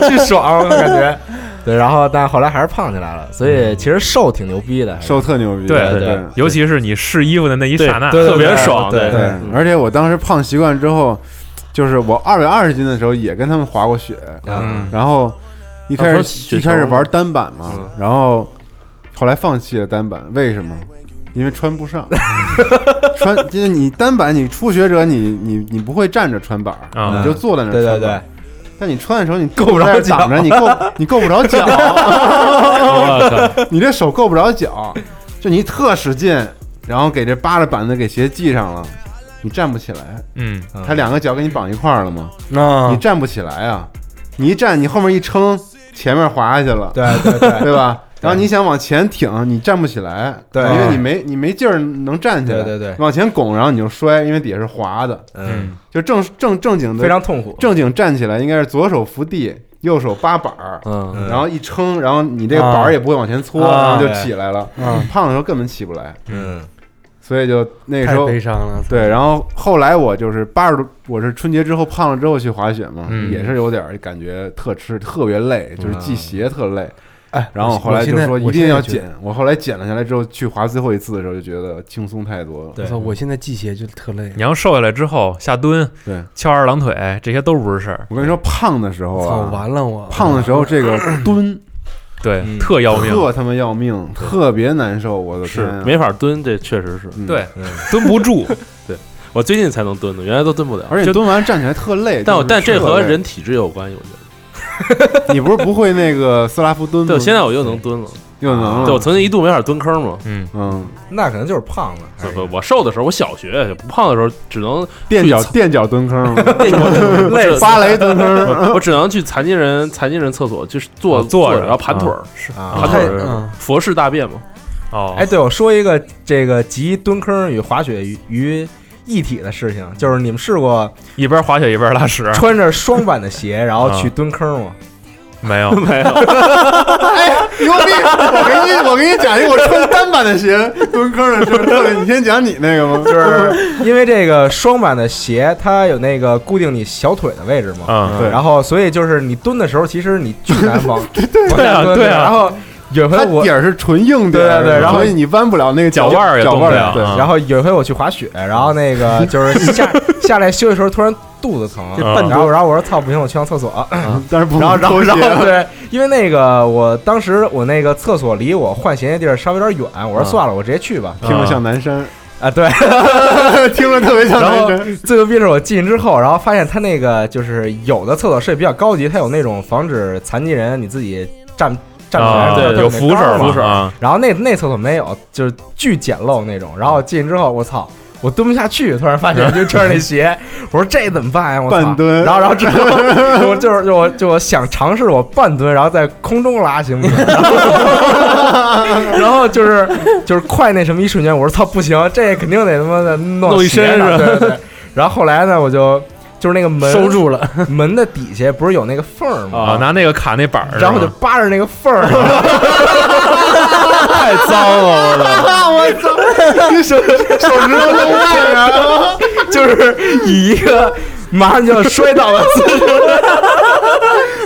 [SPEAKER 8] 巨爽我感觉。对，然后但后来还是胖起来了，所以其实瘦挺牛逼的，
[SPEAKER 7] 嗯
[SPEAKER 8] 啊
[SPEAKER 7] 瘦特牛逼
[SPEAKER 8] 对
[SPEAKER 7] 对对
[SPEAKER 9] 尤其是你试衣服的那一刹那，
[SPEAKER 8] 对对
[SPEAKER 9] 特别
[SPEAKER 8] 对
[SPEAKER 9] 爽。
[SPEAKER 8] 对
[SPEAKER 7] 对，而且我当时胖习惯之后，就是我二百二十斤的时候也跟他们滑过雪，
[SPEAKER 9] 嗯
[SPEAKER 7] 然后一开
[SPEAKER 9] 啊说
[SPEAKER 7] 始
[SPEAKER 9] 雪
[SPEAKER 7] 一
[SPEAKER 9] 球
[SPEAKER 7] 开始玩单板嘛，
[SPEAKER 8] 嗯
[SPEAKER 7] 然后后来放弃了单板，为什么？因为穿不
[SPEAKER 8] *laughs*
[SPEAKER 7] 上，穿就是你单板，你初学者你你你不会站着穿板儿，
[SPEAKER 8] 啊
[SPEAKER 7] 你就坐在那儿
[SPEAKER 8] 对对
[SPEAKER 7] 穿板儿
[SPEAKER 8] 对。
[SPEAKER 7] 但你穿的时候，你
[SPEAKER 8] 够不着
[SPEAKER 7] 在那儿
[SPEAKER 8] 脚
[SPEAKER 7] 挡着，你够你够不着
[SPEAKER 8] *laughs*
[SPEAKER 7] 脚，
[SPEAKER 8] 我
[SPEAKER 7] 你这手够不着脚，就你特使劲，然后给这扒着板子给鞋系上了，你站不起来。
[SPEAKER 9] 嗯，
[SPEAKER 7] 他两个脚给你绑一块儿了吗？
[SPEAKER 10] 啊
[SPEAKER 8] 嗯
[SPEAKER 7] 你站不起来啊！你一站，你后面一撑，前面滑下去了，
[SPEAKER 8] 对
[SPEAKER 7] *laughs*
[SPEAKER 8] 对 *laughs* 对
[SPEAKER 7] 对吧？然后你想往前挺，你站不起来，
[SPEAKER 8] 对
[SPEAKER 7] 因为你没你没劲儿能站起来，
[SPEAKER 8] 对对对
[SPEAKER 7] 往前拱，然后你就摔，因为底下是滑的，
[SPEAKER 8] 嗯，
[SPEAKER 7] 就正正正经的
[SPEAKER 8] 非常痛苦
[SPEAKER 7] 正经站起来应该是左手扶地，右手扒板儿，
[SPEAKER 6] 嗯
[SPEAKER 7] 然后一撑，然后你这个板儿也不会往前搓，
[SPEAKER 10] 啊
[SPEAKER 7] 然后就起来了。
[SPEAKER 10] 嗯
[SPEAKER 7] 胖的时候根本起不来，
[SPEAKER 8] 嗯，
[SPEAKER 7] 所以就那时候
[SPEAKER 10] 太悲伤了
[SPEAKER 7] 对，然后后来我就是八十多，我是春节之后胖了之后去滑雪嘛，
[SPEAKER 10] 嗯
[SPEAKER 7] 也是有点儿感觉特吃，特别累，就是系鞋特累。
[SPEAKER 10] 哎
[SPEAKER 7] 然后
[SPEAKER 10] 我
[SPEAKER 7] 后来
[SPEAKER 10] 我
[SPEAKER 7] 就
[SPEAKER 10] 现在
[SPEAKER 7] 说一
[SPEAKER 10] 我现
[SPEAKER 7] 定
[SPEAKER 10] 在
[SPEAKER 7] 要
[SPEAKER 10] 也觉得
[SPEAKER 7] 减，我后来减了下来之后，去滑最后一次的时候就觉得轻松太多了。
[SPEAKER 9] 对
[SPEAKER 10] 我操，我现在系鞋就特累。
[SPEAKER 9] 你要瘦下来之后下蹲、
[SPEAKER 7] 对
[SPEAKER 9] 翘二郎腿，这些都不是事儿。
[SPEAKER 7] 我跟你说，胖的时候
[SPEAKER 10] 操
[SPEAKER 7] 啊，
[SPEAKER 10] 完了我
[SPEAKER 7] 胖的时候这个 *coughs* 蹲，
[SPEAKER 9] 对，特要命，
[SPEAKER 7] 特他妈要命，特别难受。我的天
[SPEAKER 6] 是
[SPEAKER 7] 啊，
[SPEAKER 6] 没法蹲，这确实是
[SPEAKER 9] 对
[SPEAKER 6] 嗯，
[SPEAKER 9] 蹲不住。
[SPEAKER 6] 对我最近才能蹲的，原来都蹲不了。
[SPEAKER 7] 而且
[SPEAKER 6] 就
[SPEAKER 7] 蹲完站起来特累。
[SPEAKER 6] 但我
[SPEAKER 7] 就是
[SPEAKER 6] 但这
[SPEAKER 7] 特
[SPEAKER 6] 和
[SPEAKER 7] 累
[SPEAKER 6] 人体质有关系，我觉得。
[SPEAKER 7] *laughs* 你不是不会那个斯拉夫蹲吗？
[SPEAKER 6] 对，现在我又能蹲了，
[SPEAKER 7] 又能了
[SPEAKER 6] 对，我曾经一度没法蹲坑嘛。
[SPEAKER 9] 嗯
[SPEAKER 7] 嗯，
[SPEAKER 8] 那可能就是胖了，
[SPEAKER 6] 不不，我瘦的时候，我小学不胖的时候，只能
[SPEAKER 7] 垫
[SPEAKER 8] *laughs*
[SPEAKER 7] 脚
[SPEAKER 6] 去，
[SPEAKER 7] 垫脚蹲坑吗
[SPEAKER 6] 我
[SPEAKER 7] 累
[SPEAKER 6] 只
[SPEAKER 7] 死芭蕾蹲坑
[SPEAKER 8] *laughs*
[SPEAKER 6] 我我只能去残疾人残疾人厕所，就是坐
[SPEAKER 9] 哦坐着
[SPEAKER 6] 然后盘腿儿
[SPEAKER 9] 啊，是
[SPEAKER 8] 啊
[SPEAKER 6] 盘腿
[SPEAKER 8] 嗯
[SPEAKER 6] 儿，佛式大便嘛。
[SPEAKER 9] 哦
[SPEAKER 8] 哎，对，我说一个这个集蹲坑与滑雪于于一体的事情，就是你们试过
[SPEAKER 9] 一边滑雪一边拉屎，
[SPEAKER 8] 穿着双板的鞋，然后
[SPEAKER 9] 啊
[SPEAKER 8] 去蹲坑吗？
[SPEAKER 9] 没有啊
[SPEAKER 6] 没有，
[SPEAKER 7] 哎，牛逼！我给你，我 *laughs* 给你讲一个我穿单板的鞋蹲坑的事儿特别。你先讲你那个吗？
[SPEAKER 8] 就是因为这个双板的鞋，它有那个固定你小腿的位置嘛，
[SPEAKER 9] 嗯对
[SPEAKER 8] 然后所以就是你蹲的时候，其实你巨难
[SPEAKER 9] *laughs*
[SPEAKER 8] 往往
[SPEAKER 9] 对啊
[SPEAKER 8] 下蹲，
[SPEAKER 9] 对啊
[SPEAKER 8] 然后有
[SPEAKER 7] *laughs*
[SPEAKER 8] 回
[SPEAKER 7] 它
[SPEAKER 8] 我
[SPEAKER 7] 底儿是纯硬底儿，
[SPEAKER 8] 对对对然后
[SPEAKER 7] 所以你弯不了那个
[SPEAKER 8] 脚
[SPEAKER 7] 腕
[SPEAKER 8] 腕儿也
[SPEAKER 7] 脚
[SPEAKER 8] 动不
[SPEAKER 7] 腕
[SPEAKER 8] 了
[SPEAKER 7] 对，
[SPEAKER 8] 啊然后有一回我去滑雪，然后那个就是
[SPEAKER 9] *laughs*
[SPEAKER 8] 下下来休息时候突然肚子疼，
[SPEAKER 7] 这笨
[SPEAKER 8] 然后然后我说操不行，我去趟厕所，
[SPEAKER 7] 但是不
[SPEAKER 8] 啊然后然后
[SPEAKER 7] 脱鞋
[SPEAKER 8] 然后对，因为那个我当时我那个厕所离我换鞋的地儿稍微有点远，
[SPEAKER 9] 嗯
[SPEAKER 8] 我说
[SPEAKER 7] 啊
[SPEAKER 8] 算了，我直接去吧，
[SPEAKER 7] 听着像南山， *laughs*
[SPEAKER 8] 啊，对， *laughs*
[SPEAKER 7] 听着特别像
[SPEAKER 8] 然
[SPEAKER 7] 男
[SPEAKER 8] 后
[SPEAKER 7] 生
[SPEAKER 8] 最牛逼的是我进去之后，然后发现他那个就是有的厕所设计比较高级，它有那种防止残疾人你自己站站起来
[SPEAKER 9] 啊
[SPEAKER 8] 的那
[SPEAKER 9] 对
[SPEAKER 8] 种
[SPEAKER 9] 有扶手
[SPEAKER 8] 杆儿嘛
[SPEAKER 9] 扶手啊
[SPEAKER 8] 然后那那厕所没有，就是巨简陋那种。然后进去之后，我操！我蹲不下去，突然发现就穿着那鞋，我说这怎么办呀？我操
[SPEAKER 7] 半蹲
[SPEAKER 8] 然后然后之后我就是就我就我想尝试我半蹲，然后在空中拉行不 *laughs* 行？然后然后就是就是快那什么一瞬间，我说操不行，这肯定得他妈的弄
[SPEAKER 6] 弄一
[SPEAKER 8] 鞋
[SPEAKER 6] 身
[SPEAKER 8] 上
[SPEAKER 6] 是吧
[SPEAKER 8] 对对对然后后来呢，我就就是那个门
[SPEAKER 9] 收住了，
[SPEAKER 8] 门的底下不是有那个缝儿吗？
[SPEAKER 9] 啊，拿那个卡那板儿，
[SPEAKER 8] 然后我就扒着那个缝
[SPEAKER 7] *laughs*
[SPEAKER 8] 儿，
[SPEAKER 9] 太脏了，我操！
[SPEAKER 7] *laughs* 我
[SPEAKER 8] *laughs*
[SPEAKER 7] 操，你手手指头都烂 *laughs* 了，
[SPEAKER 8] 就是以一个马上就要摔倒的姿势。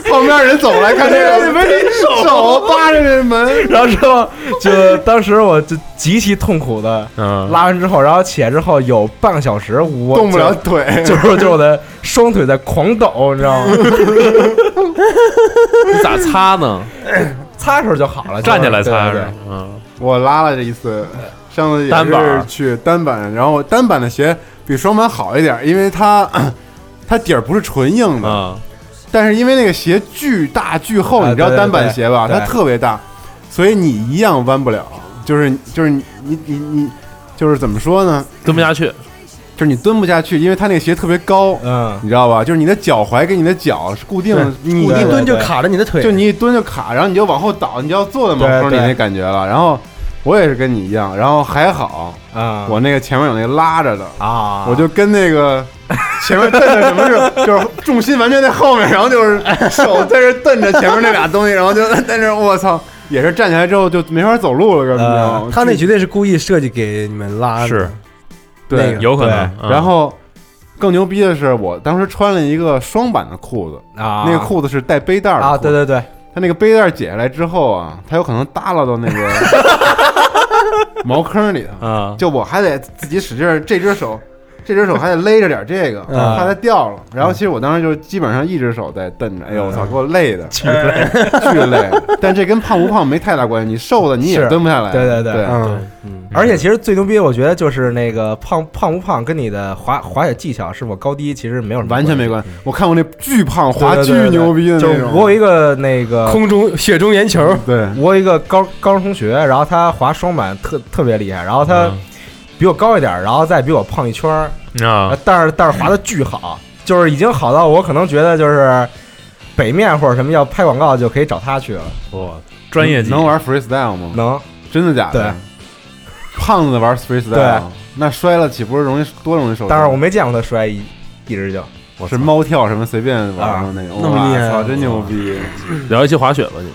[SPEAKER 7] 旁边人走来看这个，
[SPEAKER 8] 你们手
[SPEAKER 7] 手扒着这门，
[SPEAKER 8] 然后之后就当时我就极其痛苦的
[SPEAKER 9] 嗯
[SPEAKER 8] 拉完之后，然后起来之后有半个小时我
[SPEAKER 7] 动不了
[SPEAKER 8] *laughs* 就
[SPEAKER 7] 腿，
[SPEAKER 8] 就是就是我的双腿在狂抖，你知道吗？
[SPEAKER 6] 你咋擦呢？
[SPEAKER 8] 擦的时候就好了，
[SPEAKER 9] 站起来擦
[SPEAKER 8] 对对
[SPEAKER 9] 是
[SPEAKER 8] 对，
[SPEAKER 9] 嗯，
[SPEAKER 7] 我拉了这一次，上次也
[SPEAKER 9] 单板
[SPEAKER 7] 是
[SPEAKER 9] 儿
[SPEAKER 7] 去单板，然后单板的鞋比双板好一点，因为它它底儿不是纯硬的，
[SPEAKER 6] 啊，
[SPEAKER 7] 但是因为那个鞋巨大巨厚，
[SPEAKER 8] 啊
[SPEAKER 7] 你知道
[SPEAKER 8] 对对
[SPEAKER 7] 单板鞋吧，
[SPEAKER 8] 对
[SPEAKER 7] 它特别大，所以你一样弯不了，就是就是你你你你就是怎么说呢？
[SPEAKER 6] 蹲不下去。
[SPEAKER 7] 就是你蹲不下去，因为它那个鞋特别高，
[SPEAKER 8] 嗯，
[SPEAKER 7] 你知道吧？就是你的脚踝跟你的脚是固定的，
[SPEAKER 10] 你
[SPEAKER 7] 固
[SPEAKER 10] 一
[SPEAKER 7] 定的
[SPEAKER 10] 蹲就卡着你的腿，
[SPEAKER 7] 就你一蹲就卡，然后你就往后倒，你就要坐在茅坑里
[SPEAKER 8] 对对
[SPEAKER 7] 那感觉了。然后我也是跟你一样，然后还好
[SPEAKER 8] 啊
[SPEAKER 7] 我那个前面有那个拉着的，
[SPEAKER 8] 啊，
[SPEAKER 7] 我就跟那 *laughs* 个前面蹬着什么似的，就是重心完全在后面，然后就是手在这蹬着前面那俩东西，然后就在那儿我操，也是站起来之后就没法走路了，根本就。
[SPEAKER 10] 嗯他那绝对是故意设计给你们拉的，
[SPEAKER 9] 是
[SPEAKER 7] 对
[SPEAKER 10] 那个
[SPEAKER 9] 有可能。
[SPEAKER 7] 对
[SPEAKER 9] 嗯
[SPEAKER 7] 然后更牛逼的是，我当时穿了一个双版的裤子，
[SPEAKER 8] 啊
[SPEAKER 7] 那个裤子是带背带儿的
[SPEAKER 8] 啊，
[SPEAKER 7] 裤子
[SPEAKER 8] 对对对，
[SPEAKER 7] 他那个背带解下来之后啊，他有可能耷拉到那个
[SPEAKER 8] *laughs*
[SPEAKER 7] 茅坑里头
[SPEAKER 6] 啊，
[SPEAKER 7] 就我还得自己使劲儿，这只手。这只手还得勒着点
[SPEAKER 8] *laughs*
[SPEAKER 7] 这个，
[SPEAKER 6] 啊
[SPEAKER 7] 怕它掉了。然后其实我当时就基本上一只手在蹬着，哎呦我
[SPEAKER 8] 啊
[SPEAKER 7] 操，给我累
[SPEAKER 8] *laughs*
[SPEAKER 7] 的，
[SPEAKER 6] 巨累
[SPEAKER 7] 巨累。但这跟胖不胖没太大关系，你瘦的你也
[SPEAKER 8] 是
[SPEAKER 7] 蹲不下来。
[SPEAKER 8] 对对
[SPEAKER 7] 对，
[SPEAKER 8] 嗯，而且其实最牛逼，我觉得就是那个胖胖不胖跟你的滑滑雪技巧是否高低其实没有什么完全没
[SPEAKER 7] 关系。我看过那巨胖滑
[SPEAKER 8] 对对对
[SPEAKER 7] 巨牛逼的
[SPEAKER 8] 就
[SPEAKER 7] 那
[SPEAKER 8] 是
[SPEAKER 7] 种
[SPEAKER 8] 我有一个那个
[SPEAKER 7] 空
[SPEAKER 8] 中雪中岩球，
[SPEAKER 7] 对
[SPEAKER 8] 我有一个高高中同学，然后他滑双板特特别厉害，然后他比我高一点儿，然后再比我胖一圈儿，
[SPEAKER 9] 啊
[SPEAKER 8] 呃，但是但是滑的巨好，就是已经好到我可能觉得就是北面或者什么要拍广告就可以找他去了。
[SPEAKER 9] 哇，
[SPEAKER 8] 专业级
[SPEAKER 7] 能玩 freestyle 吗？
[SPEAKER 8] 能，
[SPEAKER 7] 真的假的？胖子玩 freestyle，
[SPEAKER 8] 对
[SPEAKER 7] 那摔了岂不是容易多容易受伤？
[SPEAKER 8] 但是我没见过他摔一一直就。
[SPEAKER 7] 我是猫跳什么随便玩的那种，
[SPEAKER 8] 啊那么厉害
[SPEAKER 7] 哇操，真牛逼！
[SPEAKER 6] 聊一期滑雪吧，你们，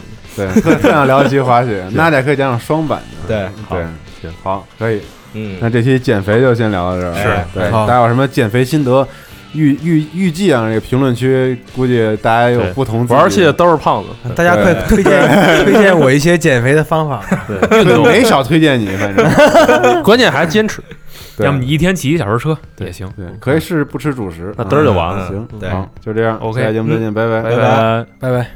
[SPEAKER 7] 对，特特想聊一期滑雪
[SPEAKER 6] 行
[SPEAKER 7] 那得可以讲讲双板的。
[SPEAKER 8] 对
[SPEAKER 7] 对，
[SPEAKER 6] 行，
[SPEAKER 7] 好，可以。
[SPEAKER 8] 嗯
[SPEAKER 7] 那这期减肥就先聊到这儿。
[SPEAKER 6] 是
[SPEAKER 7] 对，
[SPEAKER 6] 好
[SPEAKER 7] 大家有什么减肥心得？预预预计啊，这个评论区估计大家有不同自己的。
[SPEAKER 6] 玩儿去都是胖子，
[SPEAKER 10] 大家快推
[SPEAKER 7] *laughs*
[SPEAKER 10] 荐推荐我一些减肥的方法。
[SPEAKER 6] 对运动
[SPEAKER 7] 没少推荐你，反正。
[SPEAKER 6] *laughs*
[SPEAKER 9] *laughs*
[SPEAKER 6] 关键还坚持，
[SPEAKER 7] 对
[SPEAKER 9] 要么你一天骑一小时车也行，
[SPEAKER 7] 对，可以是不吃主食，
[SPEAKER 9] 那嘚儿就完了
[SPEAKER 7] 嗯行，
[SPEAKER 9] 对
[SPEAKER 7] 好，就这样
[SPEAKER 9] ，OK，
[SPEAKER 7] 下期节目再
[SPEAKER 9] 嗯
[SPEAKER 7] 见，拜拜，
[SPEAKER 9] 拜拜，
[SPEAKER 10] 拜拜。